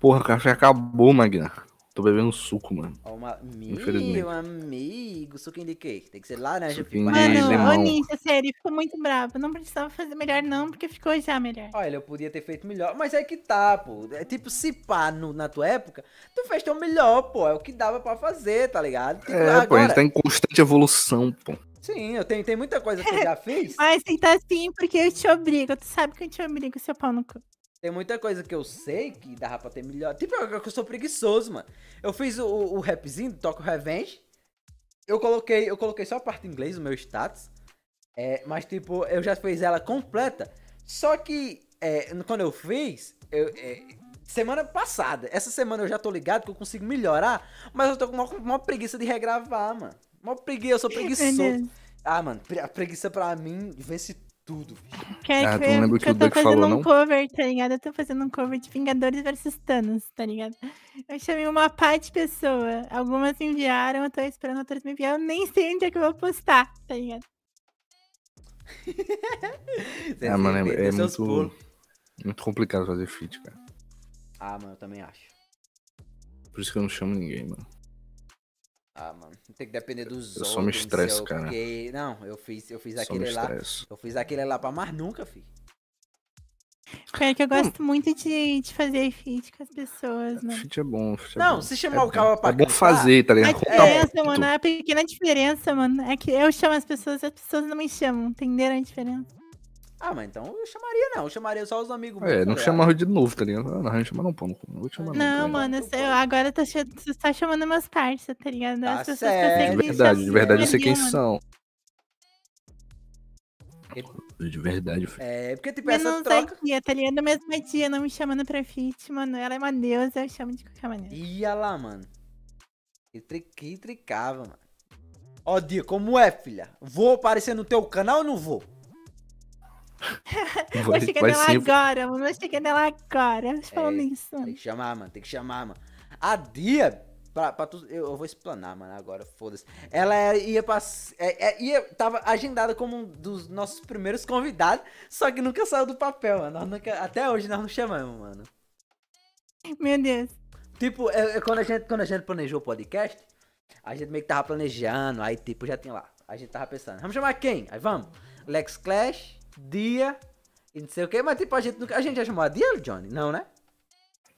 C: Porra, o café acabou, Magna. Tô bebendo suco, mano.
A: Ó, uma... Meu
C: Infelizmente.
A: amigo, suquinho de quê? Tem que ser lá, né? Já
C: Suquinho
A: fica-
C: de
B: Mano,
C: limão.
B: ô Ninja, sério, ficou muito bravo. Não precisava fazer melhor, não, porque ficou já melhor.
A: Olha, eu podia ter feito melhor, mas é que tá, pô. É tipo, se pá no- na tua época, tu fez teu melhor, pô. É o que dava pra fazer, tá ligado? Tipo,
C: É, pô, a gente tá em constante evolução, pô.
A: Sim, eu tenho, tem muita coisa que eu já fiz.
B: Mas tá assim, porque eu te obrigo. Tu sabe que eu te obrigo, seu pau no cu.
A: Tem muita coisa que eu sei que dava pra ter melhor. Tipo, eu, eu sou preguiçoso, mano. Eu fiz o, o o rapzinho do Toco Revenge. Eu coloquei, eu coloquei só a parte em inglês no meu status. É, mas, tipo, eu já fiz ela completa. Só que é, no- quando eu fiz, eu, é, semana passada, essa semana eu já tô ligado que eu consigo melhorar, mas eu tô com uma, uma preguiça de regravar, mano. Uma preguiça, eu sou preguiçoso.
B: Deus.
A: Ah, mano, pre- a preguiça pra mim vence tudo. bicho.
B: Quer
C: Ah,
B: que
C: tu não
B: eu-
C: lembra o
B: que
C: que
B: eu
C: o
B: tô
C: Duck
B: fazendo
C: falou,
B: um
C: não?
B: cover, tá ligado? Eu tô fazendo um cover de Vingadores versus Thanos, tá ligado? Eu chamei uma pá de pessoa. Algumas me enviaram, eu tô esperando outras me enviar. Eu nem sei onde é que eu vou postar, tá ligado?
C: Ah, mano, é, é
A: Deu seus pulos.
C: muito, muito complicado fazer feat, cara.
A: Ah, mano, eu também acho.
C: Por isso que eu não chamo ninguém, mano.
A: Ah, mano, tem que depender dos
C: Eu só me
A: órgãos,
C: estresso,
A: eu-
C: cara.
A: porque- Não, eu fiz, eu fiz
C: Só me
A: aquele lá.
C: estresse.
A: Eu fiz aquele lá pra mais nunca, fi.
B: Pior
C: Hum.
B: que eu gosto muito de, de fazer feed com as pessoas, mano.
C: Fit é bom, fit é
A: Não,
C: bom.
A: se
C: É
A: chamar
C: bom.
A: o cara pra
C: É bom
A: cantar,
C: fazer, tá
B: A
C: ligado? Contar
B: diferença,
C: muito.
B: mano, é a pequena diferença, mano, é que eu chamo as pessoas e as pessoas não me chamam. Entenderam a diferença?
A: Ah, mas então eu chamaria não, eu chamaria só os amigos
C: É,
A: meus,
C: não
A: tá
C: chamava de novo, tá ligado? Ah, não, não chama não, pô, não, não vou te chamar não. tá
B: Não,
C: ligado?
B: mano, eu,
A: então
B: sei- eu- agora tá, che- você tá chamando meus parça, tá ligado?
A: Tá
B: as pessoas
A: certo.
B: que
C: De
B: eu sei que me
C: verdade, de
B: chamam,
C: verdade eu
B: me
C: sei quem
B: ligam,
C: são.
A: ligado?
C: De verdade, filho.
A: É, porque tipo,
B: Eu
A: essa
B: não
A: troca...
B: sei tia, tá ligado? Mesma tia não me chamando pra fit, mano. Ela é uma deusa, eu chamo de qualquer maneira.
A: Ia lá, mano. Que, tri... que tricava, mano. Ó, Dia, como é, filha? Vou aparecer no teu canal ou não vou?
B: Vou
C: Vai,
B: chegar
C: vai
B: nela
C: sim,
B: agora, mano. Vou chegar nela agora. Falando
A: É,
B: isso,
A: Tem
B: mano.
A: que chamar, mano. Tem que chamar, mano. A Dia, pra, pra tu, eu, eu vou explanar, mano, agora, foda-se. Ela é- ia pra. é- é- ia, tava agendada como um dos nossos primeiros convidados, só que nunca saiu do papel, mano. Nós nunca- até hoje nós não chamamos, mano.
B: Meu Deus.
A: Tipo, é- é quando, a gente, quando a gente planejou o podcast, a gente meio que tava planejando, aí tipo, já tinha lá. A gente tava pensando, vamos chamar quem? Aí vamos. Lex Clash, Dia e não sei o que, mas tipo, a gente nunca. A gente já chamou a Dia, Johnny? Não, né?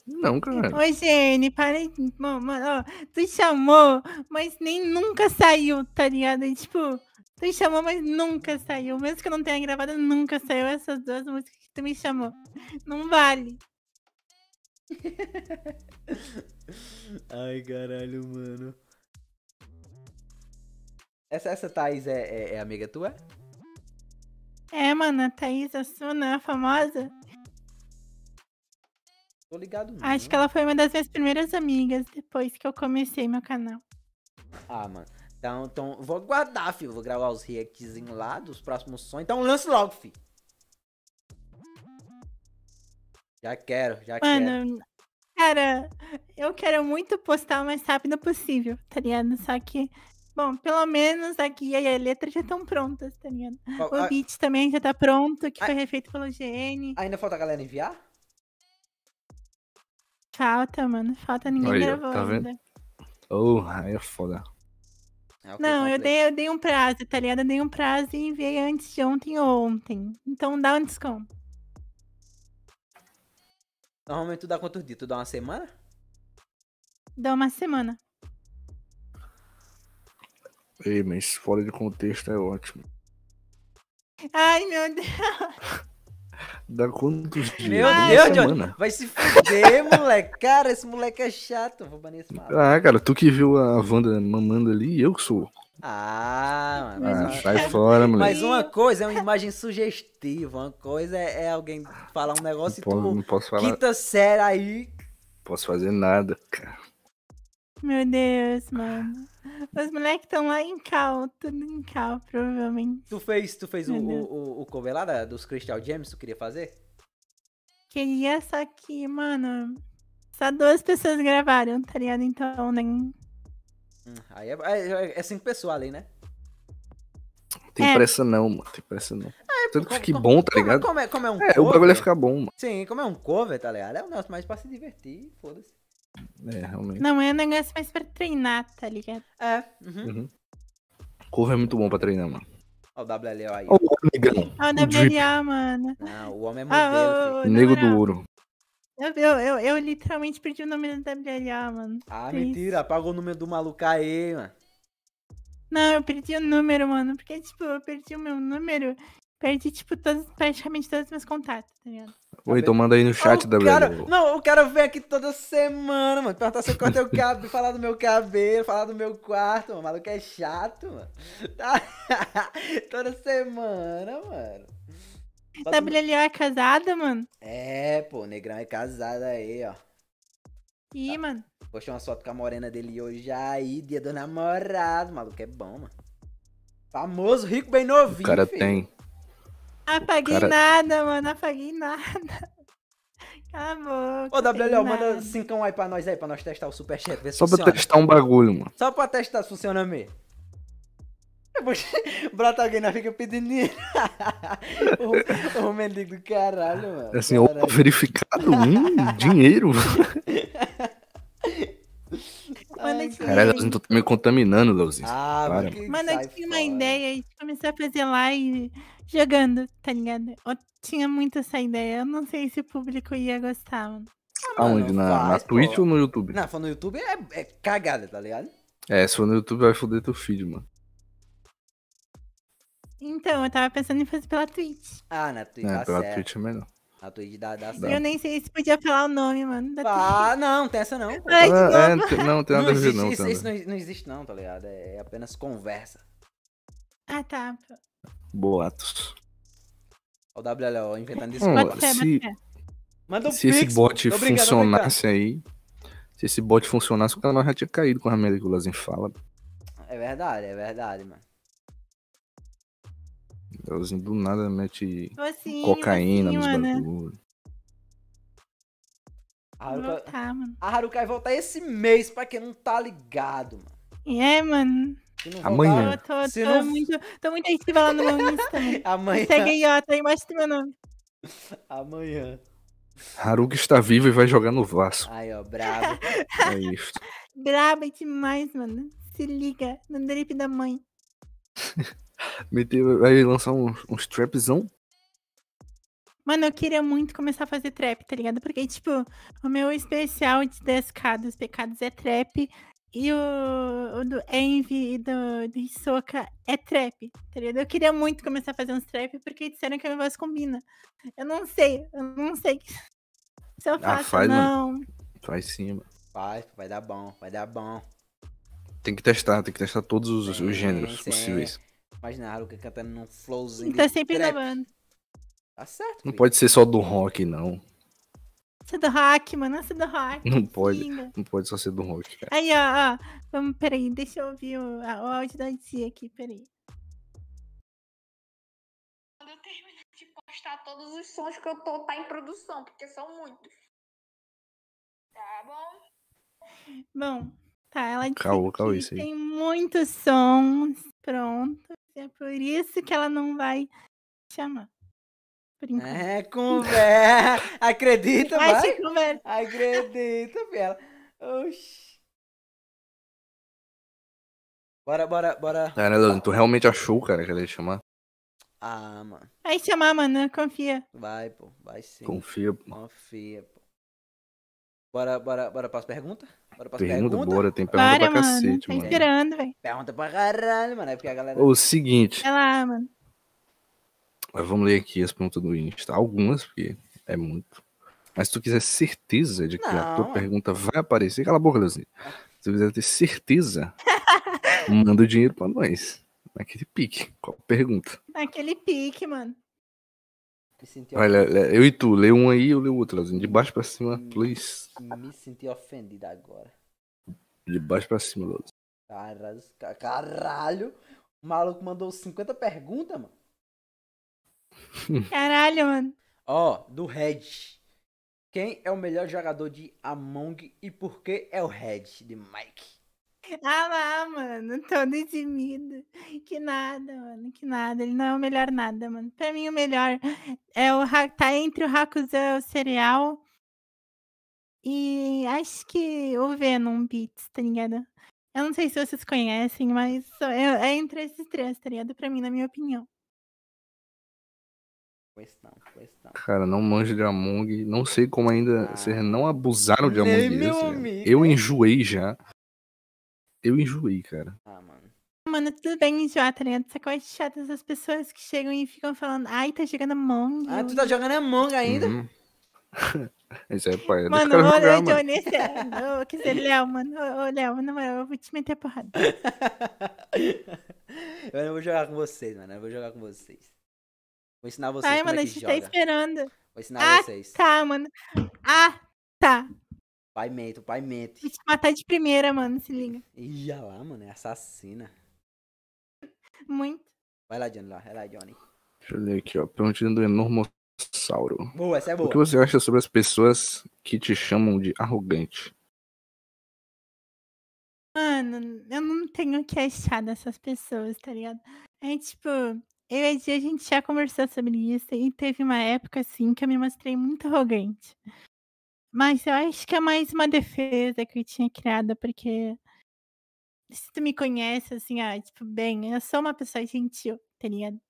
C: Não, cara.
B: Ô, Gene, para. de- Mano, mano, ó, tu chamou, mas nem nunca saiu, tá ligado? E, tipo, tu chamou, mas nunca saiu. Mesmo que eu não tenha gravado, nunca saiu essas duas músicas que tu me chamou. Não vale.
A: Ai, caralho, mano. Essa, essa Thaís é, é- é amiga tua?
B: É, mano, a Thaís Assuna, a famosa.
A: Tô ligado não.
B: Ah, Acho que
C: Uhum.
B: ela foi uma das minhas primeiras amigas depois que eu comecei meu canal.
A: Ah, mano. Então, então vou aguardar, filho. Vou gravar os reactzinhos lá dos próximos sons. Então lance logo, filho. Já quero,
C: Tá
A: já quero.
B: Mano, cara, eu quero muito postar o mais rápido possível, tá ligado? Só que, bom, pelo menos a guia e a letra já estão prontas, tá ligado?
A: Qual-
B: O
A: a-
B: beat também já tá pronto, que
A: Ah.
B: foi refeito pelo GN.
A: ainda falta a galera enviar?
B: Falta, mano, falta ninguém
C: Aí, ó,
B: gravou
C: tá vendo?
B: ainda.
C: Oh, aí é foda.
A: É, ok,
B: Não, eu
A: completo.
B: dei, eu dei um prazo, tá ligado? Eu dei um prazo e enviei antes de ontem ou ontem. Então dá um desconto.
A: Normalmente tu dá quantos dias? Tu dá uma semana?
B: Dá uma semana.
C: Ei, mas fora de contexto é ótimo.
B: Ai, meu Deus.
C: Dá quantos dias?
A: Meu
C: Uma
A: Deus, Johnny.
C: semana.
A: Vai se fuder, moleque. Cara, esse moleque é chato. Vou banir esse maluco.
C: Ah, cara, tu que viu a Wanda mamando ali, eu que sou.
A: Ah, mano.
B: Mas
C: Ah,
A: mas-
C: sai fora, moleque.
A: Mas uma coisa é uma imagem sugestiva, uma coisa é, é alguém falar um negócio
C: Não
A: e
C: posso,
A: tu
C: não posso falar,
A: quinta série aí.
C: posso fazer nada, cara.
B: Meu Deus, mano. Os moleques estão lá em cal, tudo em cal, provavelmente.
A: Tu fez, tu fez o,
B: Meu
A: o,
B: Deus.
A: o, o cover lá da- dos Crystal Gems, tu queria fazer?
B: Queria, só que, mano, só duas pessoas gravaram, tá ligado? Então, nem.
A: Hum, aí é, é- é cinco pessoas ali, né?
C: Tem
B: É.
C: pressa não, mano. Tem pressa não. Tanto que
A: Ah, é como-
C: fique
A: como-
C: bom, tá
A: como,
C: ligado?
A: Como é, como é um
C: É,
A: cover.
C: o bagulho ia ficar bom, mano.
A: Sim, como é um cover, tá ligado? É um negócio mais pra se divertir, foda-se.
C: É, realmente.
B: Não é um negócio mais pra treinar, tá ligado?
A: É. Uhum.
C: Cover é muito bom pra treinar, mano.
A: Ó, o WLO aí.
C: Ó, o negão.
B: Ah, o
C: O drip.
B: WLA, mano.
A: Não, o homem é modelo.
B: Ah,
A: filho.
B: ô, ô, na
C: Nego do
B: moral,
C: ouro.
B: Eu, eu, eu, eu literalmente perdi o nome do WLA, mano.
A: Ah,
B: que
A: mentira, apagou o número do maluco aí, mano.
B: Não, eu perdi o número, mano. Porque, tipo, eu perdi o meu número. Perdi, tipo, todos, praticamente todos os meus contatos, tá ligado?
C: Ou então manda aí no chat,
A: o
C: da
A: cara, Não, o cara vem aqui toda semana, mano. Perguntar se eu cortei o cabelo, falar do meu cabelo, falar do meu quarto, mano. O maluco é chato, mano. Tá- toda semana, mano.
C: um-
A: Bota-
B: WLA é casada, mano.
A: É, pô, o negrão é casado aí, ó.
B: Ih, mano.
A: Postei uma foto com a morena dele hoje aí, dia do namorado. O maluco é bom, mano. Famoso, rico, bem novinho.
C: O cara
A: filho.
C: tem.
B: Apaguei
C: cara-
B: nada, mano. Apaguei nada. Cala a
A: Ô,
B: boca. apaguei
A: WLO,
B: nada.
A: manda cincão aí pra nós aí, pra nós testar o superchat, ver se
C: Só pra
A: funciona.
C: testar um bagulho, mano.
A: Só pra testar se funciona mesmo. Depois brota alguém na fica pedindo dinheiro. o, o mendigo do caralho, mano.
C: Assim, um
A: Caralho.
C: opa, verificado. Hum, dinheiro.
A: Ai,
B: Manda de
C: Caralho, Leozinho, tu tá me contaminando, Leozinho. tá
A: Ah,
C: Para,
A: que
B: Mano,
A: sai
B: eu tinha é uma
A: fora.
B: ideia de começar a fazer live jogando, tá ligado? Eu tinha muito essa ideia. Eu não sei se o público ia gostar, mano.
A: mano,
C: Aonde? Na, na
A: Ah, faz,
C: Twitch
A: pô.
C: ou no YouTube?
A: Não, falando no YouTube é, é cagada, tá ligado?
C: É, se for no YouTube vai foder teu feed, mano.
B: Então, eu tava pensando em fazer pela Twitch.
A: Ah, na Twitch,
C: É,
A: tá
C: pela
A: certo.
C: Twitch é melhor.
A: Na Twitch dá, dá
B: E eu
A: certo.
B: nem sei se podia falar o nome, mano. Da
A: Ah, não, tem essa não. pô.
B: Ai, de
C: Ah, é,
B: novo.
C: não tem- não, tem
A: Não
C: nada a ver,
A: existe,
C: não.
A: isso,
C: tem nada a
A: isso
C: ver.
A: não, não existe não, tá ligado? É, é apenas conversa.
C: é.
B: Ah, tá.
C: Boatos.
A: Ó O WLO inventando isso.
C: Hum,
B: Bota fé,
C: se-
B: bota fé.
A: Manda um
C: Se esse
A: pix,
C: bot
A: tô brincando, tô
C: funcionasse aí. Se esse bot funcionasse, o canal já tinha caído com a merda que o Leozinho fala.
A: brincando. É verdade, é verdade, mano.
C: Leozinho do nada mete
B: Docinho,
C: cocaína
B: docinho,
C: nos
A: né?
B: mano.
C: bagulhos.
A: A
B: Vou
A: Haruka,
B: Voltar, mano.
A: a Haruka vai voltar esse mês, pra quem não tá ligado, mano.
B: E é, mano.
A: Se não
C: Amanhã.
B: Eu tô,
A: Se
B: tô
A: não-
B: muito, tô muito ativa lá no meu Insta. mano.
A: voltar- né? amanhã.
B: Segue aí, ó. Tá aí embaixo do meu nome.
A: Amanhã.
C: Haruka está vivo e vai jogar no Vasco.
A: Aí, ó, bravo.
C: É isso.
B: Braba demais, mano. Se liga no drip da mãe.
C: Meteu, vai lançar uns, uns trapzão.
B: Mano, eu queria muito começar a fazer trap, tá ligado? Porque, tipo, o meu especial de 10k dos pecados é trap. E o, o do Envy e do, do Hisoka é trap, tá ligado? Eu queria muito começar a fazer uns trap, porque disseram que a minha voz combina. Eu não sei, eu não sei se eu faço ou
C: Ah, faz,
B: não.
C: mano. Faz sim, mano.
A: Vai, vai dar bom, vai dar bom.
C: Tem que testar, tem que testar todos os, os
A: Sim,
C: gêneros
A: sim.
C: possíveis.
A: Imagina a Haruka cantando num flowzinho.
B: Tá
A: de
B: sempre
A: trap.
B: inovando.
A: Tá certo.
C: Não
A: filho.
C: pode ser só do rock, não.
B: Essa é do rock, mano, essa é do rock.
C: Não pode.
B: Linda.
C: Não pode só ser do rock, cara.
B: Aí, ó, ó. Vamos, peraí, deixa eu ouvir o, a- o áudio da tia aqui, peraí.
D: Quando eu terminar de postar todos os sons que eu tô, tá em produção, porque são muitos. Tá bom?
B: Bom, tá, ela disse
C: Caô, caô
B: que
C: isso aí.
B: tem muitos sons prontos, é por isso que ela não vai chamar. Por enquanto.
A: É, conversa. Acredita,
B: Vai,
A: vai.
B: Chico, velho.
A: Acredita, Bela. Oxi. Bora, bora, bora.
C: Cara, Ah, né, Leandro, tu realmente achou, cara, que ela ia chamar?
A: Ah, mano.
B: Vai chamar, mano, confia.
A: Vai, pô. Vai sim.
C: Confia, pô.
A: Confia, pô. Bora, bora, bora para as perguntas? Bora para as
C: Pergunta,
A: perguntas?
C: bora, tem pergunta
B: Para,
C: pra
B: mano,
C: cacete,
B: tá
C: mano.
B: esperando, velho.
A: Pergunta pra caralho, mano. É porque a galera.
C: O seguinte,
B: Vai lá, mano.
C: mas vamos ler aqui as perguntas do Insta. Algumas, porque é muito. Mas se tu quiser certeza de que a tua
A: Não.
C: pergunta vai aparecer, cala a boca, Leozinho. Se tu quiser ter certeza, manda o dinheiro pra nós. Naquele pique. Qual pergunta?
B: Naquele pique, mano.
A: Me senti,
C: Olha, eu e tu, lê um aí, eu leio o outro, Leozinho. De baixo pra cima, please.
A: me senti ofendido agora.
C: De baixo pra cima, Leozinho.
A: Caralho, os ca- caralho. O maluco mandou 50 perguntas, mano.
B: Caralho, mano.
A: Ó, do Red. Quem é o melhor jogador de Among e por que é o Red de Mike?
B: Ah lá, mano, todo eximido. Que nada, mano, que nada. Ele não é o melhor nada, mano. Pra mim, o melhor é o Ra- tá entre o Hakuzen, o cereal. E acho que o Venom Beats, tá ligado? Eu não sei se vocês conhecem, mas só- é, é entre esses três, tá ligado? Pra mim, na minha opinião.
A: Pois não, pois não.
C: Cara, não manjo de Among. Não sei como ainda
A: Ah.
C: vocês não abusaram de
A: Nem
C: Among.
A: meu
C: Us, cara.
A: amigo.
C: Eu enjoei já. Eu enjoei, cara.
A: Ah, mano.
B: Mano, tudo bem enjoar, tá ligado? Essa coisa chata dessas pessoas que chegam e ficam falando, ai, tá chegando a mão.
A: Ah, tu tá jogando Among ainda?
C: Uhum. Isso é pai. Deixa o
B: Mano,
C: cara
B: ô,
C: jogar,
B: Léo,
C: mano.
B: Johnny, esse é- ô, quer dizer, Léo, mano, ô, ô, Léo, na moral, eu vou te meter a porrada.
A: eu não vou jogar com vocês, mano. Eu vou jogar com vocês. Vou ensinar vocês
B: Ai,
A: como
B: mano,
A: é
B: a
A: que
B: gente
A: joga.
B: tá esperando.
A: Vou ensinar
B: Ah,
A: vocês.
B: Tá, mano. Ah, tá.
A: Pai mente, o pai mente.
B: Vou te matar de primeira, mano, se liga.
A: Ih, olha lá, mano. É assassina.
B: Muito.
A: Vai lá, Johnny. Lá. Vai lá, Johnny.
C: Deixa eu ler aqui, ó. Perguntinha do Enormossauro.
A: Boa, essa é
C: O
A: boa.
C: que você acha sobre as pessoas que te chamam de arrogante?
B: Mano, eu não tenho o que achar dessas pessoas, tá ligado? É tipo, eu e a Gia, a gente já conversou sobre isso e teve uma época, assim, que eu me mostrei muito arrogante. Mas eu acho que é mais uma defesa que eu tinha criado, porque se tu me conhece, assim, ah, tipo, bem, eu sou uma pessoa gentil, tá ligado?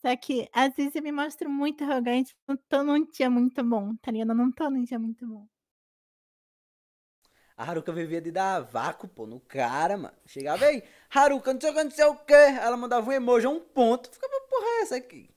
B: Só que às vezes eu me mostro muito arrogante, eu tô num dia muito bom, tá ligado? Eu não tô num dia muito bom.
A: A Haruka vivia de dar vácuo, pô, no cara, mano. Chegava aí, Haruka, não sei o que, não sei o que. Ela mandava um emoji, um ponto. Ficava, porra, é essa aqui?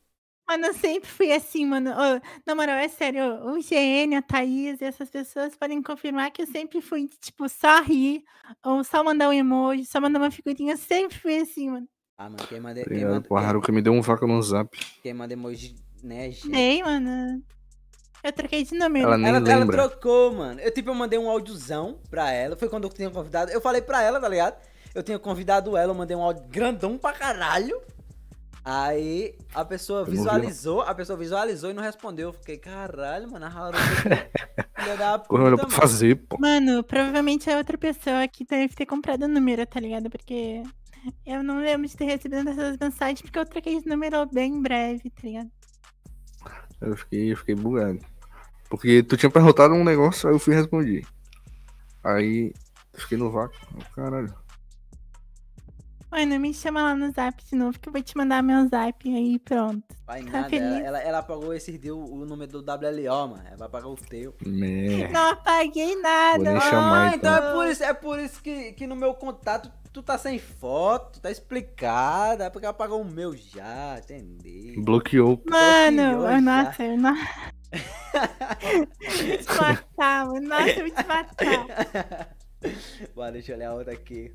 B: Mano, eu sempre fui assim, mano. Ô, na moral, é sério, o GN, a Thaís e essas pessoas podem confirmar que eu sempre fui, de, tipo, só rir, ou só mandar um emoji, só mandar uma figurinha. Eu sempre fui assim, mano.
A: Ah, mano, quem manda, quem
C: Obrigado,
A: manda,
C: Tá pô, a Haruka me deu um vaca no zap.
A: quem, quem manda emoji, né, gente?
B: Dei, mano. Eu troquei de número.
C: Ela nem
A: Ela, ela
C: lembra.
A: trocou, mano. Eu, tipo, eu mandei um áudiozão pra ela. Foi quando eu tinha convidado. Eu falei pra ela, tá ligado? Eu tinha convidado ela, eu mandei um áudio grandão pra caralho. Aí a pessoa
C: não vi,
A: visualizou, a pessoa visualizou e não respondeu. Eu fiquei, caralho, mano, a Haruka. filha da puta,
C: Correu pra
A: mano.
C: fazer, pô.
B: Mano, provavelmente é outra pessoa que deve ter comprado o número, tá ligado? Porque eu não lembro de ter recebido essas mensagens, porque eu troquei de número bem breve, tá ligado?
C: Eu fiquei, eu fiquei bugado. Porque tu tinha perguntado um negócio, aí eu fui e respondi. Aí eu fiquei no vácuo. Eu, Caralho.
B: Mano, me chama lá no zap de novo, que eu vou te mandar meu zap aí, pronto.
A: Vai
B: Tá
A: nada, ela,
B: feliz?
A: ela, ela apagou esse dia o, o número do WLO, mano. Ela vai apagar o teu.
C: Merda.
B: Não apaguei nada.
C: Vou nem chamar,
A: ah, então é por isso, é por isso que, que no meu contato tu tá sem foto, tá explicado. É porque ela apagou o meu já, entendi.
C: Bloqueou.
B: Mano,
A: Bloqueou já.
B: eu, nossa, eu não. eu te matar, mano. Nossa, eu te matar.
A: Bora, deixa eu olhar outra aqui.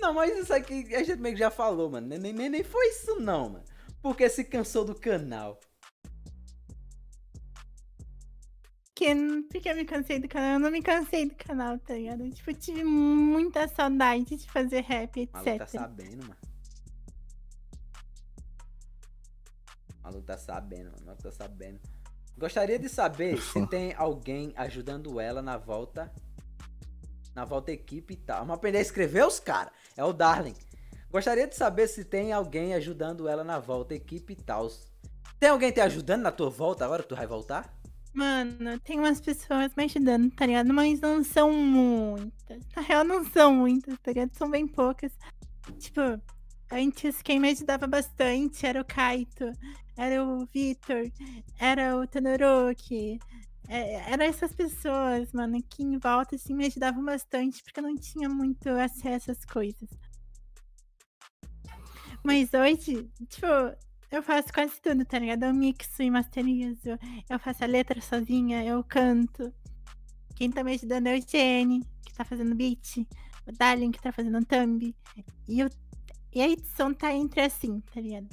A: Não, mas isso aqui a gente meio que já falou, mano. Nem, nem, nem foi isso não, mano. Porque se cansou do canal.
B: Porque, porque eu me cansei do canal. Eu não me cansei do canal, tá ligado? Tipo, eu tive muita saudade de fazer rap,
A: O maluco tá
B: etc.
A: sabendo, mano. O maluco tá sabendo, mano. O maluco tá sabendo. Gostaria de saber se tem alguém ajudando ela na volta. Na volta equipe e tal. Vamos aprender a escrever os caras. É o Darling. Gostaria de saber se tem alguém ajudando ela na volta equipe e tal. Tem alguém te ajudando na tua volta agora que tu vai voltar?
B: Mano, tem umas pessoas me ajudando, tá ligado? Mas não são muitas. Na real, não são muitas, tá ligado? São bem poucas. Tipo, antes quem me ajudava bastante era o Kaito, era o Vitor, era o Todoroki. É, Era essas pessoas, mano, que em volta, assim, me ajudavam bastante, porque eu não tinha muito acesso às coisas. Mas hoje, tipo, eu faço quase tudo, tá ligado? Eu mixo e masterizo, eu faço a letra sozinha, eu canto. Quem tá me ajudando é o Jenny, que tá fazendo beat, o Dalin, que tá fazendo thumb. E, eu, e a edição tá entre assim, tá ligado?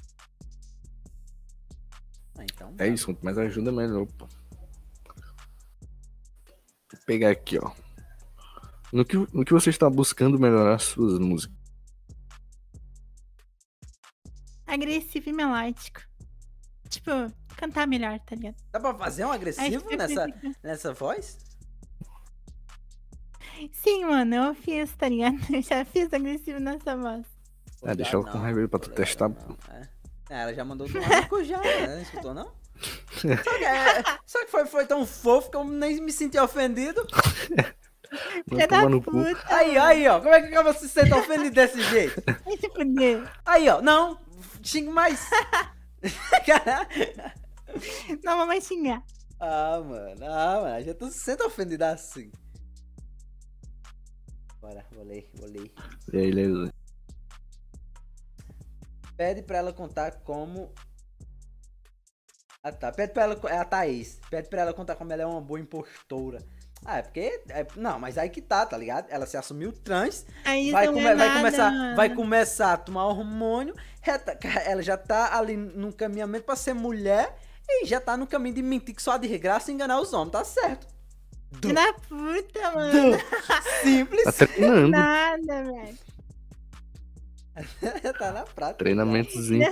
A: Ah, então.
C: É isso, mas ajuda melhor, pô. Vou pegar aqui, ó. No que, no que você está buscando melhorar suas músicas?
B: Agressivo e melódico. Tipo, cantar melhor, tá ligado?
A: Dá pra fazer um
B: Aí
A: agressivo
B: fica
A: nessa,
B: assim,
A: nessa voz?
B: Sim, mano, eu fiz, tá ligado? Eu já fiz agressivo nessa voz.
C: Ah, deixa ela com raiva aí pra tu testar, pô.
A: É. É, ela já mandou do Marco já, né? Não escutou, não? Só que, é, só que foi, foi tão fofo que eu nem me senti ofendido.
C: Vai
B: Filha É da
C: tomar no cu.
B: puta,
A: Aí, aí, ó. Como é que você se sente ofendido desse jeito?
B: vai se fuder.
A: Aí, ó. Não, xingue mais.
B: Não vou mais xingar.
A: ah, mano. Ah, mano. A gente se sente ofendido assim. Bora, vou ler, vou ler.
C: E aí, beleza.
A: Pede pra ela contar como. Ah tá. Pede pra ela. É a Thaís. Pede pra ela contar como ela é uma boa impostora. Ah, é porque. é- Não, mas aí que tá, tá ligado? Ela se assumiu trans.
B: Aí
A: Vai,
B: não
A: come-
B: é
A: vai
B: nada,
A: começar,
B: mano.
A: vai começar a tomar hormônio. já tá- Ela já tá ali no caminhamento pra ser mulher. E já tá no caminho de mentir que só de graça e enganar os homens, tá certo?
B: Filha da puta,
A: Du.
B: mano.
A: Simples.
C: Tá treinando.
B: Nada, velho.
A: tá na prática.
C: Treinamentozinho.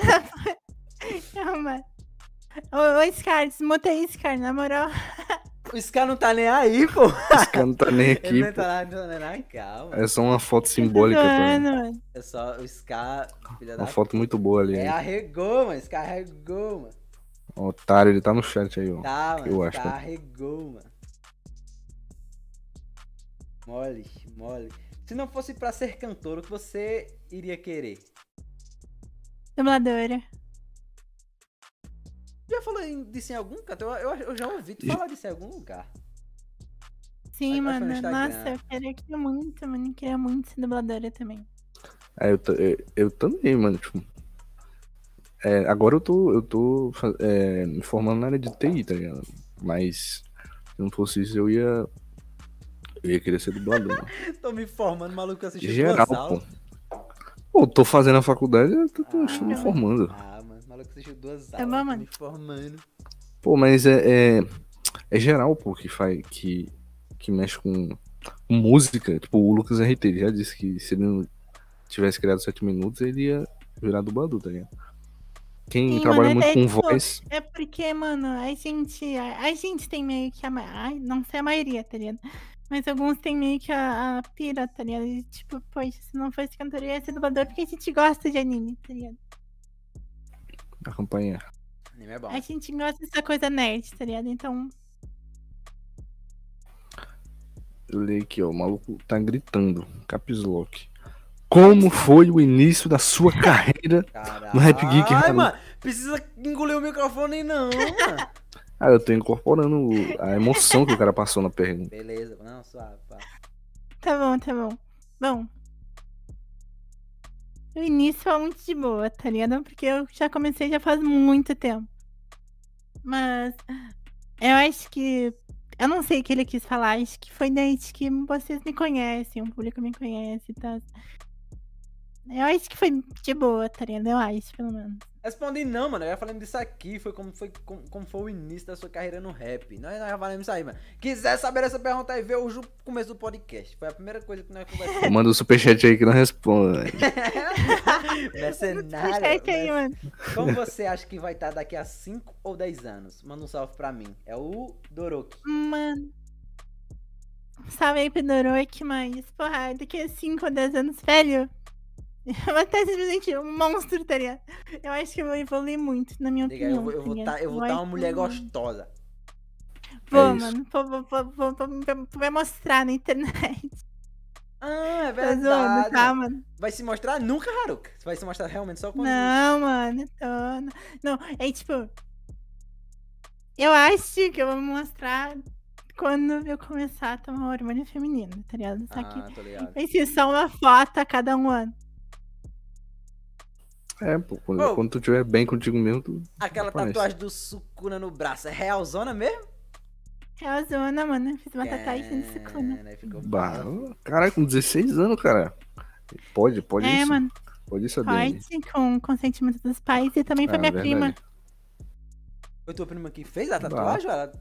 B: Calma. Ô, ô Scar, desmuta aí, Scar, na moral.
A: Os caras não tá nem aí, pô.
C: Esse cara não tá nem
A: Ele
C: aqui,
A: não
C: pô.
A: tá lá, não tá nem aí, calma.
C: É só uma foto simbólica,
B: Mano,
C: tá?
B: mano.
A: É só o Scar, filha da
C: Uma foto muito boa ali.
A: É,
C: hein?
A: arregou, mano. Scar arregou, mano.
C: Ó, Otário, ele tá no chat aí, ó.
A: Tá, mano.
C: eu
A: Scar
C: acho, tá?
A: arregou, mano. Mole, mole. Se não fosse pra ser cantor, o que você iria querer?
B: Dubladora.
A: Já falou em- disso em algum canto? Eu, eu- eu já ouvi tu
C: Já.
A: falar disso em algum lugar.
B: Sim,
A: Vai- vai
B: mano.
A: pro Instagram.
B: Nossa, eu queria- eu queria muito, mano. Eu queria muito ser dubladora também.
C: É, eu, ta- é, eu também, mano, tipo. é, agora eu tô, eu tô fa- é, me formando na área de TI, tá ligado? Mas se não fosse isso, eu ia. Eu ia querer ser dublador. mano.
A: Tô me formando, maluco, assistindo
C: Geral,
A: duas
C: pô.
A: aulas.
C: Pô, tô fazendo a faculdade, eu tô, tô- tô me
A: Ah.
C: formando.
A: Ah, mano, maluco assistiu duas
B: Tá
A: aulas. tô
B: bom, mano.
A: Me formando.
C: Pô, mas é, é, é geral, pô, que faz. Que, que mexe com, com música. Tipo, o Lucas RT ele já disse que se ele não tivesse criado 7 minutos, ele ia virar dublador, tá ligado? Quem
B: Sim,
C: trabalha
B: mano,
C: muito
B: é
C: com
B: tipo-
C: voz.
B: É porque, mano, a gente. A, a gente tem meio que a. ma- Ai, não sei a maioria, tá ligado? Mas alguns tem meio que a, a pira, tá ligado? E, tipo, poxa, se não fosse cantor, eu ia ser dublador porque a gente gosta de anime, tá ligado?
C: Acompanha.
A: Anime é bom.
B: A gente gosta dessa coisa nerd, tá ligado? Então,
C: Eu leio aqui, ó. O maluco tá gritando. Caps Lock. Como foi o início da sua carreira?
A: Caralho.
C: No é Rap Geek,
A: Ai,
C: mano.
A: mano, precisa engolir o microfone não, mano.
C: Ah, eu tô incorporando o- a emoção que o cara passou na pergunta.
A: Beleza, não, suave. pá.
B: tá bom, tá bom. Bom. O início é muito de boa, tá ligado? Porque eu já comecei já faz muito tempo. Mas eu acho que. Eu não sei o que ele quis falar, acho que foi desde que vocês me conhecem, o público me conhece e tal. Eu acho que foi de boa, tá ligado? Eu acho, pelo menos.
A: Respondi não, mano. Eu ia falando disso aqui. Foi como foi, como, como foi o início da sua carreira no rap. Nós, nós já falamos isso aí, mano. Quiser saber essa pergunta aí, vê o Ju- começo do podcast. Foi a primeira coisa que nós conversamos.
C: Manda o superchat aí que não responde.
A: Mercenário.
B: Chat
A: merce-
B: aí, mano.
A: Como você acha que vai estar daqui a 5 ou 10 anos? Manda um salve pra mim. É o Doroki.
B: Mano. Salve aí pro Doroki, mas, porra, daqui a 5 ou 10 anos, velho. Eu vou estar simplesmente um monstro, tá ligado? Eu acho que eu vou evoluir muito, na minha
A: Diga,
B: opinião.
A: eu vou estar eu vou
B: ligado?
A: tá, eu vou
B: Vai
A: tá uma mulher
B: que-
A: gostosa.
B: Vou,
C: É isso.
B: mano. Vou, vou, vou, vou, vou, vou- vou mostrar na internet.
A: Ah, é
B: Tô zoando,
A: verdade.
B: tá, mano?
A: Vai se mostrar nunca, Haruka. Você vai se mostrar realmente só quando.
B: Não, mano, tô. Não, é tipo. Eu acho que eu vou mostrar quando eu começar a tomar hormônio feminino, tá ligado? Só que
A: Ah, tô ligado.
B: Vai ser só uma foto a cada um ano.
C: É, pô. Quando,
A: Ô.
C: quando tu tiver bem contigo mesmo, tu.
A: Aquela
C: Parece.
A: tatuagem do Sukuna no braço. É realzona mesmo?
B: É a zona, mano. Eu Fiz uma
A: É.
B: tatuagem né? de sucuna.
A: Cara, aí né, ficou
C: Bah,
A: bravo.
C: Caralho, com 16 anos, cara. Pode, pode
B: É,
C: isso.
B: mano.
C: Pode isso, ADM.
B: Forte, com o consentimento dos pais e também foi
C: Ah,
B: minha
C: verdade.
B: prima.
A: Foi tua prima que fez a tatuagem? ou Ela...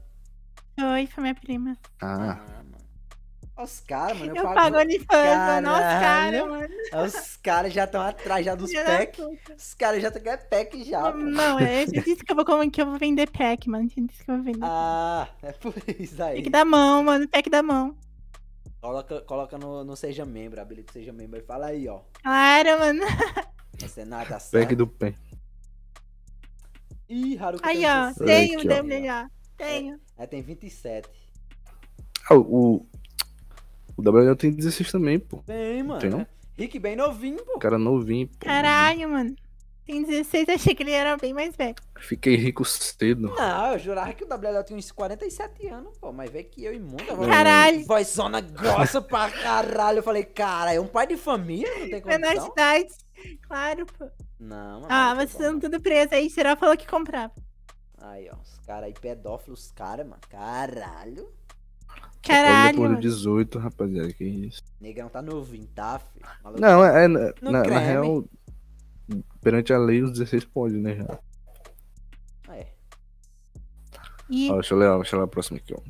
B: Foi, foi minha prima.
C: Ah,
A: mano. Olha Ah, os caras, mano. Eu,
B: Eu pago
A: pago... né?
B: OnlyFans, mano. Olha os
A: Caralho.
B: caras, mano.
A: Os caras já estão atrás já dos
B: Filha da
A: packs. tá
B: puta.
A: Os caras já querem pack já. pô.
B: Não, eu já disse que eu vou, como- que eu vou vender pack, mano. Eu já disse que eu vou vender.
A: Ah, é tá- por isso aí.
B: pack da mão, mano. Pack da mão.
A: Coloca, coloca no, no Seja Membro, habilita o Seja Membro e fala aí, ó.
B: Claro, mano.
A: Você nada
C: peg
A: certo.
C: do pé.
A: Ih, Haruka
B: Aí,
A: tem
B: ó.
A: 16.
B: Tenho,
C: Aqui, ó.
B: deu melhor. Tenho.
A: Ela É, tem 27.
C: Ah, o. O WL tem 16 também, pô.
A: Tem, mano.
C: Tem não?
A: Rick bem novinho, pô.
C: O cara é novinho, pô.
B: Caralho, mano. Tem 16, achei que ele era bem mais velho.
C: Fiquei rico cedo.
A: Não, eu jurava que o WL tinha uns 47 anos, pô. Mas vê que eu imunda.
C: Hum.
A: voz-
B: Caralho.
A: Vozona grossa pra caralho. Eu falei, cara, é um pai de família? Não tem
B: Menor de
A: condição?
B: idade. Claro, pô.
A: Não, mano.
B: Ah,
A: não tem
B: vocês estão
A: como,
B: tudo preso aí. Geral falou que
C: É,
B: comprava.
A: não. Aí, ó. Os caras aí, pedófilos, os caras, mano. Caralho.
C: Olha
B: Caralho.
C: depois
B: mano.
C: do 18, rapaziada, que isso.
A: Negão tá novinho, tá, filho? Maluco.
C: Não, é, é- na,
A: No
C: na
A: creme.
C: real, perante a lei, os 16 pode, né, já.
A: É.
B: E
C: Ó, deixa eu ler, ó, deixa eu ler a próxima aqui, ó.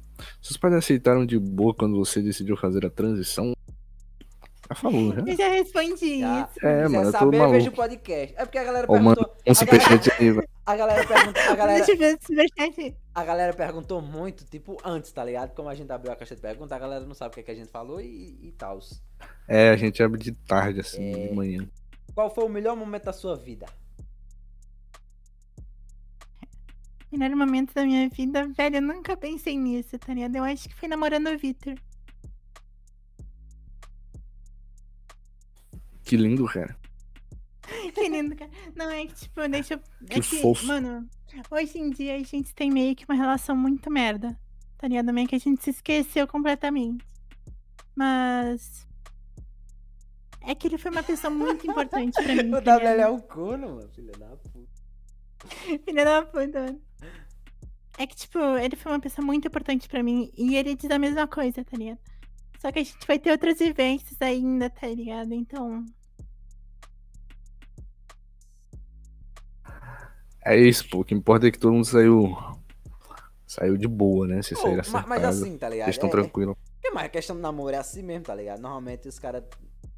C: Seus pais aceitaram de boa quando você decidiu fazer a transição? Já falou, já.
B: eu já respondi
A: Já.
B: isso.
C: É,
A: Quiser
C: mano, eu tô
A: saber, veja o
C: maluco.
A: podcast. É porque a galera
C: Ó, mano,
A: perguntou.
C: um
A: a, galera,
C: superchat aí, vai.
A: a galera perguntou. A galera,
B: Deixa eu ver o superchat.
A: a galera perguntou muito, tipo, antes, tá ligado? Como a gente abriu a caixa de perguntas, a galera não sabe o que, é que a gente falou e, e tal.
C: É, a gente abre de tarde, assim,
A: É.
C: de manhã.
A: Qual foi o melhor momento da sua vida?
B: Melhor momento da minha vida, velho. Eu nunca pensei nisso, tá ligado? Eu acho que foi namorando o Victor.
C: Que lindo, cara.
B: Que lindo, cara. Não, é que, tipo, deixa eu. é
C: Que fofo.
B: Mano, hoje em dia a gente tem meio que uma relação muito merda. Tá ligado? Meio que a gente se esqueceu completamente. Mas. É que ele foi uma pessoa muito importante pra mim.
A: O
B: tá
A: WL é
B: ligado?
A: o corno, mano. Filha da puta.
B: Filha da puta. mano. É que, tipo, ele foi uma pessoa muito importante pra mim. E ele diz a mesma coisa, tá ligado? Só que a gente vai ter outras vivências ainda, tá ligado? Então.
C: É isso, pô. O que importa é que todo mundo saiu. Saiu de boa, né? Se sair
A: Pô, ma-
C: acertado.
A: mas assim, tá ligado?
C: Vocês estão
A: É-
C: tranquilos.
A: é- é, mas a questão do namoro é assim mesmo, tá ligado? Normalmente os caras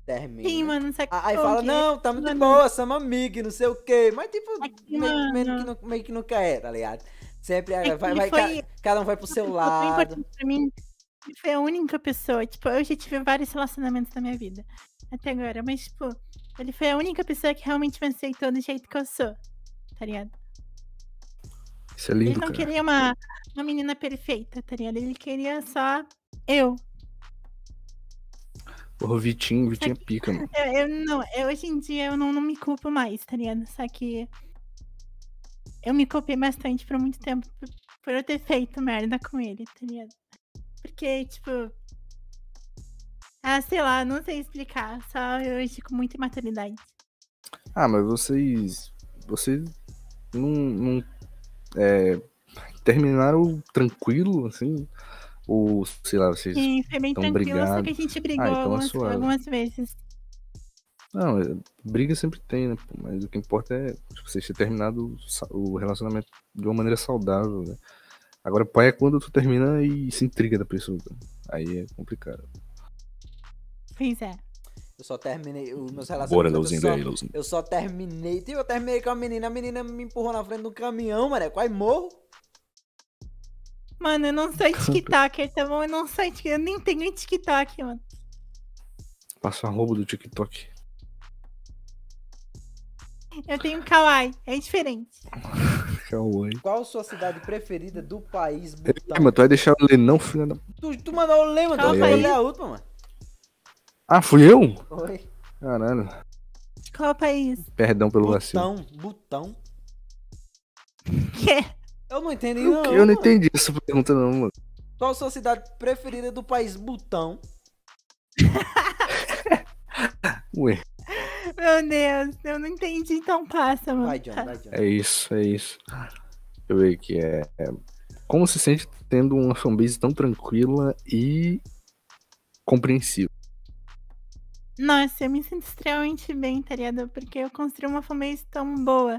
A: terminam.
B: Sim, mano, só que.
A: A- né? Aí
B: pô,
A: fala,
B: que-
A: não, tamo de
B: mano.
A: boa, somos amigos, não sei o quê. Mas, tipo,
B: É que, É
A: meio, que- meio que não, meio que não quer, tá ligado? Sempre eh,
B: que
A: vai,
B: ele
A: vai,
B: foi-
A: ca- cada um vai pro seu
B: Foi
A: lado.
B: importante pra mim. Ele foi a única pessoa. Tipo, eu já tive vários relacionamentos na minha vida. Até agora. Mas, tipo, ele foi a única pessoa que realmente me aceitou do jeito que eu sou. Tá ligado?
C: Isso é
B: Ele
C: lindo,
B: não
A: Então
C: cara.
B: queria uma, uma menina perfeita, tá ligado? Ele queria só eu.
C: Porra, o Vitinho, o Vitinho é pica, mano.
B: Eu, eu não, eu, hoje em dia eu não, não me culpo mais, tá ligado? Só que eu me culpei bastante por muito tempo por, por eu ter feito merda com ele, tá ligado? Porque, tipo. Ah, sei lá, não sei explicar. Só hoje com muita imaturidade.
C: Ah, mas vocês. Vocês. Não. não é, terminaram tranquilo, assim? Ou, sei lá, vocês.
B: Sim, foi bem
C: então
B: tranquilo, só
C: obrigado.
B: que a gente brigou
C: então é
B: algumas,
C: suave.
B: algumas vezes.
C: Não, é- briga sempre tem, né? pô? Mas o que importa é tipo, vocês terem terminado o sa- o relacionamento de uma maneira saudável, né? Agora, pai é quando tu termina e se intriga da pessoa. cara. Aí é complicado.
B: Pois é.
A: Eu só terminei os meus relacionamentos.
C: Bora,
A: eu
C: Leozinho,
A: só-
C: daí, Leozinho.
A: Eu só terminei. Tipo, eu terminei com a menina, a menina me empurrou na frente do caminhão, mano. Quase morro.
B: Mano, eu não sou TikToker, tá bom? Eu não sou tik- Eu nem tenho TikTok, mano.
C: Passou a roubo do TikTok.
B: Eu tenho Kawaii, é diferente.
C: Kawaii.
A: Qual sua cidade preferida do país, Butão?
C: É, mas tu vai deixar eu ler, não, filha da.
A: Tu, tu mandou o lema, tu
B: Calma
A: mandou
B: aí.
A: ler a última, mano.
C: Ah, fui eu?
A: Oi.
C: Caralho.
B: Qual país?
C: Perdão pelo vacilo.
A: Butão, butão.
B: Que?
A: Eu não entendi,
C: Eu,
A: Então, não.
C: eu não
A: mano.
C: entendi essa pergunta, não, mano.
A: Qual sua cidade preferida do país, Butão?
C: Ué,
B: Meu Deus, eu não entendi, então passa, mano.
A: Vai, John, vai, John.
C: é isso, é isso. Deixa eu ver aqui. É, é, como se sente tendo uma fanbase tão tranquila e compreensiva?
B: Nossa, eu me sinto extremamente bem, tá ligado? Porque eu construí uma fanbase tão boa.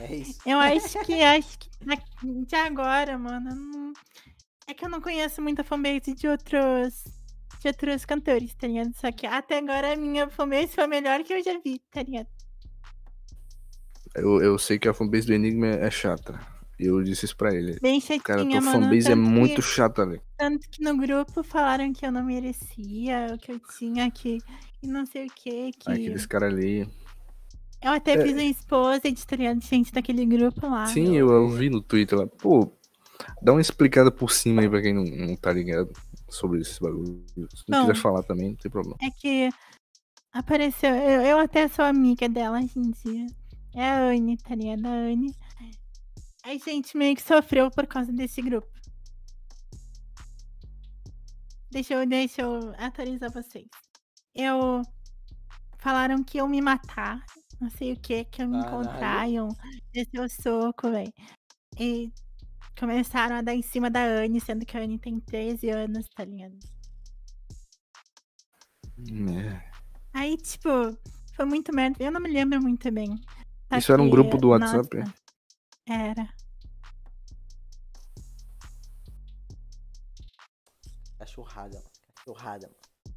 A: É isso.
B: Eu acho que, acho que na- de agora, mano, eu não- é que eu não conheço muita fanbase de outros, de outros cantores, tá ligado? Só que até agora a minha fanbase foi a melhor que eu já vi, tá ligado?
C: Eu, eu sei que a fanbase do Enigma é chata. Eu disse isso pra ele.
B: Bem chatinha,
C: Cara, tua
B: mano.
C: fanbase é
B: tanto que-
C: muito chata, velho.
B: Tanto que no grupo falaram que eu não merecia, o que eu tinha que... E não sei o que, que...
C: Aqueles caras ali.
B: Eu até
C: É.
B: fiz um esposa editorial de gente daquele grupo lá.
C: Sim, eu, eu vi no Twitter lá. Pô, dá uma explicada por cima aí pra quem não, não tá ligado sobre esse bagulho. Se não
B: Bom.
C: quiser falar também, não tem problema.
B: É que apareceu. Eu, eu até sou amiga dela hoje em dia. É a Anne, tá ligado? A Anne. A gente meio que sofreu por causa desse grupo. Deixa eu, deixa eu atualizar vocês. Eu. Falaram que iam me matar. Não sei o que, que eu me
A: Caralho.
B: encontrar, iam descer o soco, velho. E começaram a dar em cima da Anne, sendo que a Anne tem 13 anos, tá ligado?
C: É.
B: Aí, tipo, foi muito merda. Eu não me lembro muito bem. Só
C: Isso era um
B: que,
C: grupo do WhatsApp?
B: nossa, era.
A: Cachorrada, mano. Cachorrada, mano.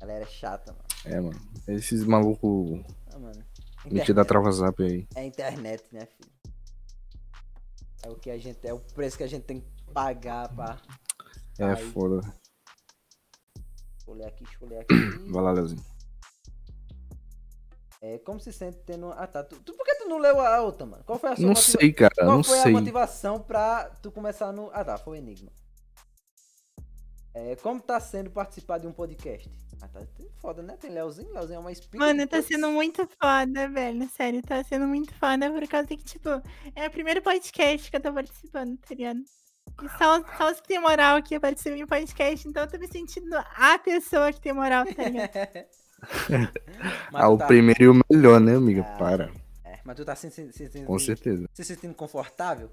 A: Galera é chata, mano.
C: É, mano. Esses malucos
A: Ah, mano.
C: metidos a trava zap aí.
A: É a internet, né, filho? É o que a gente. É o preço que a gente tem que pagar pra.
C: É
A: Ai.
C: foda.
A: Deixa eu ler aqui, deixa eu ler aqui.
C: Vai lá, Leozinho.
A: É, como se sente tendo. Ah, tá. Tu, tu- por que tu não leu a outra, mano? Qual foi a sua
C: Não
A: motiva-
C: sei, cara.
A: Qual
C: Não
A: foi
C: sei.
A: a motivação pra tu começar no. Ah, tá, foi o Enigma. É, como tá sendo participar de um podcast? Mas tá foda, né? Tem Leozinho, Leozinho é uma espírita.
B: Mano, tá sendo muito foda, velho. Sério, tá sendo muito foda por causa que, tipo, é o primeiro podcast que eu tô participando, tá ligado? E só, só os que tem moral aqui participam em podcast, então eu tô me sentindo a pessoa que tem moral, tá ligado?
A: Mas
C: ah,
A: tu
C: o
A: tá-
C: primeiro e o melhor, né, amiga?
A: Ah,
C: Para,
A: é, mas tu tá se, se, se,
C: com
A: se,
C: certeza.
A: se sentindo confortável?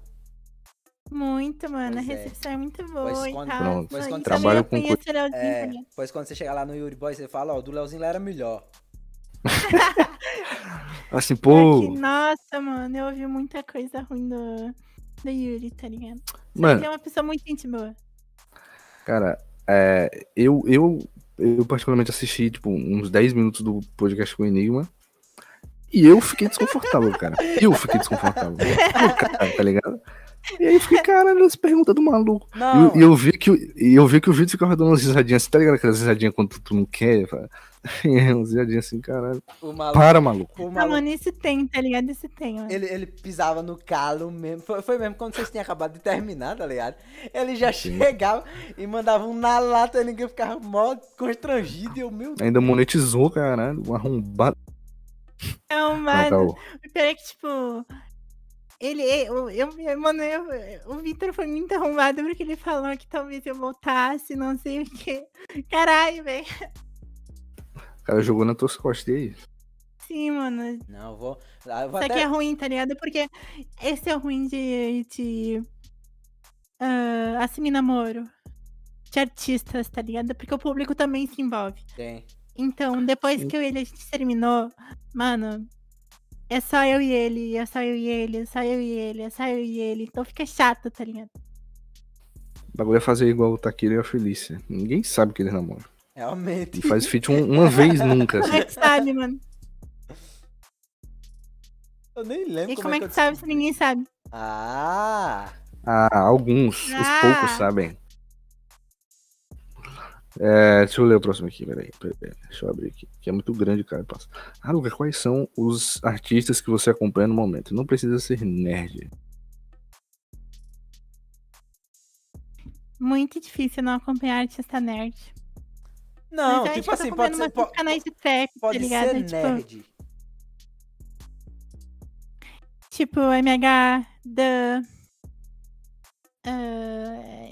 B: Muito, mano. a
A: Pois é.
B: recepção é muito boa e
A: quando-
B: tal.
C: Pronto.
A: Pois
B: Isso
A: quando
B: também
C: trabalho
B: eu
C: com
B: conheço o Leozinho,
A: É,
B: tá ligado?
A: pois quando você chegar lá no Yuri Boy, você fala, ó, do Leozinho lá era melhor. É
C: Assim,
B: Porque,
C: pô,
B: nossa, mano, eu ouvi muita coisa ruim do, do Yuri, tá ligado?
C: mano,
B: Ele é uma pessoa muito Tá gente boa.
C: cara, é, eu, eu, eu particularmente assisti, tipo, uns 10 minutos do podcast com o Enigma. E eu fiquei desconfortável, cara. Eu fiquei desconfortável. Eu, cara, tá ligado? E aí eu fiquei, caralho, essa pergunta do maluco. E
A: Não, é.
C: eu- E eu, vi que, o- e eu vi que o vídeo ficava dando umas risadinhas assim, tá ligado? Aquelas risadinhas quando tu, tu não quer. fala, umas risadinhas assim, caralho.
A: o maluco,
C: Para, maluco.
A: o
B: Ah,
A: maluco É.
B: mano, isso tem, tá ligado? Isso tem, mano.
A: Ele, ele pisava no calo mesmo. Foi, foi mesmo quando vocês tinham acabado de terminar, tá ligado? Ele já
C: Sim.
A: chegava e mandava um na lata e ninguém ficava mó constrangido. E eu, meu Deus.
C: Ainda monetizou, caralho. Um arrombado.
B: Então,
C: Ah, tá,
B: mano,
C: ó.
B: o pior é que, tipo. Ele, eu, eu, mano, eu, o Victor foi muito arrumado porque ele falou que talvez eu voltasse, não sei o quê. Caralho, velho.
C: O cara jogou nas tuas costas e aí.
B: Sim, mano,
A: Não, eu vou. ah, eu vou
B: Só que
A: até...
B: é ruim, tá ligado? Porque esse é o ruim de. de ah, assim, namoro. De artistas, tá ligado? Porque o público também se envolve.
A: Tem.
B: Então, depois
C: Sim.
B: que eu e ele a gente terminou, mano. É só eu e ele, é só eu e ele, é só eu e ele, é só eu e ele. Então fica chato, tá ligado?
C: O bagulho é fazer igual o Taquiro e a Felícia. Ninguém sabe que eles namoram.
A: Realmente.
C: E faz feat um- uma vez nunca.
B: Como
C: assim.
B: é que sabe, mano?
A: Eu nem lembro.
B: E como é que
A: eu
B: sabe se
A: descobri.
B: ninguém sabe?
A: Ah!
C: Ah, alguns. Os poucos
B: Ah.
C: sabem. É, deixa eu ler o próximo aqui, peraí, peraí. Deixa eu abrir aqui, que é muito grande, cara. Passa. Ah, Luca, quais são os artistas que você acompanha no momento? Não precisa ser nerd.
B: Muito difícil não acompanhar artista nerd.
A: Não,
B: Mas tá eu acho
A: tipo
B: que eu tô
A: assim, pode
B: acompanhando
A: ser,
B: bastante
A: po-
B: canais de trap,
A: pode
B: tá ligado?
A: ser
B: Tipo,
A: nerd.
B: Tipo, MH, The. ah,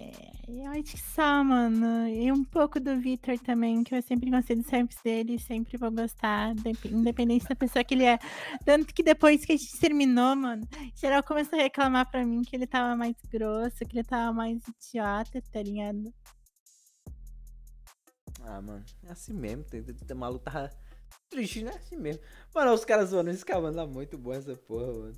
B: eu acho que só, mano. E um pouco do Victor também, que eu sempre gostei dos raps dele, sempre vou gostar, dep- independente da pessoa que ele é. Tanto que depois que a gente terminou, mano, geral começou a reclamar pra mim que ele tava mais grosso, que ele tava mais idiota, tá ligado?
A: Ah, mano, é assim mesmo. Tem, tem, tem maluco tava triste, né? Assim mesmo. Mano, os caras zoando o Scar, mano. Tá muito bom essa porra, mano.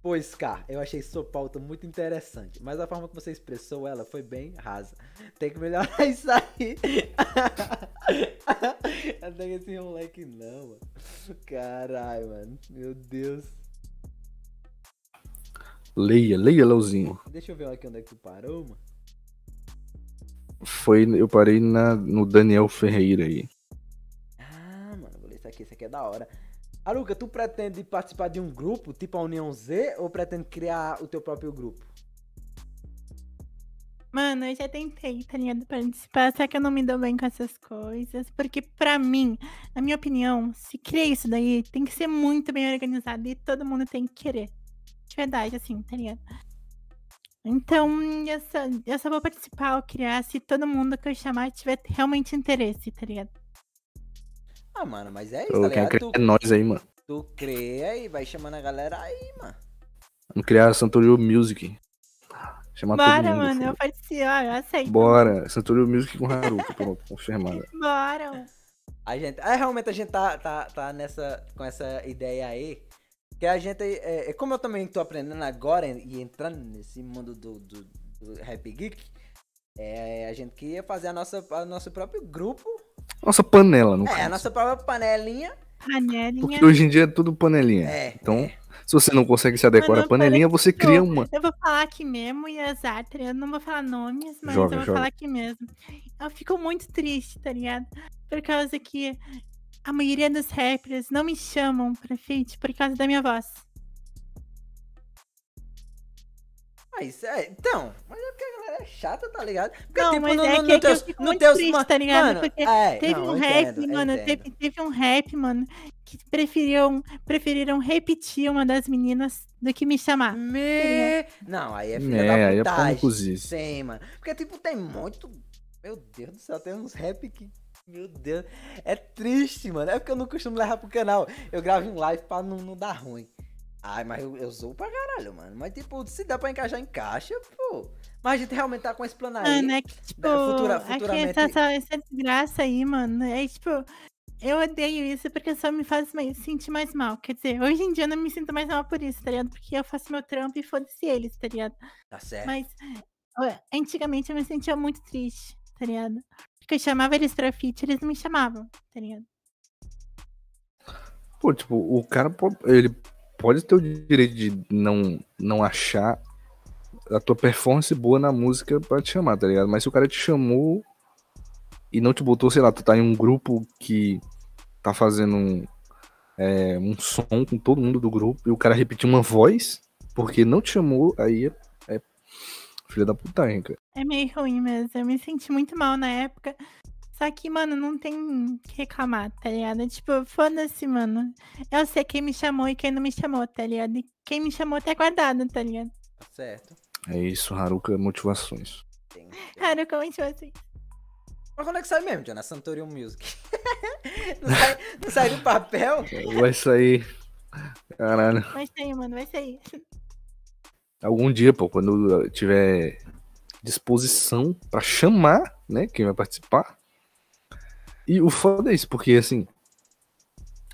A: Pô, Scar, eu achei sua pauta muito interessante, mas a forma que você expressou ela foi bem rasa. Tem que melhorar isso aí. Até que esse moleque não, mano. Caralho, mano. Meu Deus.
C: Leia, leia, Leozinho.
A: Deixa eu ver aqui onde é que tu parou, mano.
C: Foi, eu parei na, no Daniel Ferreira aí.
A: Ah, mano, vou ler isso aqui, isso aqui é da hora. Aruca, tu pretende participar de um grupo, tipo a União Z, ou pretende criar o teu próprio grupo?
B: Mano, eu já tentei, tá ligado? Participar, só que eu não me dou bem com essas coisas. Porque, pra mim, na minha opinião, se cria isso daí, tem que ser muito bem organizado e todo mundo tem que querer. De verdade, assim, tá ligado? Então, eu só, eu só vou participar ou criar se todo mundo que eu chamar tiver realmente interesse, tá ligado?
A: Ah, mano, mas é isso,
C: Então,
A: tá
C: quem
A: ligado?
C: acredita é
A: Tu,
C: nós aí, mano.
A: tu cria e vai chamando a galera aí, mano.
C: Vamos criar a Santorio Music. Chamar todo
B: Bora,
C: mundo.
B: mano, eu
C: foda.
B: participo, ó, eu aceito.
C: assim. Bora, Santorio Music com Haruka, pronto, confirmada.
B: Bora, mano.
A: A gente. É, realmente a gente tá, tá, tá nessa, com essa ideia aí. Que a gente. É, é, como eu também tô aprendendo agora e entrando nesse mundo do, do, do Rap Geek, é, a gente queria fazer a nossa, a nosso próprio grupo.
C: Nossa panela, no
A: É, a
C: caso.
A: nossa própria panelinha.
B: Panelinha.
C: Porque hoje em dia é tudo panelinha.
A: É.
C: Então, se você não consegue se adequar
B: Mano,
C: à panelinha, você
B: parece que
C: cria
B: eu-
C: uma.
B: Eu vou falar aqui mesmo e azar, tá ligado? Não vou falar nomes, mas
C: Joga,
B: eu vou
C: joga.
B: falar aqui mesmo. Eu fico muito triste, tá ligado? Por causa que a maioria dos rappers não me chamam pra feat por causa da minha voz.
A: Ah, isso é. Então, mas é porque a galera é chata, tá ligado? Porque,
B: Não, mas é que é que eu fico muito triste, tá ligado? Porque
A: é,
B: Teve
A: não,
B: um
A: eu
B: rap,
A: entendo, eu
B: mano.
A: entendo.
B: Teve, teve um rap, mano, que preferiam, preferiram repetir uma das meninas do que me chamar.
A: Me... Não, aí é filha
C: É,
A: da
C: aí é pau no
A: putagem.
C: cozice.
A: Sim, mano. Porque, tipo, tem muito... Meu Deus do céu, tem uns rap que... Meu Deus. É triste, mano. É porque eu não costumo levar pro canal. Eu gravo em live pra não, não dar ruim. Ai, mas eu, eu zoo pra caralho, mano. Mas, tipo, se dá pra encaixar, encaixa, pô. Mas a gente realmente tá com esse plano aí. né,
B: Mano, é que, tipo,
A: futura-
B: aqui
A: futuramente-
B: essa, essa, essa desgraça aí, mano. É tipo, eu odeio isso porque só me faz mais- sentir mais mal. Quer dizer, hoje em dia eu não me sinto mais mal por isso, tá ligado? Porque eu faço meu trampo e foda-se eles, tá ligado?
A: Tá certo.
B: Mas ué, antigamente eu me sentia muito triste, tá ligado? Porque eu chamava eles pra feat, eles não me chamavam, tá ligado?
C: Pô, tipo, o cara po- ele pode ter o direito de não, não achar a tua performance boa na música pra te chamar, tá ligado? Mas se o cara te chamou e não te botou, sei lá, tu tá em um grupo que tá fazendo um, é, um som com todo mundo do grupo e o cara repetiu uma voz porque não te chamou, aí é, é filha da putagem, cara.
B: É meio ruim mesmo. Eu me senti muito mal na época. Só que, mano, não tem o que reclamar, tá ligado? É Tipo, foda-se, mano. Eu sei quem me chamou e quem não me chamou, tá ligado? E quem me chamou tá guardado, tá ligado?
A: Tá certo.
C: É isso, Haruka, motivações.
A: Tem-
B: Cara, eu comento assim.
A: Mas quando é que sai mesmo, Jonas? Santorium Music. não, sai, não sai do papel?
C: Vai sair. Caralho.
B: Vai sair, tá mano, vai sair.
C: algum dia, pô, quando eu tiver disposição pra chamar, né, quem vai participar. E o foda é isso, porque assim,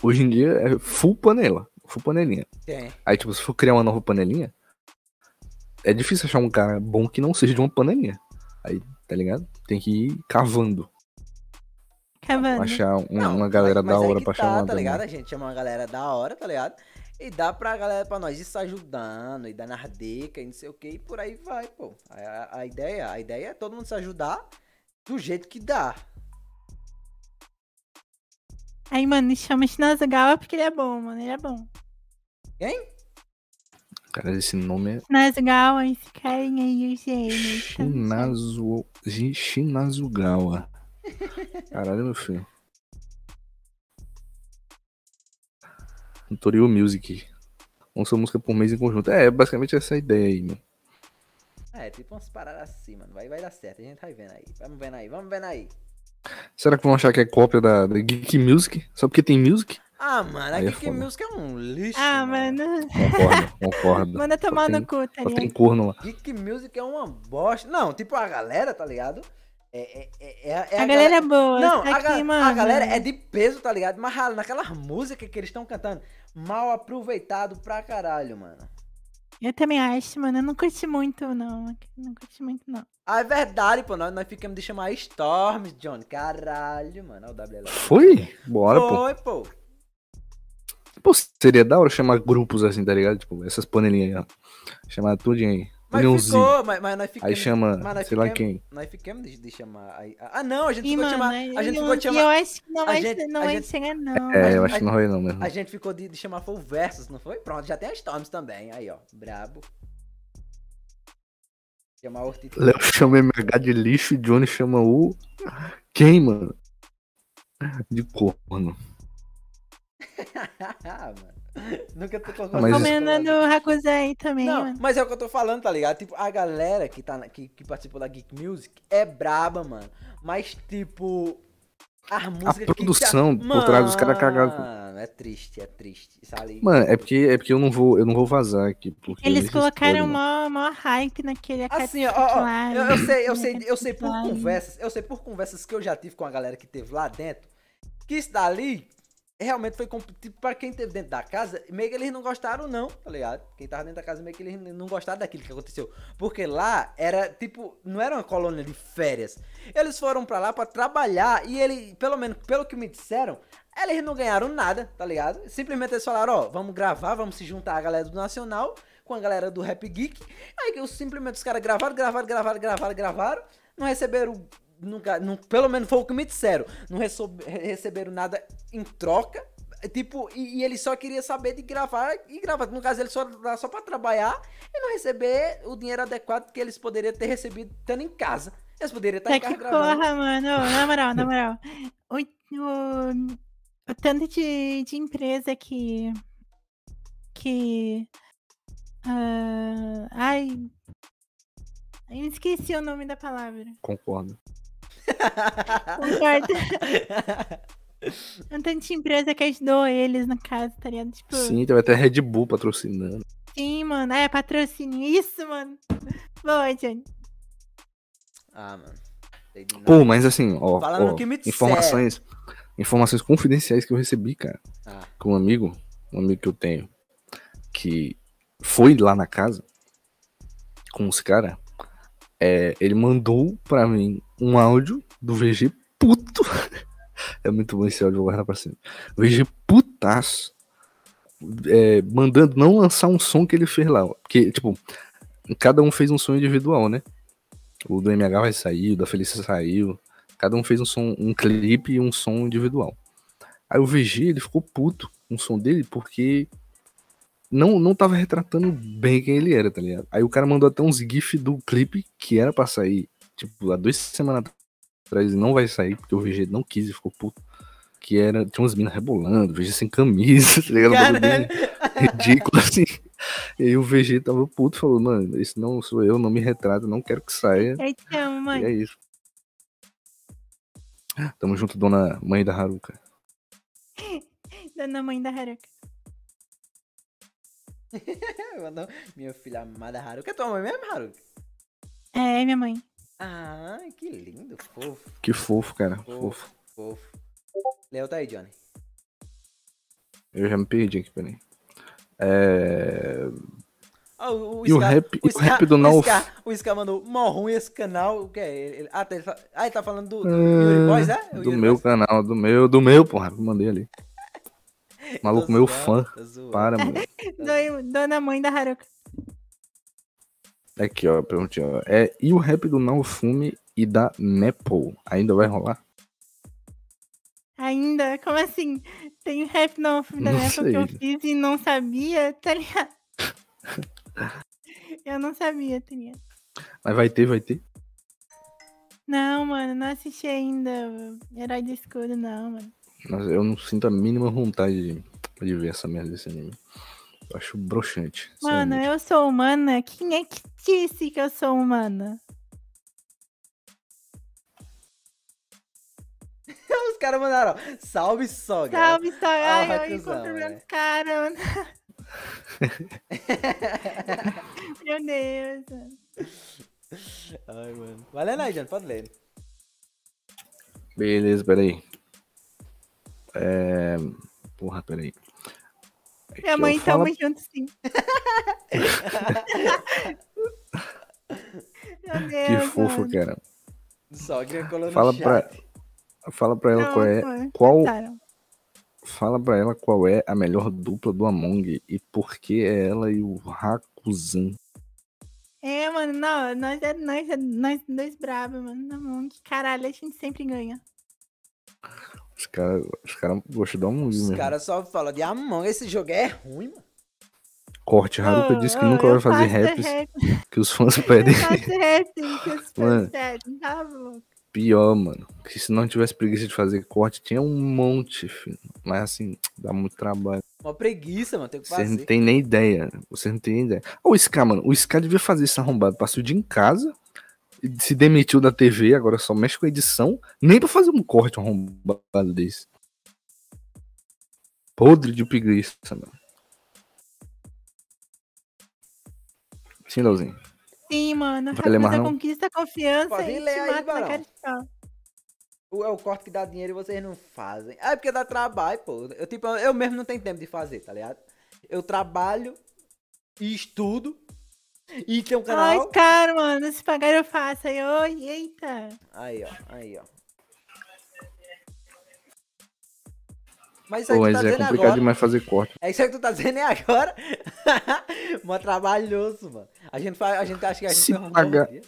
C: hoje em dia é full panela, full panelinha.
A: Tem.
C: Aí, tipo, se for criar uma nova panelinha, é difícil achar um cara bom que não seja de uma panelinha. Aí, tá ligado? Tem que ir cavando,
B: Cavando.
C: achar um-
A: É, né? Não,
C: uma galera
A: mas-
C: da
A: mas aí
C: hora
A: que
C: pra
A: tá,
C: chamar.
A: Tá
C: também.
A: ligado? A gente chama uma galera da hora, tá ligado? E dá pra galera, pra nós ir se ajudando, e dando as dicas, e não sei o que, e por aí vai, pô. A, a- a ideia, a ideia é todo mundo se ajudar do jeito que dá.
B: Aí, mano, chama Shinazugawa porque ele é bom, mano. Ele é bom.
C: Cara, esse nome é
B: Shinazugawa, esse carinha aí, o gênio. tá?
C: Shinazu... Shinazugawa. Caralho, meu filho. Torio Music. Lançou música por mês em conjunto. É, basicamente essa é a ideia aí, mano.
A: É, tipo umas paradas assim, mano. Vai, vai dar certo, a gente vai vendo aí. Vamos vendo aí, vamos vendo aí.
C: Será que vão achar que é cópia da, da Geek Music? Só porque tem music?
A: Ah, mano, a
C: Aí é
A: Geek
C: foda.
A: Music é um lixo.
B: Ah, mano,
C: Concordo, concordo.
B: manda tomar
C: tem-
B: no cu, tá
C: Só tem
B: ligado?
C: corno lá.
A: Geek Music é uma bosta. Não, tipo, a galera, tá ligado? É, é, é, é, é
B: A galera é boa.
A: Não,
B: só
A: a,
B: que,
A: ga- a
B: mano,
A: galera é de peso, tá ligado? Mas ah, naquelas músicas que eles estão cantando, mal aproveitado pra caralho, mano.
B: Eu também acho, mano. Eu não curti muito, não. Não curti muito, não.
A: Ah, é verdade, pô, nós, nós ficamos de chamar Storms, John. Caralho, mano, olha o WL.
C: Foi? Bora, pô.
A: Foi, pô.
C: Pô, seria da hora chamar grupos assim, tá ligado? Tipo, essas panelinhas aí, ó. Chamar tudinho aí.
A: Mas
C: Uniãozinho.
A: ficou, mas, mas nós ficamos.
C: Aí chama,
A: mas é nós
C: sei lá
A: ficamos-
C: quem.
A: Nós ficamos de, de chamar. aí- Ah, não, a gente
B: E,
A: ficou
B: mano,
A: de chamar. A gente
B: eu,
A: ficou de
B: e eu
A: chamar.
B: acho que não
A: a
B: vai,
A: gente-
B: ser- não
A: a
B: vai
A: gente-
B: chegar, não.
C: É, eu
A: a-
C: acho que não vai não mesmo.
A: A gente ficou de, de chamar foi o Versus, não foi? Pronto, já tem a Storms também. Aí, ó. Brabo. é Chamar o Ortiz.
C: Léo chama MH de lixo e Johnny chama o. Quem, mano? De corno.
A: Ah, mano. Nunca tô
C: Ah, mas-
B: Recomendando o Hakuza aí também,
A: Não,
B: mano.
A: mas é o que eu tô falando, tá ligado? Tipo, a galera que, tá na- que, que participou da Geek Music é braba, mano. Mas, tipo, as músicas que-
C: produção por trás dos caras cagaram.
A: Mano, é triste, é triste. Sabe?
C: Mano, é porque, é porque eu não vou, eu não vou vazar aqui. Porque
B: Eles
C: esse
B: colocaram
C: spoiler,
B: mó, mó hype naquele
A: Assim, ó,
B: Akatsuki
A: ó,
B: lá,
A: eu, eu
B: mano.
A: sei, eu sei, eu sei por
B: Claro.
A: conversas, eu sei por conversas que eu já tive com a galera que teve lá dentro, que isso dali realmente foi compl- tipo, pra quem teve dentro da casa, meio que eles não gostaram não, tá ligado? Quem tava dentro da casa meio que eles não gostaram daquilo que aconteceu, porque lá era tipo, não era uma colônia de férias. Eles foram pra lá pra trabalhar e ele, pelo menos pelo que me disseram, eles não ganharam nada, tá ligado? Simplesmente eles falaram, ó, vamos gravar, vamos se juntar a galera do Nacional com a galera do Rap Geek Aí que eu simplesmente os caras gravaram, gravaram, gravaram, gravaram, gravaram, não receberam. Nunca, não, pelo menos foi o que me disseram. Não resob- re- receberam nada em troca. é, Tipo, e, e ele só queria saber de gravar e gravar. No caso, ele só lá só pra trabalhar e não receber o dinheiro adequado que eles poderiam ter recebido estando em casa. Eles poderiam estar
B: Tá
A: em casa
B: que
A: gravando.
B: porra, mano. Na moral, na moral. O, o, o tanto de, de empresa que. Que. ah, ai. Eu esqueci o nome da palavra.
C: Concordo.
B: Concordo. um tanto de empresa que ajudou eles, no caso, tá ligado? Tipo, sim,
C: Sim, teve até Red Bull patrocinando.
B: mano. É, patrocínio. Isso, mano. Boa, Johnny.
A: Ah, mano. Sei de nada.
C: Pô, mas assim, ó,
A: Falando
C: ó,
A: que me disseram.
C: informações, informações confidenciais que eu recebi, cara,
A: Ah.
C: com um amigo, um amigo que eu tenho, que foi lá na casa com os caras, ele mandou pra mim um áudio do VG puto. É muito bom esse áudio, vou guardar pra sempre. VG putaço. é, mandando não lançar um som que ele fez lá. ó, Porque, tipo, cada um fez um som individual, né? O do MH vai sair, o da Felícia saiu. Cada um fez um som, um clipe e um som individual. Aí o VG, ele ficou puto com o som dele porque não, não tava retratando bem quem ele era, tá ligado? Aí o cara mandou até uns GIF do clipe que era pra sair, tipo, há duas semanas atrás e não vai sair, porque o VG não quis e ficou puto. Que era, tinha umas minas rebolando, VG sem camisa, tá ligado? Um bagulho bem Ridículo, assim. E aí o VG tava puto, falou, mano, esse não sou eu, não me retrata, não quero que saia.
B: Eu te amo,
C: E
B: mãe.
C: é isso. Tamo junto, dona mãe da Haruka.
B: Dona mãe da Haruka.
A: Eu não- Minha filha amada Haruka. É tua mãe mesmo, Haruka?
B: É, minha mãe.
A: Ah, que lindo, fofo,
C: Que fofo, cara.
A: Fofo.
C: Fofo.
A: fofo. Léo tá aí, Johnny.
C: Eu já me perdi aqui, peraí. É...
A: Ah, o,
C: E o rap- e o rap do Nauf?
A: O Scar, o Scar mandou mó ruim esse canal. O que é? Ele, ele- ah, tá, ele, fa- ah, ele tá falando do, do Yuri Boys, é? O
C: do
A: Yuri
C: meu
A: Boys?
C: canal, do meu, do meu, porra. que eu Mandei ali. Maluco,
A: Tô
C: meu
A: Tá zoando,
C: fã.
A: tô zoando.
C: Para, mano.
B: Doi- Dona mãe da Haruka.
C: Aqui, ó, perguntinha. ó. É, e o rap do Naofume e da Maple? Ainda vai rolar?
B: Ainda? Como assim? Tem rap novo da
C: Não
B: época que eu
C: sei.
B: fiz e não sabia, tá ligado? eu não sabia, tá ligado?
C: Mas vai ter, vai ter.
B: Não, mano, não assisti ainda o Herói do Escudo, não, mano.
C: Mas eu não sinto a mínima vontade de, de ver essa merda desse anime. Eu acho broxante.
B: Mano,
C: sinceramente.
B: eu sou humana? Quem é que disse que eu sou humana?
A: Os caras mandaram, ó, salve sogra.
B: Salve, salve.
A: vai
B: Ai, eu
A: cuzão,
B: encontro
C: né?
A: é.
B: meus caras. mano. Meu Deus. mano.
A: Ai, mano. Vai lendo aí, Johnny, pode ler.
C: Beleza, peraí. É... Porra, peraí. Aqui,
B: Minha
C: ó,
B: mãe, tá
C: fala...
B: tamo junto sim. Meu
C: Que
B: Deus.
C: fofo,
B: mano.
C: cara.
A: Sogra colou no
C: Fala
A: chat.
C: pra... Fala pra ela qual é...
B: Nossa,
C: Qual...
B: cara.
C: Fala pra ela qual é a melhor dupla do Among e por que é ela e o Hakuzan.
B: É, mano, não, nós, é- nós, é- nós dois bravos, mano. Na mão, que caralho, a gente sempre ganha.
C: Os caras os cara gostam do Among
A: Os
C: mesmo.
A: caras só falam de amão, esse jogo é ruim, mano.
C: Corte, Haruka
B: Ô,
C: disse que
B: ô,
C: nunca
B: eu
C: vai fazer
B: faço
C: raps
B: rap,
C: que os fãs pedem.
B: Eu faço rap, que os
C: Mano.
B: fãs pedem, tá bom.
C: Pior, mano. Que se não tivesse preguiça de fazer corte, tinha um monte, filho. Mas assim, dá muito trabalho.
A: Uma preguiça, mano, tem que
C: Vocês não
A: fazer.
C: tem nem ideia. Vocês não tem nem ideia. Ô, o Scar, mano. O Scar devia fazer isso arrombado. Passou o dia em casa, e se demitiu da TV, agora só mexe com edição. Nem pra fazer um corte arrombado desse. Podre de preguiça, mano. Sim, Leozinho.
B: Sim, mano,
C: Vai ler mais
B: Raposa
C: não?
B: conquista a confiança
A: Pode
B: e
A: ler
B: te
A: aí,
B: mata na
A: Barão.
B: cara de pau.
A: O- É o corte que dá dinheiro e vocês não fazem. Ah, É porque dá trabalho, pô. Eu, tipo, eu mesmo não tenho tempo de fazer, tá ligado? Eu trabalho e estudo. E tem um
B: Ai,
A: canal.
B: cara, mano, se pagar eu faço. Aí, oi, eita.
A: Aí, ó. Aí, ó. Mas isso aí
C: Pô,
A: que tu
C: mas
A: tá
C: é
A: dizendo
C: complicado
A: agora.
C: demais fazer corte.
A: É isso aí que tu tá dizendo é agora. Mó trabalhoso, mano. A gente, faz, a gente acha que a gente
C: Se
A: arrumou um
C: pagar-
A: dia.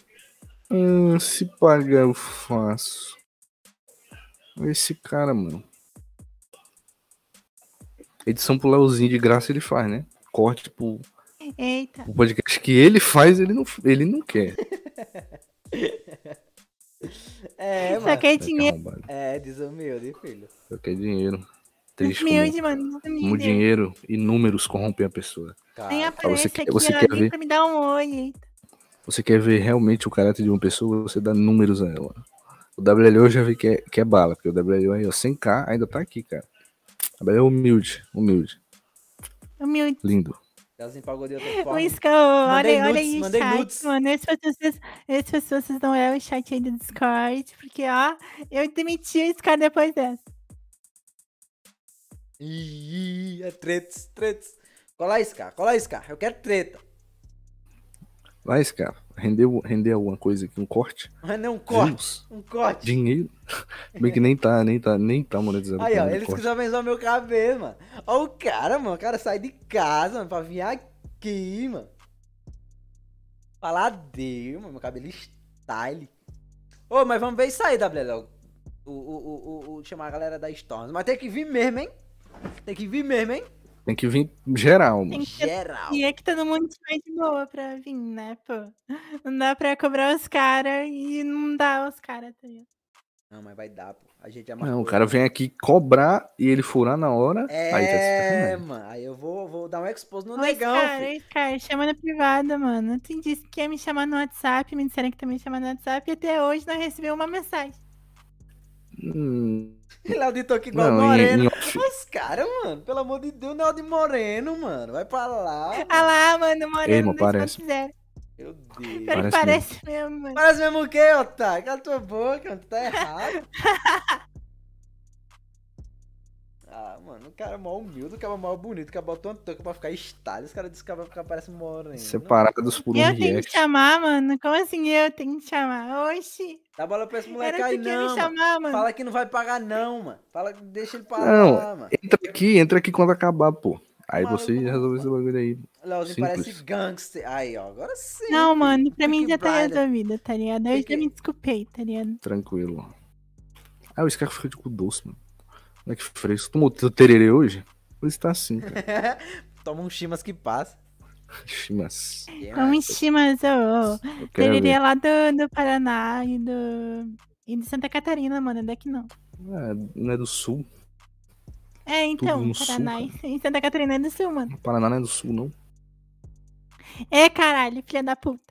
C: Hum, se pagar, eu faço. Esse cara, mano. edição pro Leozinho de graça ele faz, né? Corte pro,
B: Eita.
C: pro podcast que ele faz, ele não, ele não quer.
A: É,
B: Só
A: mano.
B: que é
C: Tá
B: dinheiro.
C: arrombado.
A: É, desumilde, filho.
C: Só quer dinheiro. Triste como,
B: Humilde, mano.
C: como
B: Humilde.
C: dinheiro e números corrompem a pessoa.
B: Nem
A: Cara,
B: aparece
C: quer-
B: aqui
C: Ah, você
B: ó,
C: quer
B: nem
C: ver?
B: pra me dar um oi. eita.
C: Você quer ver realmente o caráter de uma pessoa, você dá números a ela. O WLO eu já vi que é, que é bala, porque o WLO aí, ó, 100k, ainda tá aqui, cara. O WLO é humilde, humilde,
B: Humilde.
C: lindo.
A: Leozinho pagou de outra
B: O
A: forma.
B: Isca, ó,
A: Mandei
B: olha, olha
A: nudes,
B: aí o
A: mandei
B: chat,
A: nudes.
B: mano. Esse foi, vocês, esse foi se vocês não é o chat aí do Discord, porque, ó, eu demiti esse cara depois dessa.
A: Ih, é tretas, tretas. Cola isso, cara. Cola isso, cara. Eu quero treta.
C: Mas, cara, rendeu, rendeu alguma coisa aqui, um corte?
A: Mas não um corte.
C: Views?
A: Um corte.
C: Dinheiro? Bem que nem tá, nem tá, nem tá monetizado.
A: Aí, ó,
C: cara,
A: eles
C: corte.
A: quiseram vender meu cabelo, mano. Ó, o cara, mano, o cara sai de casa, mano, pra vir aqui, mano. Falar dele, mano, meu cabelo style. Ô, mas vamos ver isso aí, WL. O, o, o, o, o- chamar a galera da Storms. Mas tem que vir mesmo, hein? Tem que vir mesmo, hein?
C: Tem que vir geral, mano.
B: Tem que ter
A: Geral.
B: E é que todo mundo tiver de boa pra vir, né, pô? Não dá pra cobrar os caras e não dá os tá caras também.
A: Não, mas vai dar, pô. A gente é já
C: Não,
A: marcou.
C: o cara vem aqui cobrar e ele furar na hora. Aí tá de
A: É,
C: sacanagem.
A: mano. Aí eu vou, vou dar um expose no
B: Ô, esse
A: negão,
B: cara,
A: filho.
B: esse cara, chama na privada, mano. Tu disse que ia me chamar no WhatsApp, me disseram que também ia chamar no WhatsApp e até hoje não recebeu uma mensagem.
C: Hum,
A: Ele é auditor que igual
C: Não,
A: Moreno.
C: em, em off,
A: Os caras, mano, pelo amor de Deus, não é o de Moreno, mano. Vai pra lá.
B: Ah lá, mano, morando
C: irmão, parece.
B: 2.0.
A: Meu Deus.
B: Pior que
C: Parece
B: parece mesmo, mano.
A: Parece mesmo o quê, otário? Cala tua boca, mano. Tu tá errado. ah, mano, o cara é mó humilde, o cara é mó bonito, o cara botou uma touca pra ficar estalho. Os caras dizem que o cara vai ficar parece moreno.
C: separados por um
B: Eu tenho que
C: react.
B: chamar, mano. Como assim eu tenho que chamar? Oxi,
A: Dá bola pra esse moleque
B: era
A: aí,
B: tu que ia
A: não.
B: me
A: Mano.
B: chamar, mano.
A: Fala que não vai pagar, não, mano. Fala que deixa ele pagar,
C: Não,
A: mano.
C: Entra aqui, entra aqui quando acabar, pô. Aí
A: Maluco,
C: você resolve esse bagulho aí.
A: Leozinho
C: simples.
A: parece gangster. Aí, ó, agora sim.
B: Não, mano, pra
A: Tem
B: mim
A: que
B: já tá
A: brilhar.
B: resolvida, tá ligado? Eu
A: Tem que-
B: já me desculpei, tá ligado?
C: Tranquilo. Ah, o Scar fica de cu doce, mano. Moleque fresco. Tomou teu tererê hoje? Hoje tá assim, cara.
A: Toma um chimas que passa.
C: Ixi, Mas
B: Então, enchi, mas ô, ô,
C: eu quero ver.
B: teria lá do, do Paraná e do. E de Santa Catarina, mano, é daqui não.
C: Ah, não é do sul.
B: É, então,
C: no sul,
B: Paraná e e Santa Catarina é do sul, mano.
C: Paraná não é do sul, não.
B: É, caralho, filha da puta.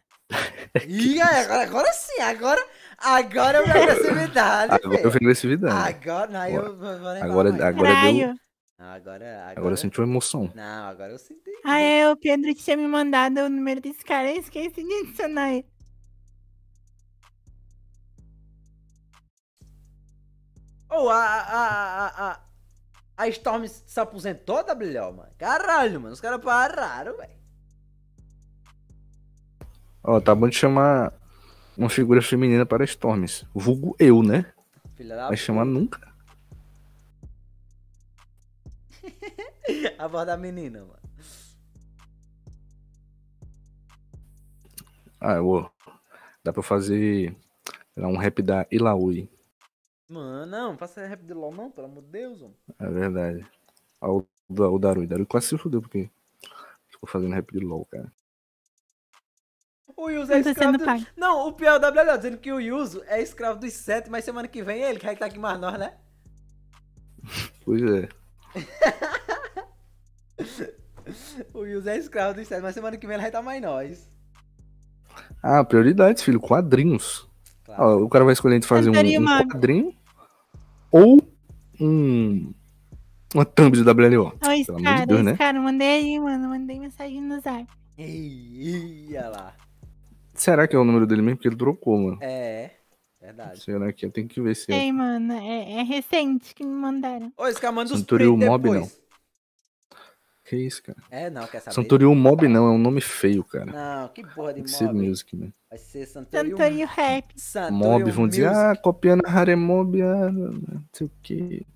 A: Ih, agora, agora sim, agora. Agora eu vi agressividade.
C: Agora eu
A: velho.
C: vi agressividade.
A: Agora, não, aí eu vou- vou nem
C: Agora-
A: falar mais.
C: é, Agora deu-
B: Caralho.
A: Não, agora, agora,
C: Agora eu senti uma emoção.
A: Não, agora eu senti.
B: Ah, é, o Pedro tinha me mandado o número desse cara, eu esqueci de adicionar ele.
A: Ô, a, a, a, a, a Storm se aposentou da Brilhão, mano. Caralho, mano, os caras pararam, velho.
C: Ó, tá bom de chamar uma figura feminina para Storms. Vulgo eu, né?
A: Filha da
C: Vai chamar nunca.
A: puta. a voz da menina, mano.
C: Ah, eu, dá pra fazer sei lá, um rap da Ilaoi.
A: Mano, não, faça rap de LOL, não, pelo amor de Deus, mano.
C: É verdade. Ó, o, da- o Darui. Darui quase se fudeu porque ficou fazendo rap de LOL, cara.
A: O Yuzo é
B: Não tô
A: escravo.
B: sendo
A: do-
B: pago.
A: Não, o pior da WL, dizendo que o Yuzo é escravo dos sete, mas semana que vem ele, que vai estar aqui mais nós, né?
C: Pois é.
A: O Yuzo é escravo dos sete, mas semana que vem ele vai estar mais nós.
C: Ah, prioridades, filho. Quadrinhos.
A: Claro.
C: Ó, o cara vai escolher entre fazer um,
B: Cantaria
C: um
B: uma-
C: quadrinho ou um. Uma thumb de WLO.
B: Ó, esse
C: Pelo amor de
B: cara,
C: Deus,
B: esse
C: né?
B: cara, mandei aí, mano, mandei mensagem no zap.
A: Ih, olha lá.
C: Será que é o número dele mesmo? Porque ele trocou, mano.
A: É, verdade.
C: Será que eu tenho que ver se é.
B: Ei, mano, é, é recente que me mandaram.
A: Ô, esse cara manda os
C: Centurion
A: peitos
C: Mob,
A: depois.
C: Que isso, cara?
A: É, não, quer saber?
C: Santoriu Mob não, é um nome feio, cara.
A: Não, que porra de
C: Tem que ser
A: mob.
C: Music, né?
A: Vai ser Santorium.
B: Santorio Rap.
A: Santorium
C: Mob, vão dizer,
A: Music.
C: ah, copiando a Hare Mob, ah, não sei o que.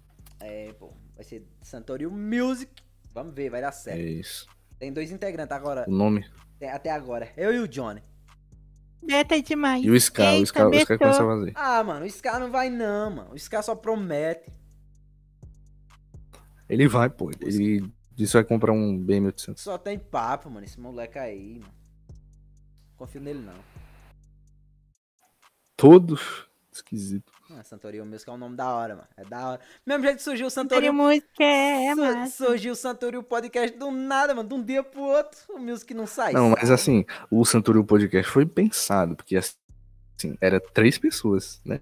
A: É, pô. Vai ser Santorium Music. Vamos ver, vai dar
C: É
A: certo.
C: isso.
A: Tem dois integrantes agora,
C: O nome.
A: tem- até agora. Eu e o Johnny.
B: Beta demais.
C: E o Scar, o
B: Eita,
C: Scar, o Scar
B: vetou.
C: começa a fazer.
A: Ah, mano, o Scar não vai não, mano. O Scar só promete.
C: Ele vai, pô. Ele disse que vai comprar um BM800.
A: Só tem papo, mano. Esse moleque aí, mano. Confio nele não.
C: Todos. Esquisito.
A: Ah, Santorio Music é um nome da hora, mano. É da hora. Mesmo jeito que surgiu o
B: Teria
A: Santorio
B: música, é,
A: Su-
B: massa.
A: Surgiu o Santorio Podcast do nada, mano. De um dia pro outro, o Music não sai.
C: Não, mas assim, o Santorio Podcast foi pensado, porque assim, era três pessoas, né?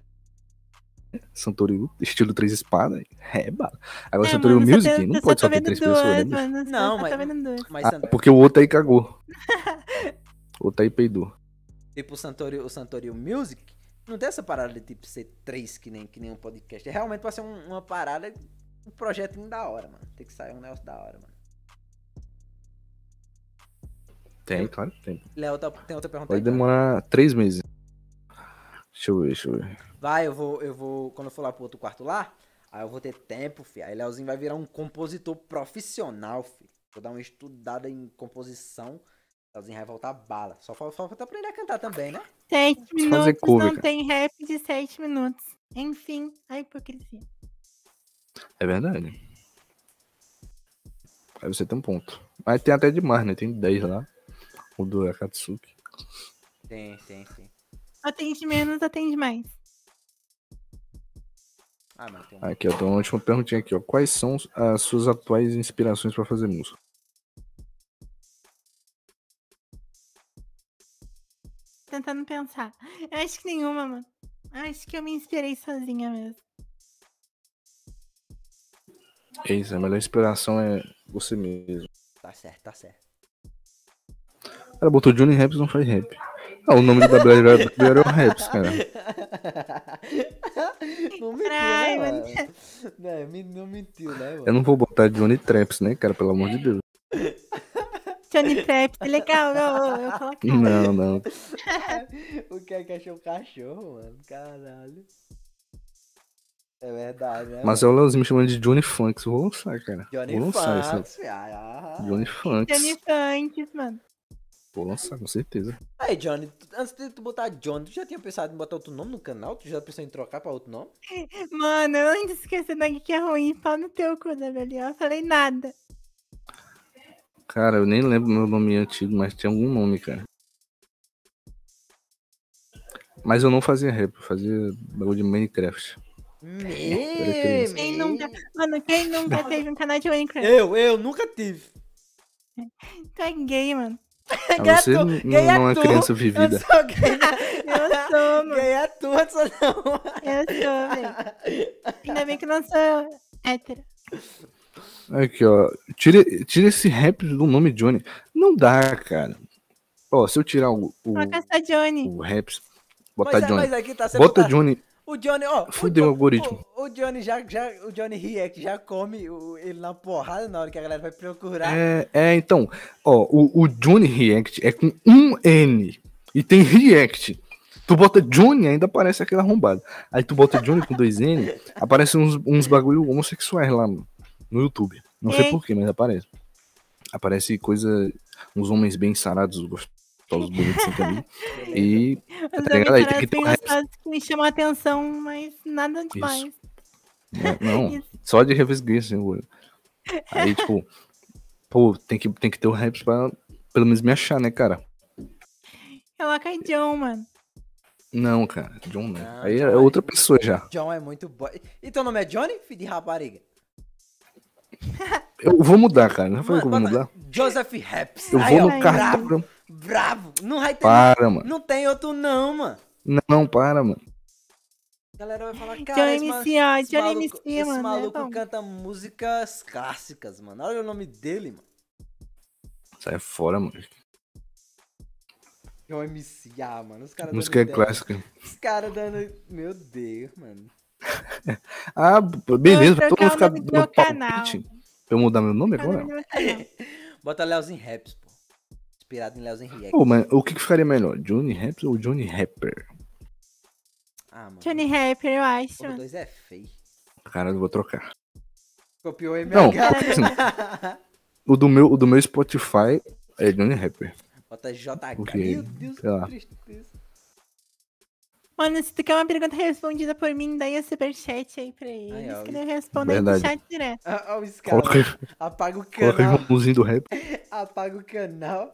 C: Santorio, estilo três espadas, é bala. Agora
B: É,
C: Santorio
B: mano, só
C: Music,
B: tô-
C: não
B: só
C: pode
B: tô
C: só ter
B: tá vendo
C: três
B: duas,
C: pessoas, né? bicho?
B: Mano, só-
A: Não,
B: só
A: mas-
B: tô vendo duas.
A: Mas
C: Ah,
A: também,
C: porque o outro aí cagou. O outro aí peidou.
A: tipo, o Santorio, o Santorio Music não tem essa parada de tipo ser três que nem, que nem um podcast. É realmente pra ser um- uma parada, um projetinho da hora, mano. Tem que sair um negócio da hora, mano.
C: Tem, claro que tem.
A: Léo, tá- tem outra pergunta
C: Vai
A: aí, cara?
C: demorar três meses. Deixa eu ver, deixa eu ver.
A: Vai, eu vou, eu vou. Quando eu for lá pro outro quarto lá, aí eu vou ter tempo, fi. Aí Leozinho vai virar um compositor profissional, fi. Vou dar uma estudada em composição. Leozinho vai voltar bala. Só fal- falta aprender a cantar também, né?
B: Sete
C: fazer
B: minutos,
C: cover,
B: não
C: cara.
B: tem rap de sete minutos. Enfim, a hipocrisia.
C: É verdade. Aí você tem um ponto. Mas tem até demais, né? Tem 10 lá. O do Akatsuki.
A: Tem, tem, tem.
B: Atende menos, atende mais.
A: Ah, mano, tem um.
C: Aqui, ó. Tem uma última perguntinha aqui, ó. Quais são as suas atuais inspirações pra fazer música?
B: Tentando pensar. Eu acho que nenhuma, mano. Eu acho que eu me inspirei sozinha mesmo.
C: É isso, a melhor inspiração é você mesmo.
A: Tá certo, tá certo.
C: Ela botou Johnny Raps, não faz rap. Ah, o nome do WLW é o Raps, cara.
A: não mentiu,
B: Ai,
A: né,
B: mano.
A: mano? Né, me- Não, mentiu, né,
C: Eu
A: mano?
C: não vou botar Johnny Traps, né, cara? Pelo amor de Deus.
B: Johnny Traps, é legal, eu, eu, eu coloquei.
C: Não, não.
A: O que é cachorro, cachorro, mano? Caralho. É verdade, né?
C: Mas é
A: mano?
C: o Leozinho me chamando de Johnny Funks. Vou lançar, cara.
A: Johnny
C: vou lançar isso.
A: Funks, fi. Ah, ah.
C: Johnny Funks.
B: Johnny Funks, mano.
C: Vou lançar, com certeza.
A: Aí, Johnny, tu- antes de tu botar Johnny, tu já tinha pensado em botar outro nome no canal? Tu já pensou em trocar pra outro nome?
B: Mano, eu não esqueci daqui que é ruim. Pau no teu cu, Gabriel. Eu falei nada.
C: Cara, eu nem lembro meu nome antigo, mas tinha algum nome, cara. Mas eu não fazia rap, eu fazia bagulho de Minecraft.
A: Me,
B: Quem nunca, mano, quem nunca teve um canal de Minecraft?
A: Eu, eu nunca tive.
B: Tu é gay, mano.
C: Ah, você
A: Gato,
C: não, não
A: quem é
C: é uma
A: tu?
C: criança
A: Eu
C: vivida.
A: sou gay.
B: Eu sou, mano.
A: Quem é tu, eu sou não.
B: Eu sou, velho. Ainda bem que eu não sou hétero.
C: Aqui, ó. Tira, tira esse rap do nome Johnny. Não dá, cara. Ó, se eu tirar o, o,
B: Coloca só Johnny.
C: o raps, botar
A: Mas, é-
C: Johnny.
A: mas aqui tá sendo.
C: Bota
A: tá-
C: Johnny.
A: O Johnny, ó. o
C: Fudeu o
A: Jo-
C: algoritmo.
A: O, o Johnny já, já. O Johnny Riek já come o- ele na porrada na hora que a galera vai procurar.
C: É, é, então. Ó, o, o Johnny React é com um N. E tem React. Tu bota Johnny, ainda aparece aquele arrombado. Aí tu bota Johnny com dois N, aparece uns, uns bagulho homossexuais lá no, no YouTube. Não sei
B: Ei.
C: porquê, mas aparece. Aparece coisa. Uns homens bem sarados, gostosos, bonitos sem caminho. E.
B: Os
C: tá ligado? Aí tem que ter um
B: amigos que me chamam a atenção, mas nada demais.
C: né, Não,
B: Isso.
C: só de revesgueiro, olho. Aí, tipo. Pô, tem que, tem que ter o rap pra pelo menos me achar, né, cara?
B: Coloca John, mano.
C: Não, cara, John não.
A: Não,
C: Aí
A: John
C: é
A: é-
C: outra pessoa já.
A: John é muito bom. E teu nome é Johnny, filho de rapariga?
C: Eu vou mudar, cara. Não foi que eu vou
A: Mano, bota
C: mudar?
A: Joseph Raps.
C: Eu
A: Aí,
C: vou
A: ó,
C: no
A: bravo,
C: cartório.
A: bravo. Não vai ter.
C: Para, mano.
A: Não tem outro não, mano.
C: Não, não, para, mano.
A: A galera vai falar, cara,
B: Johnny
A: esse, ma-
B: MC, ó.
A: esse
B: Johnny
A: maluco,
B: MC,
A: esse
B: mano. É
A: maluco
B: bom.
A: canta músicas clássicas, mano. Olha o nome dele, mano.
C: Sai fora, mano.
A: John MC, ah, mano. Os caras
C: Música é
A: dando ideia.
C: clássica.
A: Os caras dando... Meu Deus, mano.
C: Ah, b- beleza.
B: trocar
C: Todo
B: o nome
C: mundo fica
B: do
C: dando
B: meu canal.
C: palpite. Eu mudar meu nome agora?
A: Bota Leozinho Raps, pô. Inspirado em Leozinho React.
C: Pô, mas o que, que ficaria melhor? Johnny Raps ou Johnny Rapper?
A: Ah, mano.
B: Johnny Rapper, eu acho.
A: O
B: mano.
A: dois é feio.
C: Cara, eu vou trocar.
A: Copiou o MH.
C: Não, o do meu, o do meu Spotify é Johnny Rapper.
A: Bota JH.
C: Ok,
A: Meu Deus,
C: sei lá.
A: que tristeza.
B: Mano, se tu quer uma pergunta respondida por mim, daí o superchat aí pra eles,
A: ó,
B: que eu respondo aí no
C: Verdade.
B: chat direto.
A: Olha os
C: Coloca,
A: caras. ah, Apaga o
C: coloca
A: canal.
C: as mãozinhas do rap.
A: Apaga o canal.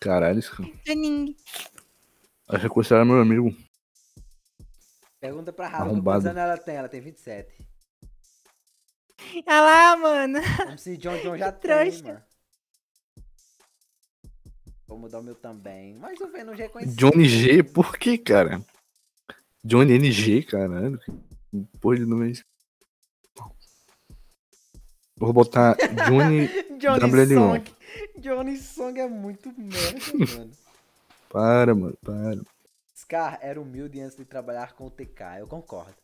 C: Caralho, isso.
B: Juninho,
C: Acho que considera meu amigo.
A: Pergunta pra Haruka quantos
C: Arrombado.
A: anos ela tem. Ela tem 27.
B: Olha Ah lá, mano.
A: Como se John John já
B: Que
A: tem,
B: trouxa.
A: mano. Vou mudar o meu também. Mas o Venom já é conhecido.
C: Johnny G, por que, cara? Johnny NG, caralho. que Porra de nome é esse? Eu Vou botar Johnny.
A: Johnny
C: WL1.
A: Song. Johnny Song é muito merda, mano.
C: Para, mano, para.
A: Scar era humilde antes de trabalhar com o TK. Eu concordo.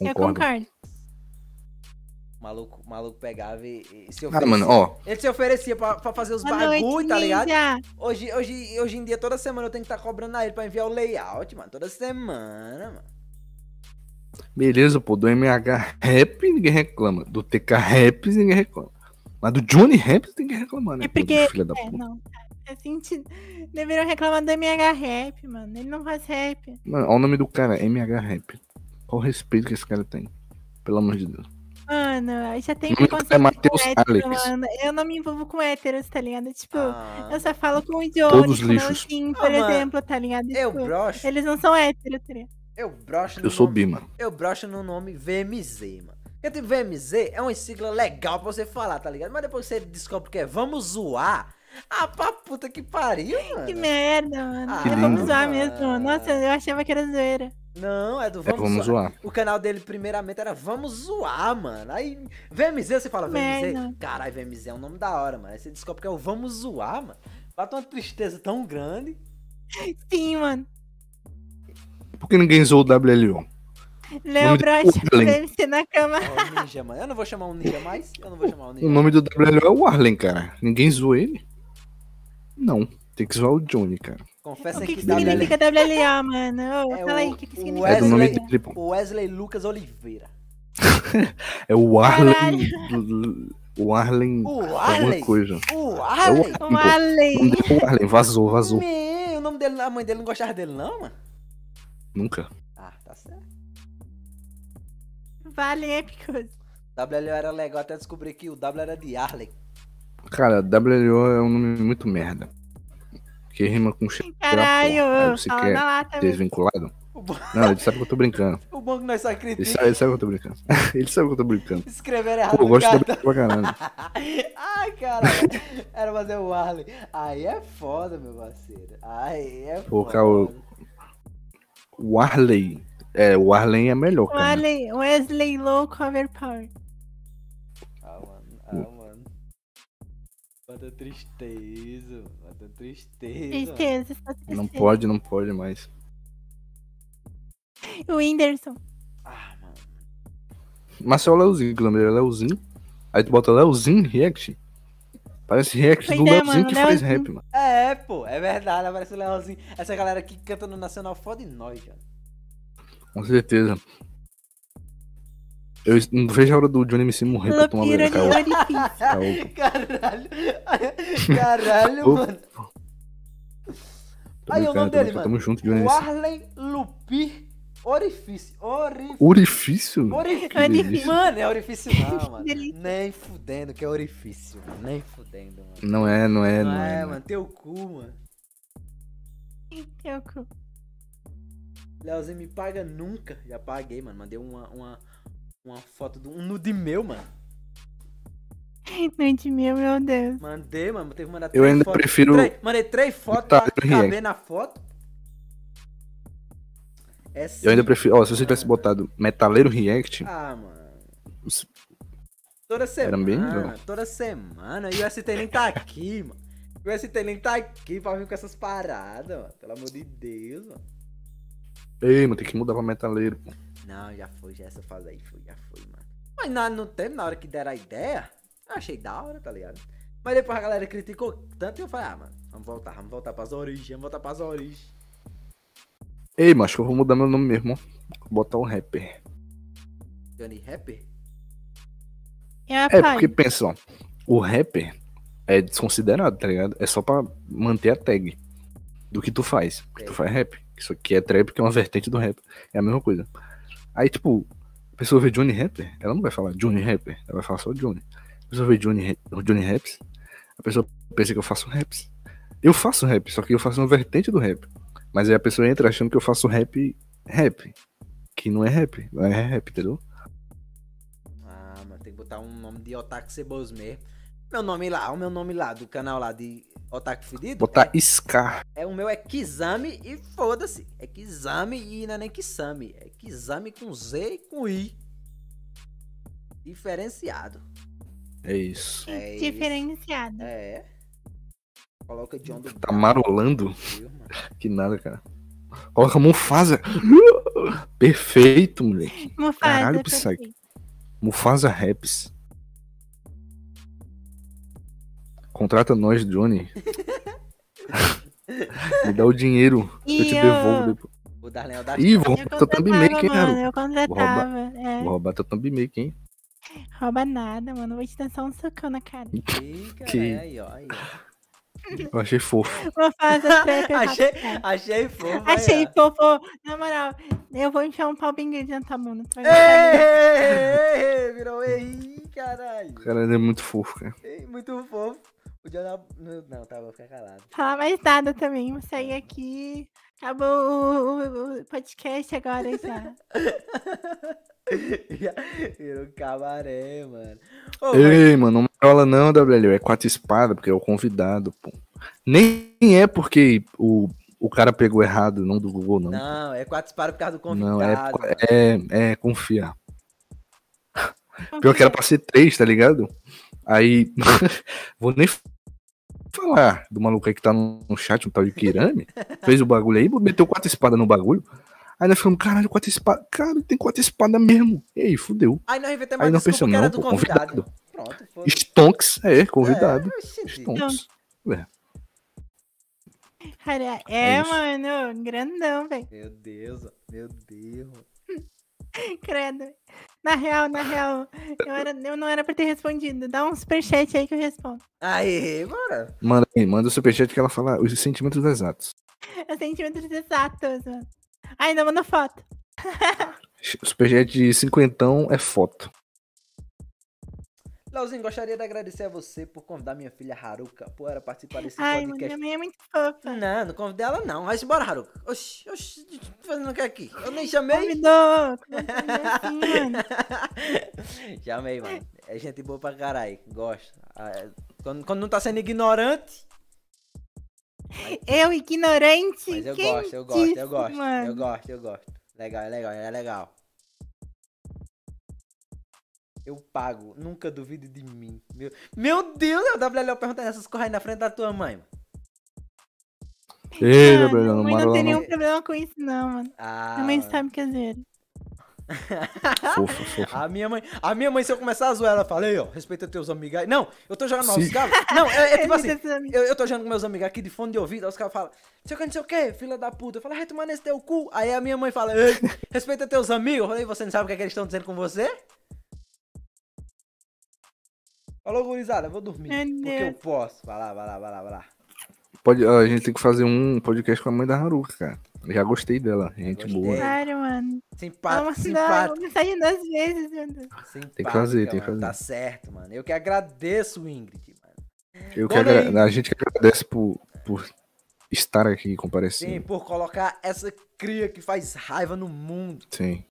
B: Eu
C: Concordo.
B: concordo.
A: O maluco, o maluco pegava e, e se
C: Cara,
A: oferecia.
C: Ah, mano, ó.
A: Ele se oferecia pra, pra fazer os
B: Boa noite,
A: bagulho, tá ligado?
B: ninja.
A: Hoje, hoje, hoje em dia, toda semana eu tenho que estar cobrando a ele pra enviar o layout, mano. Toda semana, mano.
C: Beleza, pô. Do MH Rap ninguém reclama. Do TK Raps ninguém reclama. Mas do Johnny Raps ninguém reclama, né?
B: É
C: pô,
B: porque-
C: do Filho da
B: É,
C: puta.
B: não. cara, Faz sentido. Deveriam reclamar do MH Rap, mano. Ele não faz rap.
C: Mano, olha o nome do cara, MH Rap. Qual o respeito que esse cara tem? Pelo amor de Deus.
B: Mano, eu já tem
C: O nome do cara é
B: preconceito
C: Matheus
B: com hétero,
C: Alex.
B: mano. Eu não me envolvo com héteros, tá ligado? Tipo,
A: Ah,
B: eu só falo com idiotas,
C: Todos
B: com
C: lixos.
B: assim,
A: Ah,
B: por
A: mano,
B: exemplo, tá ligado?
A: eu
B: Tipo,
A: broxo.
B: eles não são héteros, tá ligado?
A: Eu broxo no
C: Eu sou
A: nome.
C: bi, mano.
A: Eu broxo no nome VMZ, mano. Porque tipo, VMZ é uma sigla legal pra você falar, tá ligado? Mas depois você descobre que é vamos zoar. Ah, pra puta que pariu, mano.
B: Que merda, mano.
A: Ah,
B: É, vamos
C: lindo.
B: zoar mesmo. Nossa, eu achava que era zoeira.
A: Não, é do
C: É,
A: vamos,
C: vamos
A: zoar.
C: zoar.
A: O canal dele, primeiramente, era Vamos Zoar, mano. Aí, VMZ, você fala
B: Merda.
A: VMZ. Caralho, VMZ é um nome da hora, mano. Aí você descobre que é o Vamos Zoar, mano. Bate uma tristeza tão grande.
B: Sim, mano.
C: Por que ninguém zoou o WLO?
B: Léo
C: do
B: Brocha,
C: Arlen.
B: deve na cama.
A: Ó, o ninja, mano. Eu não vou chamar um ninja mais. Eu não vou chamar um
C: O
A: ninja.
C: nome do WLO é o Arlen, cara. Ninguém zoou ele? Não. Tem que zoar o Johnny, cara.
A: Confessa
B: o que, que
A: dá-
B: significa WLA, mano? Ô,
A: É
B: fala aí,
A: o-
B: o que, que
A: o
B: significa?
C: É do nome
A: Wesley.
C: dele, pô.
A: Wesley Lucas Oliveira.
C: É o Arlen.
B: Caralho.
C: do- do- O Arlen.
A: O Arley.
C: Alguma coisa.
A: O Arley.
B: Um
C: O nome
B: além.
C: dele é o Arlen. Vazou, vazou.
A: Man, o nome dele, a mãe dele não gostava dele, não, mano?
C: Nunca.
A: Ah, tá certo.
B: Vale épicos.
A: WL era legal até descobrir que o W era de Arley.
C: Cara, WLO é um nome muito merda. Que rima com cheiro.
B: Caralho,
C: Aí
B: ô,
C: você
B: fala
C: quer
B: na lata. velho.
C: Desvinculado?
A: O bom,
C: Não, ele sabe que eu tô brincando.
A: o bom que nós só
C: Ele
A: criticamos.
C: sabe, ele sabe que eu tô brincando. Ele sabe que eu tô brincando.
A: Escreveram errado
C: Pô, eu
A: no
C: gosto de
A: cartão.
C: WLO pra caralho.
A: Ai, caralho. Era fazer o Arley. Aí é foda, meu parceiro. Aí é foda.
C: Pô, Caô. O Arley. É, o Arlen é melhor,
B: Um
C: cara.
B: além. Wesley Low Cover Power.
A: Ah, mano. Ah, mano. Quanta tristeza. mano. Quanta tristeza. mano.
B: Tristeza, só tristeza.
C: Não pode, não pode mais.
B: O Whindersson.
A: Ah, mano.
C: Mas só o Leozinho, que o nome dele é Leozinho. Aí tu bota Leozinho React. Parece React
B: Pois
C: do
B: é,
C: Leozinho
B: mano,
C: que faz
B: Leozinho.
C: rap, mano.
A: É, pô, é verdade, aparece o Leozinho. Essa galera que canta no Nacional foda de nós, cara.
C: Com certeza. Eu não vejo a hora do Johnny MC morrer pra tomar
B: Lopiro
C: banho. Caô,
B: Orifício.
C: caô.
A: Tá Caralho. Caralho,
C: Ô,
A: mano.
C: Tô
A: Aí, o nome dele,
C: brincando, tô brincando.
A: mano?
C: Tamo junto, Johnny
A: O
C: MC.
A: Arlen Lupi Orifício. Orif...
C: Orifício?
A: Orifício.
C: Que
B: Orifício.
C: delícia.
A: Mano, é orifício não, mano.
B: delícia.
A: Nem fudendo que é orifício, mano. Nem fudendo, mano.
C: Não é, não é,
A: não,
C: não
A: é,
C: é. não é.
A: mano. Teu cu, mano.
B: Teu cu.
A: Leozinho me paga nunca. Já paguei, mano. Mandei uma, uma, uma foto de um nude meu, mano.
B: Noite meu, meu Deus.
A: Mandei, mano. Teve que mandar
C: Eu
A: três
C: ainda
A: fotos.
C: prefiro-
A: Três- mandei três fotos pra
C: Tá, eu ri,
A: caber na foto. É
C: Eu ainda
A: sim.
C: prefiro. Ó, se você tivesse botado Metaleiro React,
A: Ah, mano.
C: Isso-
A: Toda semana.
C: bem legal.
A: toda semana. E o ST nem tá aqui, mano. O ST nem tá aqui pra vir com essas paradas, mano. Pelo amor de Deus, mano.
C: ei, mano, tem que mudar pra Metaleiro. pô.
A: Não, já foi, já essa fase aí foi, já foi, mano. Mas na, no tempo, na hora que deram a ideia, eu achei da hora, tá ligado? Mas depois a galera criticou tanto e eu falei, ah, mano, vamos voltar, vamos voltar pras origens, vamos voltar pras origens.
C: Ei, mas eu vou mudar meu nome mesmo, ó. Vou Botar um rapper.
A: Johnny Rapper?
B: Eu
C: É,
B: apoio.
C: porque pensa, ó. O rapper é desconsiderado, tá ligado? É só pra manter a tag do que tu faz. Porque tu faz rap. Isso aqui é trap, que é uma vertente do rap. É a mesma coisa. Aí, tipo, a pessoa vê Johnny Rapper, ela não vai falar Johnny Rapper, ela vai falar só Johnny. A pessoa vê Johnny, Ra- Johnny Raps, a pessoa pensa que eu faço raps. Eu faço rap, só que eu faço uma vertente do rap. Mas aí a pessoa entra achando que eu faço rap, rap. Que não é rap, não é rap, entendeu?
A: Ah, mano, tem que botar um nome de Otaku Cebos mesmo. Meu nome lá, o meu nome lá, do canal lá de Otaku Fedido.
C: Botar Scar.
A: É, é- o meu é Kizami e foda-se. É Kizami e não é nem Kisami. É Kizami com Z e com I. Diferenciado.
C: É isso.
A: É isso.
B: Diferenciado.
A: É. Coloca John do
C: Tá marolando?
A: Brasil, mano.
C: Que nada, cara. Coloca Mufasa. Perfeito,
A: É.
C: moleque.
B: Mufasa,
C: Caralho,
B: perfeito.
C: Mufasa Raps. Contrata nós, Johnny. Me dá o dinheiro. Eu
B: E
C: te devolvo depois.
A: O Darlen é o da
C: Ih, vou
B: eu
C: roubar teu thumb make, hein,
B: mano,
C: Haru?
B: eu contratava. É,
C: Vou roubar teu thumb make, hein?
B: rouba nada, mano. Vou te dar só um socão na cara.
A: Ih, cara,
C: Que-
A: é aí, ó, aí, ó.
C: Eu achei fofo.
B: Mufasa, trap,
A: Achei,
B: rap.
A: achei fofo. aí,
B: Achei,
A: ó.
B: fofo. Na moral, eu vou enfiar um pau bem grande na tua bunda. Tu vai gostar muito.
A: Ei, virou ei, caralho.
C: O cara ele é muito fofo, cara.
A: Ei, muito fofo. O Jonah. Não, não, tá, vou ficar calado.
B: Falar mais nada também. Vou sair aqui. Acabou o, o- o podcast agora já.
A: virou um cabaré, mano. Ô, mas-
C: Ei, mano, não marola não, WL. É quatro espadas, porque é o convidado, pô. Nem é porque o, o cara pegou errado o nome do Google, não.
A: Não, é quatro disparos por causa do convidado.
C: Não, é,
A: mano.
C: é, é, confia. Pior que era pra ser três, tá ligado? Aí, vou nem falar do maluco aí que tá no no chat, um tal de Kirame, fez o bagulho aí, meteu quatro espadas no bagulho. Aí nós ficamos, caralho, quatro espadas. Cara, tem quatro espadas mesmo. E aí, fudeu.
A: Aí nós inventamos
C: Aí
A: uma
C: não
A: desculpa
C: pensamos,
A: que era
C: não,
A: do
C: pô,
A: convidado.
C: convidado.
A: Pronto, foi.
C: Stonks, é, convidado.
A: É, oxente.
C: Stonks.
B: Cara,
C: É
B: é,
C: isso.
B: mano, grandão, velho.
A: Meu Deus, ó, meu Deus.
B: Credo. Na real, na real, eu, era- eu não era pra ter respondido. Dá um superchat aí que eu respondo.
A: Aí, bora.
C: Manda aí, manda o superchat que ela fala os sentimentos exatos.
B: É sentimentos exatos, mano. Ai, não manda foto.
C: Superchat de cinquentão é foto.
A: Lauzinho, gostaria de agradecer a você por convidar minha filha Haruka para participar desse
B: Ai, mano,
A: podcast.
B: minha mãe é muito fofa.
A: Não, não convidei ela não. Vai embora, Haruka. Oxi, oxi, o que tu tá fazendo o que aqui? Eu nem chamei.
B: Convidou. convidou assim, mano.
A: Chamei, mano. É gente boa pra caralho. Gosto. Ah, é- Quando, quando não tá sendo ignorante.
B: Eu, ignorante.
A: Mas eu
B: quem
A: gosto, eu gosto,
B: disse,
A: eu gosto.
B: mano?
A: Eu gosto, eu gosto. Legal, é legal, é legal. Eu pago, nunca duvide de mim. Meu, meu Deus, é o WLO perguntando essas coisas aí na frente da tua mãe. mano.
C: Ei,
B: Mano,
C: Gabriel, não
B: mãe não
C: marola
B: tem
C: não.
B: nenhum problema com isso, não, mano.
A: Ah,
B: minha mãe sabe que é zero.
C: Fofa, fofa.
A: A minha mãe, a minha mãe, se eu começar a zoar, ela fala, ei, ó, respeita teus amigos aí. Não, eu tô jogando mal
C: Sim.
A: os caras. Não, é, é tipo assim,
B: Esses amigos.
A: eu, eu tô jogando com meus amigos aqui de fone de ouvido, aí os caras falam, não sei o que, não sei o que, filha da puta. Eu falo, vai tomar nesse teu cu. Aí a minha mãe fala, ei, respeita teus amigos. Eu falei, você não sabe o que, é que eles estão dizendo com você? Falou, gurizada, eu vou dormir.
B: Meu
A: porque eu
B: Deus.
A: posso. Vai lá, vai lá, vai lá, vai lá.
C: Pode, a gente tem que fazer um podcast com a mãe da Haruka, cara. Eu Já gostei dela, gente
A: Gostei. É,
C: boa.
B: Claro, mano.
A: Simpático,
B: Não, não,
A: simpático.
B: mensagem duas vezes, meu Deus.
A: Simpático.
C: fazer, tem que fazer.
A: Tá certo, mano. Eu que agradeço, Ingrid, mano.
C: Eu que
A: Olha
C: agra-
A: aí.
C: A gente que agradece por, por estar aqui e
A: Sim,
C: comparecer.
A: por colocar essa cria que faz raiva no mundo.
C: Sim.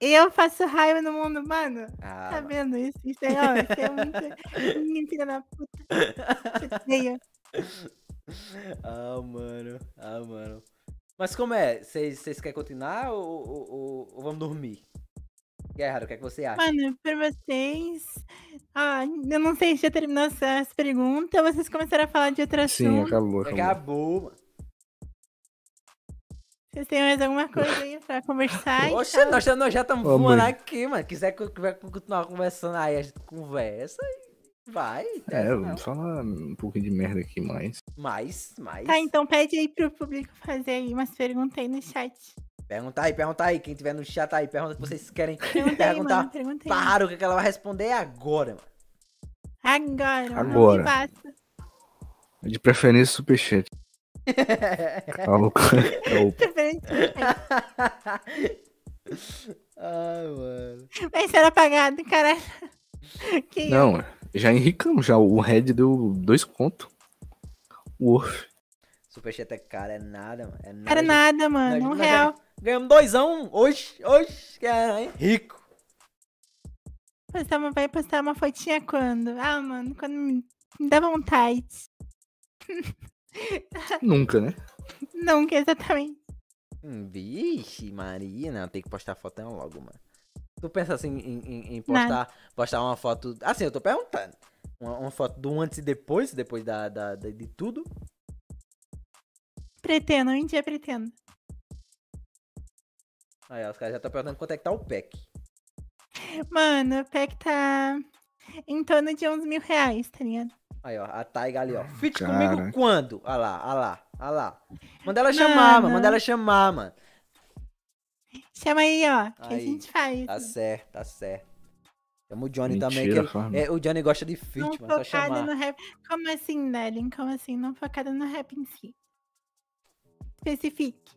B: Eu faço raiva no mundo, mano.
A: Ah,
B: Tá
A: mano.
B: vendo isso? Isso é, ó, isso é muito. Minha filha da puta. é Te odeio.
A: ah, mano. Ah, mano. Mas como é? Vocês vocês querem continuar ou, ou- ou- ou vamos dormir? Guerra, o que é que você acha?
B: Mano, por vocês. Ah, eu não sei se já terminou essas perguntas. Vocês começaram a falar de outro
C: Sim,
B: assunto.
C: acabou. acabou.
A: Acabou, mano.
B: Vocês têm mais alguma coisa aí pra conversar? Então, e
A: Oxe,
B: tal?
A: nós já- nós já estamos
C: Ô,
A: voando
C: mãe.
A: aqui, mano. Quiser co- quiser continuar conversando aí, a gente conversa e vai.
C: É,
A: dessa não.
C: vamos falar um pouquinho de merda aqui, mas.
A: Mais, mais.
B: Tá, então pede aí pro público fazer aí umas perguntas aí no chat.
A: Pergunta aí, pergunta aí. Quem tiver no chat aí, pergunta o que vocês querem
B: Pergunta aí, mano.
A: perguntar.
B: Pergunta aí.
A: Para o que ela vai responder é agora, mano.
B: Agora. mano,
C: Agora.
B: me basta.
C: De preferência, superchat.
A: É.
C: tá É Calma, calma.
B: tá
A: Ai, Ah, mano.
B: Vai ser apagado, caralho. Que
C: Não, já enricamos já. O Red deu dois conto. O Orf.
A: Superchat é cara, é nada, mano. É nada.
B: Era nada,
A: Nós-
B: mano. Um
A: nós
B: real.
A: Ganhamos doisão hoje, hoje, cara, hein? Rico.
B: Postar uma, vai postar uma fotinha quando? Ah, mano, quando me, me dá vontade.
C: Nunca, né?
B: Nunca, exatamente.
A: Hum, Vixe, Maria, não, tem que postar fotão logo, mano. Tu pensa assim em, em- em postar, postar uma foto. Assim, eu tô perguntando. Uma, uma foto do antes e depois, depois da, da- da- de tudo.
B: Pretendo, um dia pretendo.
A: Aí, ó, os caras já estão perguntando quanto é que tá o pack.
B: Mano, o pack tá em torno de uns mil reais, tá ligado?
A: Aí, ó, a Taiga ali, ó. Fit
C: Cara.
A: comigo quando? Olha lá, olha lá, olha lá. Manda ela chamar, mano.
B: Mano.
A: Manda ela chamar, mano.
B: Chama aí, ó, que a
A: Aí,
B: gente faz.
A: Tá certo, tá certo. Chama o Johnny também. Que
C: Mentira,
A: ele-
C: Fábio.
A: é, o Johnny gosta de fit,
B: não né,
A: mano. Só
B: focada
A: chamar.
B: no rap. Como assim, Nelly? Como assim? Não focada no rap em si. Especifique.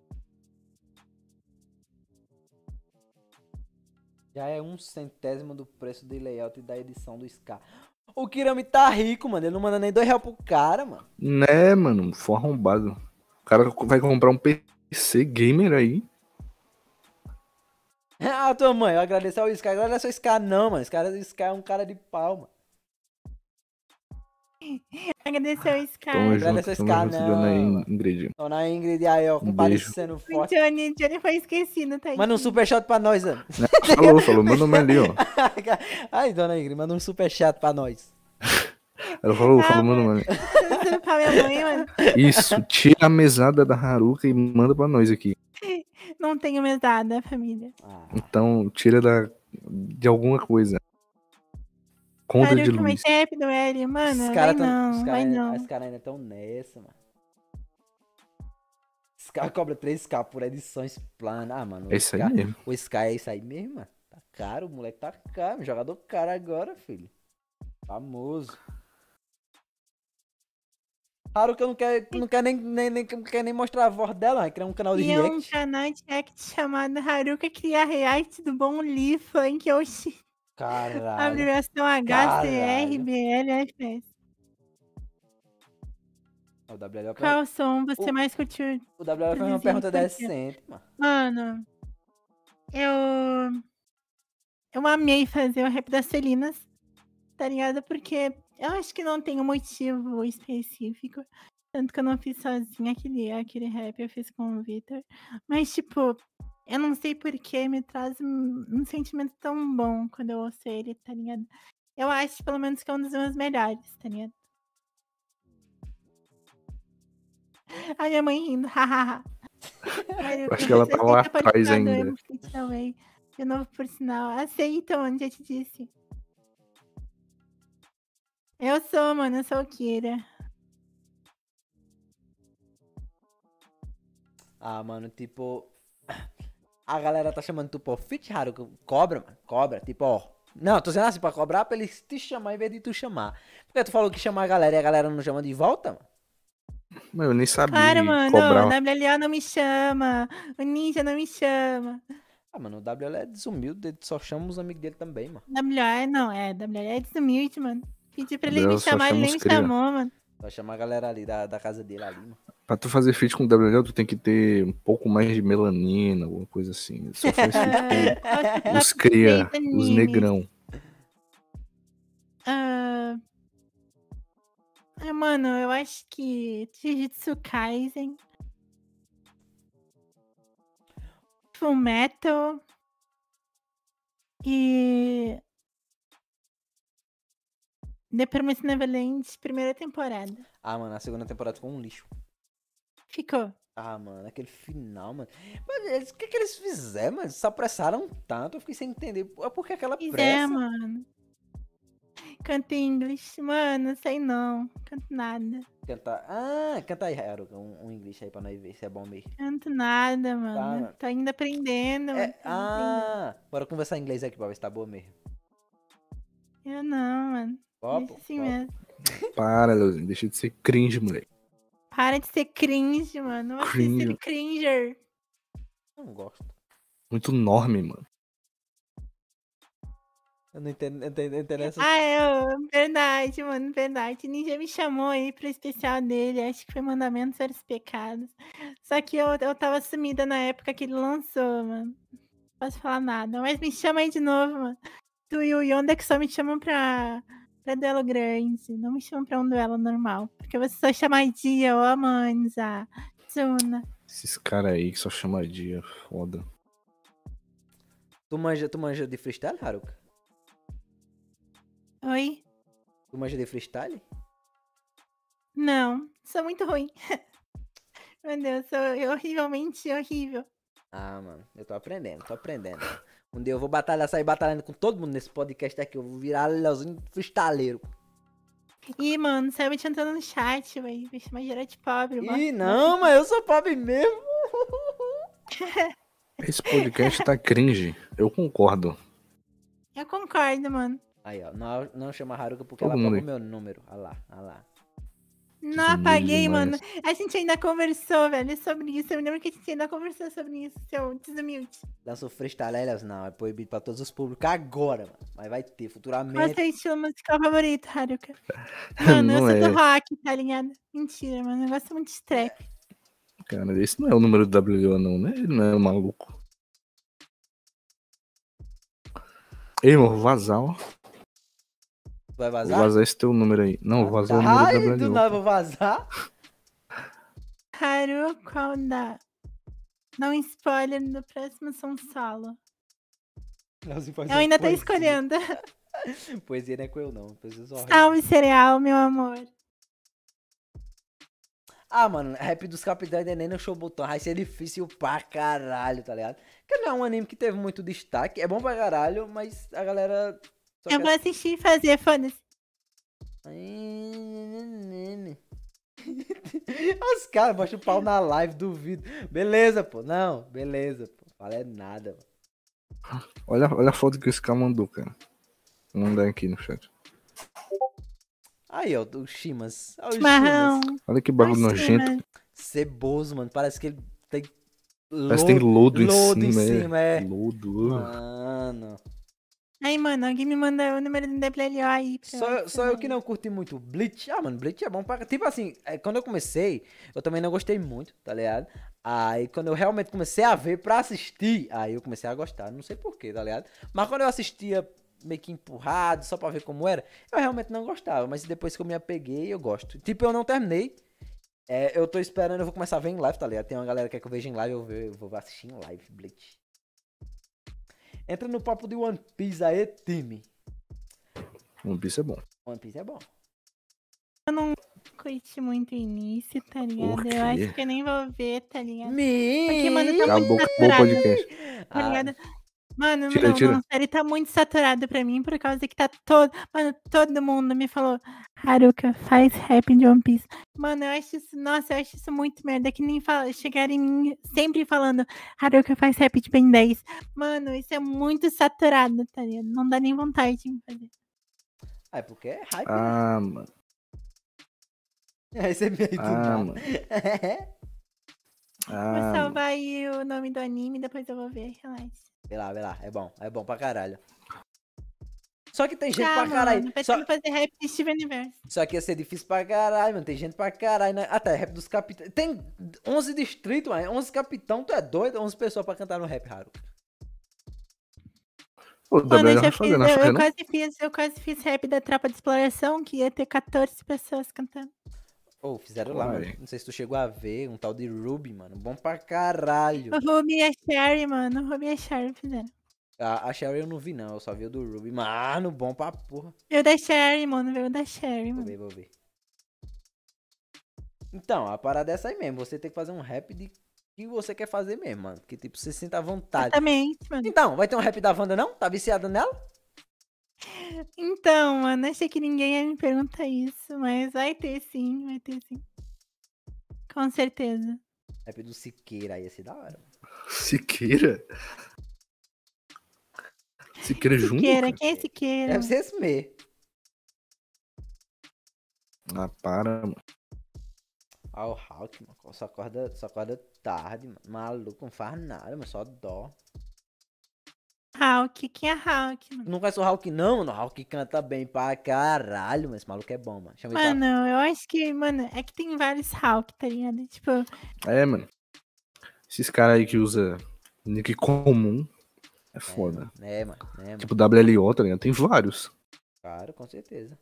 A: Já é um centésimo do preço de layout e da edição do Scar. O Kirami tá rico, mano. Ele não manda nem dois reais pro cara, mano.
C: Né, mano? For arrombado. O cara vai comprar um PC gamer aí.
A: Ah, tua mãe, eu agradeço ao Scar. Agradeço ao Scar, não, mano. Esse cara, esse Scar é um cara de pau, mano.
B: Agradecer
A: Ah,
B: ao
C: Tamo
A: então
B: Sky.
A: Agradeço
C: junto,
A: esse cara,
C: tamo junto,
A: não.
C: dona In- Ingrid.
A: Dona Ingrid aí, ó,
C: Um beijo.
A: comparecendo
B: O
A: forte.
B: Johnny, Johnny foi esquecido, tá
A: Manda um superchat pra nós, mano.
C: Falou, falou, meu nome é ali, ó.
A: Ai, dona Ingrid, manda um superchat pra nós.
C: Ela falou,
B: Ah,
C: falou meu nome.
B: pra minha mãe, mano.
C: Isso, tira a mesada da Haruka e manda pra nós aqui.
B: Não tenho mesada, família.
A: Ah,
C: Então, tira da, de alguma coisa. Conta
B: Olha
C: de
B: o
C: luz.
B: Comecep do L, mano.
A: os é
B: Vai
A: caras
B: não, vai não.
A: Os caras ainda estão nessa, mano. Esse cara cobra 3k por edições plana. Ah, mano.
C: É isso aí
A: Scar-
C: mesmo.
A: O Sky é isso aí mesmo, mano. Tá caro, o moleque tá caro. Jogador caro agora, filho. Famoso. Claro que eu não quero, não quero nem, nem, nem, não quero nem mostrar a voz dela, vai criar um canal de
B: E é um
A: react.
B: canal de react chamado Haruka Cria React do Bom Lee Funk Oshi.
A: Caralho.
B: Abreviação
A: Caralho.
B: HCRBLFS.
A: O WL, fez-
B: Qual som você
A: O-
B: mais curtiu?
A: o WL fez uma
B: produzindo
A: pergunta
B: conteúdo?
A: decente, mano.
B: Mano, eu. Eu amei fazer o rap das felinas, tá ligado? Porque eu acho que não tem um motivo específico. Tanto que eu não fiz sozinha aquele, aquele rap, eu fiz com o Victor. Mas, tipo, eu não sei porquê, me traz um, um sentimento tão bom quando eu ouço ele, tá ligado? Eu acho, pelo menos, que é um dos meus melhores, tá ligado? A minha mãe rindo, hahaha. Sério,
C: Acho que ela
B: vocês
C: tá
B: têm
C: lá
B: que
C: atrás
B: apoiar a
C: ainda.
B: Demo Fit também. De novo, por sinal. Aceita, mano, já te disse. Eu sou, mano, eu sou o Kira.
A: Ah, mano, tipo. A galera tá chamando tu por fit, Haruka. Cobra, mano. Cobra. Tipo, ó. Não, tô dizendo assim, pra cobrar, pra eles te chamar em vez de tu chamar. Porque tu falou que chamar a galera e a galera não chama de volta, mano.
C: Mano, eu nem sabia
B: Claro, mano,
C: cobrar. um
B: o WLO não né? me chama, o Ninja não me chama.
A: Ah, mano, o WL é desumilde, ele só chama os amigos dele também, mano.
B: WLO não, é, WLO é desumilde, mano. Pedi pra ele
C: Eu
B: me
C: só
B: chamar, ele
C: chamo
B: nem
C: os
B: me
C: cria.
B: chamou, mano.
A: Só chama a galera ali da, da casa dele ali, mano.
C: Pra tu fazer feat com o WL, tu tem que ter um pouco mais de melanina, alguma coisa assim. Só faz feat com os cria, os negrão.
B: Ah, ah, mano, eu acho que Jujutsu Kaisen. Full Metal. E. The Promised Neverland, primeira temporada.
A: Ah, mano, a segunda temporada ficou um lixo.
B: Ficou.
A: Ah, mano, aquele final, mano. Mas eles- o que, que eles fizeram, mano? Se apressaram tanto, eu fiquei sem entender. É porque aquela
B: Pois
A: pressa.
B: é, mano. Canto em inglês. Mano, sei não. Canto nada.
A: Cantar. Ah, canta aí, Haruka, um, um inglês aí pra nós ver se é bom mesmo.
B: Canto nada, mano.
A: Tá, mano.
B: Tô ainda aprendendo.
A: É,
B: mano, tô ainda aprendendo.
A: ah, bora conversar em inglês aqui pra ver se tá boa mesmo.
B: Eu não, mano.
A: Ó, pô,
B: Deixa assim
A: ó.
B: mesmo.
C: Para, Leozinho, deixa de ser cringe, moleque.
B: Para de ser cringe, mano. Você
C: Cringe.
B: ser cringer.
A: Eu não gosto.
C: Muito enorme, mano.
A: Eu não entendo, eu entendo, eu entendo essa.
B: Ah, eu, verdade, mano, verdade. Ninja me chamou aí pro especial dele, acho que foi Mandamentos Eram os Pecados. Só que eu, eu tava sumida na época que ele lançou, mano. Não posso falar nada, mas me chama aí de novo, mano. Tu e o Yonda que só me chamam pra, pra duelo grande, não me chamam pra um duelo normal. Porque você só chama a Dia, ó, Manes, a Tsuna.
C: Esses caras aí que só chama dia, foda.
A: Tu, manja, tu manja de freestyle, Haruka?
B: Oi?
A: Tu manja de freestyle?
B: Não, sou muito ruim. Meu Deus, sou horrivelmente horrível.
A: Ah, mano, eu tô aprendendo, tô aprendendo. Um dia eu vou batalhar, sair batalhando com todo mundo nesse podcast aqui. Eu vou virar Leozinho freestaleiro.
B: Ih, mano, saiu me tentando no chat, véi. Me chama geral de pobre, mano.
A: Ih, não, mas eu sou pobre mesmo.
C: Esse podcast tá cringe. Eu concordo.
B: Eu concordo, mano.
A: Aí, ó, não, não chama Haruka porque
C: Todo
A: ela
C: mundo
A: pagou meu
C: aí.
A: número. Olha lá, olha lá.
B: Não
C: Humilde
B: apaguei,
C: demais.
B: mano. A gente ainda conversou, velho, sobre isso. Eu me lembro que a gente ainda conversou sobre isso, seu desumilde.
A: Lançou freestyle, aí, Leoz, não, é proibido pra todos os públicos agora, mano. Mas vai ter,
B: Qual é o
A: futuramente.
B: seu estilo musical favorito, Haruka? Mano, eu
C: Não
B: sou
C: é.
B: do rock, tá ligado? Mentira, mano. Eu gosto muito de trap.
C: Cara, esse não é o número do WO, não, né? Ele não é maluco. Ei, irmão, vazar, ó.
A: Tu vai
C: Vou
A: vazar?
C: vazar esse teu número aí. Não, vazou o
A: Ai,
C: número
A: do
C: do
A: nada
C: WO.
A: eu vou vazar.
B: Haru, qual da... Dá um spoiler do próximo São Solo.
A: Leozinho faz
B: Eu
A: uma
B: ainda tô
A: poesia.
B: escolhendo.
A: Poesia não é com eu, não. Poesia só.
B: Salve, cereal, meu amor.
A: Ah, mano, rap dos capitães do Enem no show botão. Vai ser é difícil pra caralho, tá ligado? Porque não é um anime que teve muito destaque. É bom pra caralho, mas a galera. Só
B: Eu vou assistir e fazer, foda-se.
A: Os caras baixam o pau na live, duvido. Beleza, pô. Não, beleza, pô. Fala é nada, mano.
C: Olha, olha a foto que esse cara mandou, cara. Vou mandar aqui no chat.
A: Aí, ó, o Shimas. Olha o
B: Marrão.
A: Shimas.
C: Olha que bagulho
B: Nossa,
A: né?
C: nojento.
B: mano.
A: Ceboso, mano. Parece que ele tem.
C: Parece que tem lodo,
A: lodo
C: em cima,
A: em
C: é.
A: cima, é.
C: Lodo.
A: Mano.
B: Aí, mano, alguém me manda o número do WLO aí. pra um
A: Só, eu- só eu que
B: adicionar.
A: não curti muito Bleach. Ah, mano, Bleach é bom pra. Tipo assim, é, quando eu comecei, eu também não gostei muito, tá ligado? Aí quando eu realmente comecei a ver pra assistir, aí eu comecei a gostar. Não sei porquê, tá ligado? Mas quando eu assistia meio que empurrado, só pra ver como era, eu realmente não gostava. Mas depois que eu me apeguei, eu gosto. Tipo, eu não terminei. É, eu tô esperando, eu vou começar a ver em live, tá ligado? Tem uma galera que quer que eu veja em live, eu, ve- eu vou assistir em live, Bleach. Entra no papo de One Piece aí, time.
C: One Piece é bom.
A: One Piece é bom.
B: Curti muito o início, tá
C: Por
B: ligado?
C: quê?
B: Eu acho que eu nem vou ver, tá ligado?
A: Me...
B: mano, tá
C: Acabou, acabou o podcast.
B: Tá ligado? Mano,
C: Tira,
B: não,
C: tira.
B: não, sério, tá muito saturado pra mim por causa que tá todo. Mano, todo mundo me falou, Haruka, faz rap de One Piece. Mano, eu acho isso, nossa, eu acho isso muito merda. Que nem fala, chegaram em mim sempre falando, Haruka, faz rap de Ben 10. Mano, isso é muito saturado, tá ligado? Não dá nem vontade de fazer.
A: Ah, é porque é hype, né?
C: Ah, mano.
A: Aí você é meio do
C: Ah,
A: nada.
C: mano.
B: Vou
A: tá
C: Ah, mano.
B: salvar aí o nome do anime, depois eu vou ver, relaxa.
A: Vê lá, vê lá. É bom, é bom pra caralho. Só que tem gente
B: Tá,
A: pra caralho.
B: mano,
A: Só,
B: pretendo fazer rap de Steven Universe.
A: só que ia ser difícil pra caralho, mano. Tem gente pra caralho. Né? Até rap dos capitães. Tem 11 distritos, mano. 11 capitão, tu é doido? 11 pessoas pra cantar no rap, Haru.
C: Pô, tá o
B: Mano,
C: WL
B: eu, já
C: vai
B: fiz,
C: fazer,
A: né?
B: eu,
C: não
B: eu
C: vai fazer, é não?
B: quase fiz, eu quase fiz rap da Tropa de Exploração, que ia ter 14 pessoas cantando.
A: Ou fizeram lá,
C: Ai.
A: mano. Não sei se tu chegou a ver. Um tal de Ruby, mano. Bom pra caralho.
B: O Ruby e a Sherry, mano, o Ruby e a Sherry fizeram.
A: A, a Sherry eu não vi, não. Eu só vi o do Ruby. Mano, bom pra porra.
B: Veio da Sherry, mano, veio da Sherry,
A: Vou
B: mano.
A: ver, vou ver. Então, a parada é essa aí mesmo. Você tem que fazer um rap de que você quer fazer mesmo, mano. Que tipo, você sinta à vontade.
B: Exatamente, mano.
A: Então, vai ter um rap da Wanda, não? Tá viciada nela?
B: Então, mano, achei que ninguém ia me perguntar isso, mas vai ter sim, vai ter sim. Com certeza.
A: Rap do Siqueira ia ser da hora. mano.
C: Siqueira? Siqueira junto?
B: Siqueira,
C: cara?
B: quem é Siqueira?
A: Deve
B: mano?
A: ser esse mesmo.
C: Ah, para, mano.
A: Ah, o Hulk, mano, só acorda, só acorda tarde, mano. Maluco, não faz nada, mano, só dó.
B: Hulk, quem é Hulk? Mano,
A: Não conhece o Hulk, não, mano. O Hulk canta bem pra caralho, mas esse maluco é bom, mano. Chama ele pra-
B: Mano, eu acho que, mano, é que tem vários Hulk, tá ligado? Tipo,
C: É, mano. Esses caras aí que usa nick comum é foda.
A: É, mano, é, mano.
C: Tipo WLO, tá ligado? Tem vários.
A: Claro, com certeza.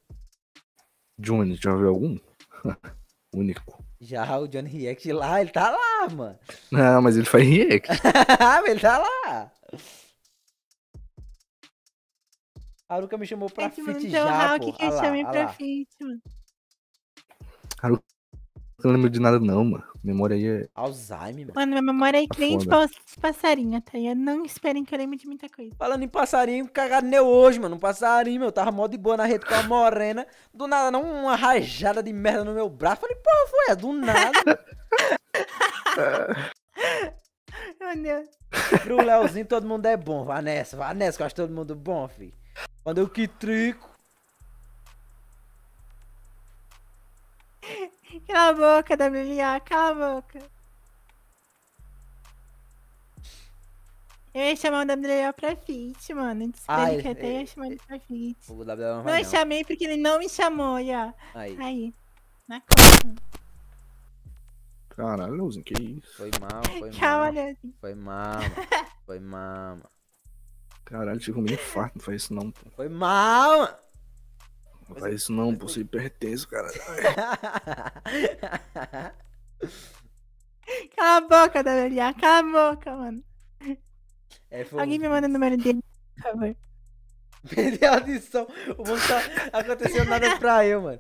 C: Johnny, já viu algum? Único.
A: Já o Johnny React lá, ele tá lá, mano.
C: Ah, mas ele faz react.
A: ele tá lá. Haruka me chamou pra
B: é que, mano,
A: fit
B: tem o
A: já, pô.
B: Hulk que
A: Ah
B: eu
A: lá,
B: chamei
A: ah
B: pra
A: lá.
B: fit, mano.
C: Eu não lembro de nada, não, mano. Memória aí é.
A: Alzheimer, mano.
B: Mano, minha memória
A: Tá
B: é que nem de
C: Foda.
B: paus- passarinho, tá ligado? Não esperem que eu lembre de muita coisa.
A: Falando em passarinho, cagado neu hoje, mano. Um passarinho, meu. Tava mó de boa na rede com a morena. Do nada, não uma rajada de merda no meu braço. Falei, porra, foi é, do nada.
B: Meu Deus.
A: Pro Leozinho, todo mundo é bom. Vá nessa, vá nessa, que eu acho todo mundo bom, fi. Quando eu que trico.
B: Cala a boca, WLA, cala a boca. Eu ia chamar o WLA pra fit, mano.
A: Ah,
B: Espero que
A: ele-
B: até ia
A: ele-
B: chamar ele pra fit.
A: O WL não
B: Não, é
A: vai
B: eu
A: não.
B: chamei porque ele não me chamou, e ó.
A: Aí,
B: Aí. Na costa.
C: Caralho, Leozinho, que isso?
A: foi mal, foi
B: Calma, né?
A: mal.
B: Leozinho.
A: Foi mal, mano. Foi mal, mano.
C: Caralho, chegou meio infarto. Não faz isso, não, pô.
A: Foi mal, mano.
C: Não
B: é
C: faz isso, não, pô. Você é hipertenso, cara.
B: Cala a boca, WLA. Cala a boca, mano.
A: É, foi
B: Alguém
A: um-
B: me manda o número dele, por favor.
A: Perdi a audição. O mundo tá... Aconteceu nada pra eu, mano.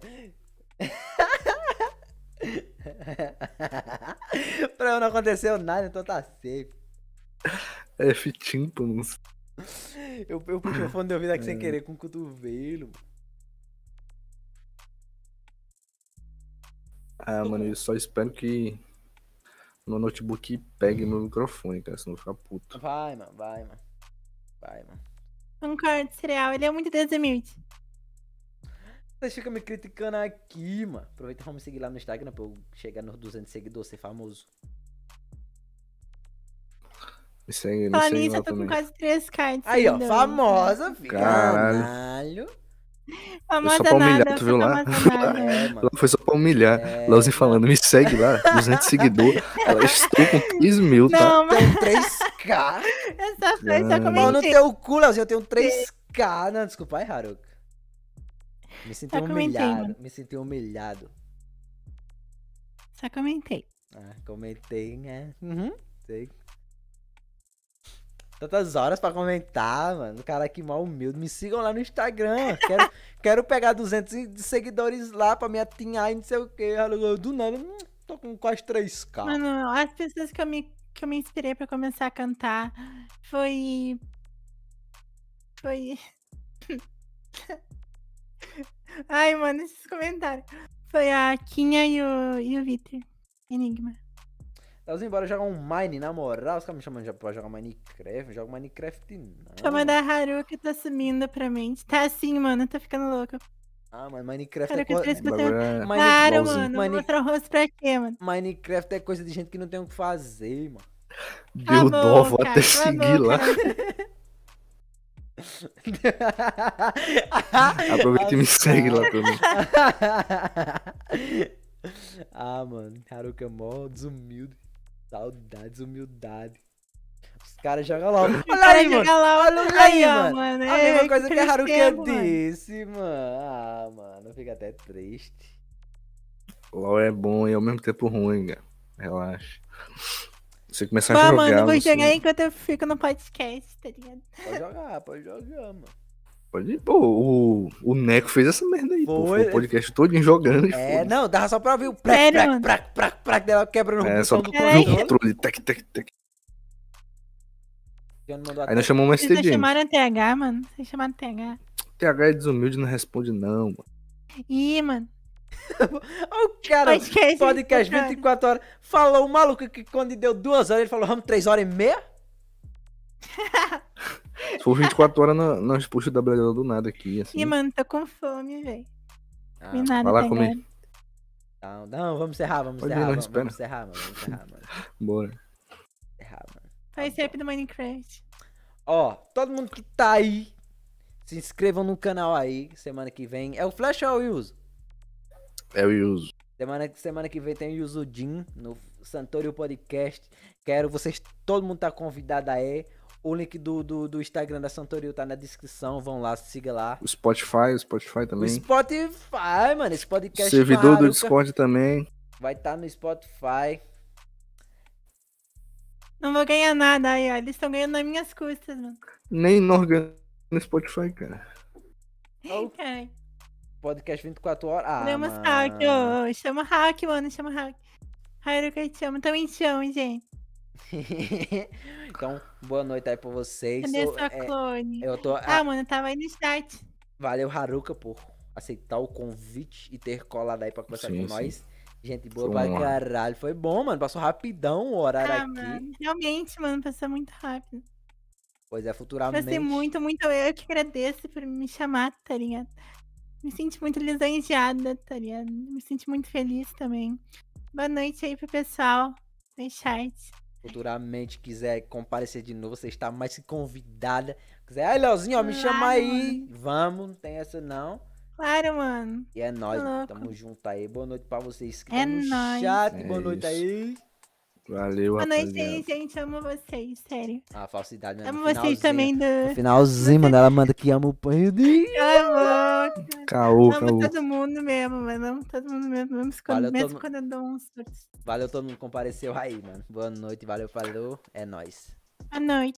A: pra eu não aconteceu nada, então tá safe.
C: É fitinho, pô. Não sei.
A: Eu, eu puxei o fone de ouvido aqui sem querer com o cotovelo.
B: Uhum.
C: Ah, mano, eu só espero que meu notebook pegue meu microfone, cara. Senão eu vou ficar puto.
A: Vai, mano, vai, mano. Vai, mano.
B: Concordo, cereal. Um Ele é muito desumilde.
A: Vocês ficam me criticando aqui, mano. Aproveita e vamos me seguir lá no Instagram pra eu chegar nos 200 seguidores, ser famoso.
C: Me segue, me
B: Falando
C: segue
B: nisso,
C: lá
B: eu tô
C: também.
B: tá com quase 3 cards. um.
A: Aí, ó, famosa, filho.
C: Caralho.
A: Caralho.
B: Famosa
C: Eu sou pra humilhar,
B: nada,
C: tu viu lá?
B: famosa nada.
A: É, mano.
C: Lá Foi só pra humilhar.
A: É,
C: Leozinho falando, me segue lá, 200 seguidores. Ela, estou com 15 mil, tá?
B: Não, mas
A: Tem 3K.
B: eu só, eu só
C: Não.
A: Mal no
B: comentei.
A: teu cu, Leozinho, eu tenho 3K. Não, desculpa, aí, Haruka. Me senti
B: Já comentei,
A: humilhado.
B: mano.
A: Me senti humilhado.
B: Só comentei.
A: Ah, comentei, né? Uhum. Sei. Tantas horas pra comentar, mano. O cara aqui mal humilde. Me sigam lá no Instagram. Quero, quero pegar 200 e- de seguidores lá pra me atinhar e não sei o que. Do nada, hum, tô com quase
C: Ah.
A: 3K.
B: Mano, as pessoas que eu me, que eu me inspirei pra começar a cantar foi. Foi. Ai, mano, esses comentários. Foi a Kinha e o, e o Vitor. Enigma.
A: Elas iam embora jogar um Mine, na moral. Os caras me chamando já pra jogar Minecraft. Não jogo Minecraft, não.
B: Chama da Haruka tá sumindo pra mente. Tá assim, mano, tá ficando louca.
A: Ah, mas Minecraft é
B: Haruka
A: coisa.
B: 3
C: O bagulho é-
A: Mine-
B: Claro,
C: Mauzinho.
B: mano.
A: Mani-
B: Vou mostrar o rosto pra quê, mano?
A: Minecraft é coisa de gente que não tem o que fazer, mano.
C: Deu
B: Tá bom,
C: dó, vou
B: cara,
C: até
B: tá
C: seguir
B: bom,
C: lá. Aproveita e me segue lá também.
A: ah, mano, Haruka é mó desumilde. Saudade, desumildade. Os caras jogam lá. Olha
B: Cara,
A: aí, mano.
B: joga lá,
A: Olha
B: olha
A: aí,
B: aí, ó,
A: mano.
B: mano.
A: A mesma
B: É,
A: coisa que a Haruka
B: tristeza, mano.
A: disse, mano. Ah, mano, fica até triste.
C: LOL é bom e ao mesmo tempo ruim, cara. Relaxa. Você começar a
B: Pô,
C: jogar.
B: mano, vou
C: você-
B: jogar enquanto eu fico no podcast, tá ligado?
A: Pode jogar, pode jogar, mano.
C: Pode- Pô, o, o Neco fez essa merda aí, pô.
A: Foi.
C: Ficou o podcast todo jogando. e
A: É,
B: né,
C: foda-se.
A: não, dava só pra ouvir o prac,
B: Sério,
A: prac,
B: mano?
A: prac, prac, prac dela quebrando o
C: É,
A: botão
C: só
A: do
C: pra
B: Peraí.
C: o
A: controle.
C: controle. Tec, tec, tec.
A: Johnny mandou
C: Aí
A: até-
C: nós chamamos o
B: Vocês não
C: STDM.
B: chamaram TH, mano? Vocês chamaram TH?
C: TH é desumilde não responde, não, mano.
B: Ih, mano.
A: Ó, o Oh, cara,
B: podcast. tá
A: podcast
B: cara.
A: 24 horas. Falou o maluco que quando deu duas horas, ele falou, vamos três horas e meia?
C: Se for 24 horas, nó- nós puxa o WL do nada aqui, assim.
B: Ih, mano, tô com fome, velho.
A: Ah,
B: Comi nada, tá
C: vai lá
B: TH.
C: comer.
A: Não, não, vamos encerrar, vamos
C: Pode ir,
A: encerrar.
C: não,
A: Vamos,
C: espera.
A: vamos encerrar, mano. Vamos encerrar, mano. Vamos
C: Bora.
A: encerrar, mano.
B: Faz sempre do Minecraft.
A: Ó, todo mundo que tá aí, se inscrevam no canal aí. Semana que vem. É o Flash ou é o Yuzu?
C: É o Yuzu.
A: Semana, semana que vem tem o Yuzu Jin no Santorio Podcast. Quero vocês, todo mundo tá convidado aí. O link do, do, do Instagram da Santorio tá na descrição. Vão lá, siga lá.
C: O Spotify, o Spotify
A: O
C: também.
A: Spotify, mano, esse podcast
C: Servidor do
A: Haruka
C: Discord também.
A: vai estar no Spotify.
B: Não vou ganhar nada aí, ó. Eles estão ganhando nas minhas custas, mano.
C: Nem inorgânico no Spotify, cara.
A: Ó, o
B: Ai,
A: podcast 24 horas. Ah,
B: Podemos
A: mano.
B: hack, ô. Chama hack, mano. Chama hack. Haruka te chama. Também te chamo, gente.
A: então, boa noite aí pra vocês.
B: Cadê
A: Sou-
B: sua
A: é,
B: clone?
A: eu tô,
B: Ah,
A: ah,
B: mano, tava aí no chat.
A: valeu, Haruka, por aceitar o convite e ter colado aí pra conversar com
C: Sim, sim.
A: nós. Gente boa
C: Foi
A: pra
C: uma honra.
A: caralho. Foi bom, mano. Passou rapidão o horário
B: Ah,
A: aqui.
B: mano. Realmente, mano, passou muito rápido.
A: Pois é,
B: Vai
A: futuramente.
B: ser muito, muito. Eu que agradeço por me chamar, tá ligado? Me sinto muito lisonjeada, tá ligado? Me sinto muito feliz também. Boa noite aí pro pessoal do chat.
A: futuramente quiser comparecer de novo, você está mais que convidada. Quiser, ai, Leozinho, ó, me chama
B: Claro,
A: aí. Vamos, não tem essa não.
B: Claro, mano.
A: E é nóis,
B: Tá
A: mano.
B: louco.
A: tamo junto aí. Boa noite pra vocês que
B: É
A: estão no
B: nóis.
A: chat.
C: É
A: Boa noite aí.
C: Valeu,
B: Boa noite
C: rapaziada.
B: aí, gente. Amo vocês, sério.
A: Ah, falsidade, né? No
B: Amo vocês
A: finalzinho-
B: também do.
A: no Finalzinho, mano. Ela manda que ama o pai dele.
B: Cala a boca.
C: Caô,
B: Amo
C: caô.
B: todo mundo mesmo, mano. Amo todo mundo mesmo. Mesmo quando,
A: Valeu,
B: mesmo
A: todo-
B: quando eu dou uns surtos.
A: Valeu todo mundo que compareceu aí, mano. Boa noite, valeu, falou. É nóis.
B: Boa noite.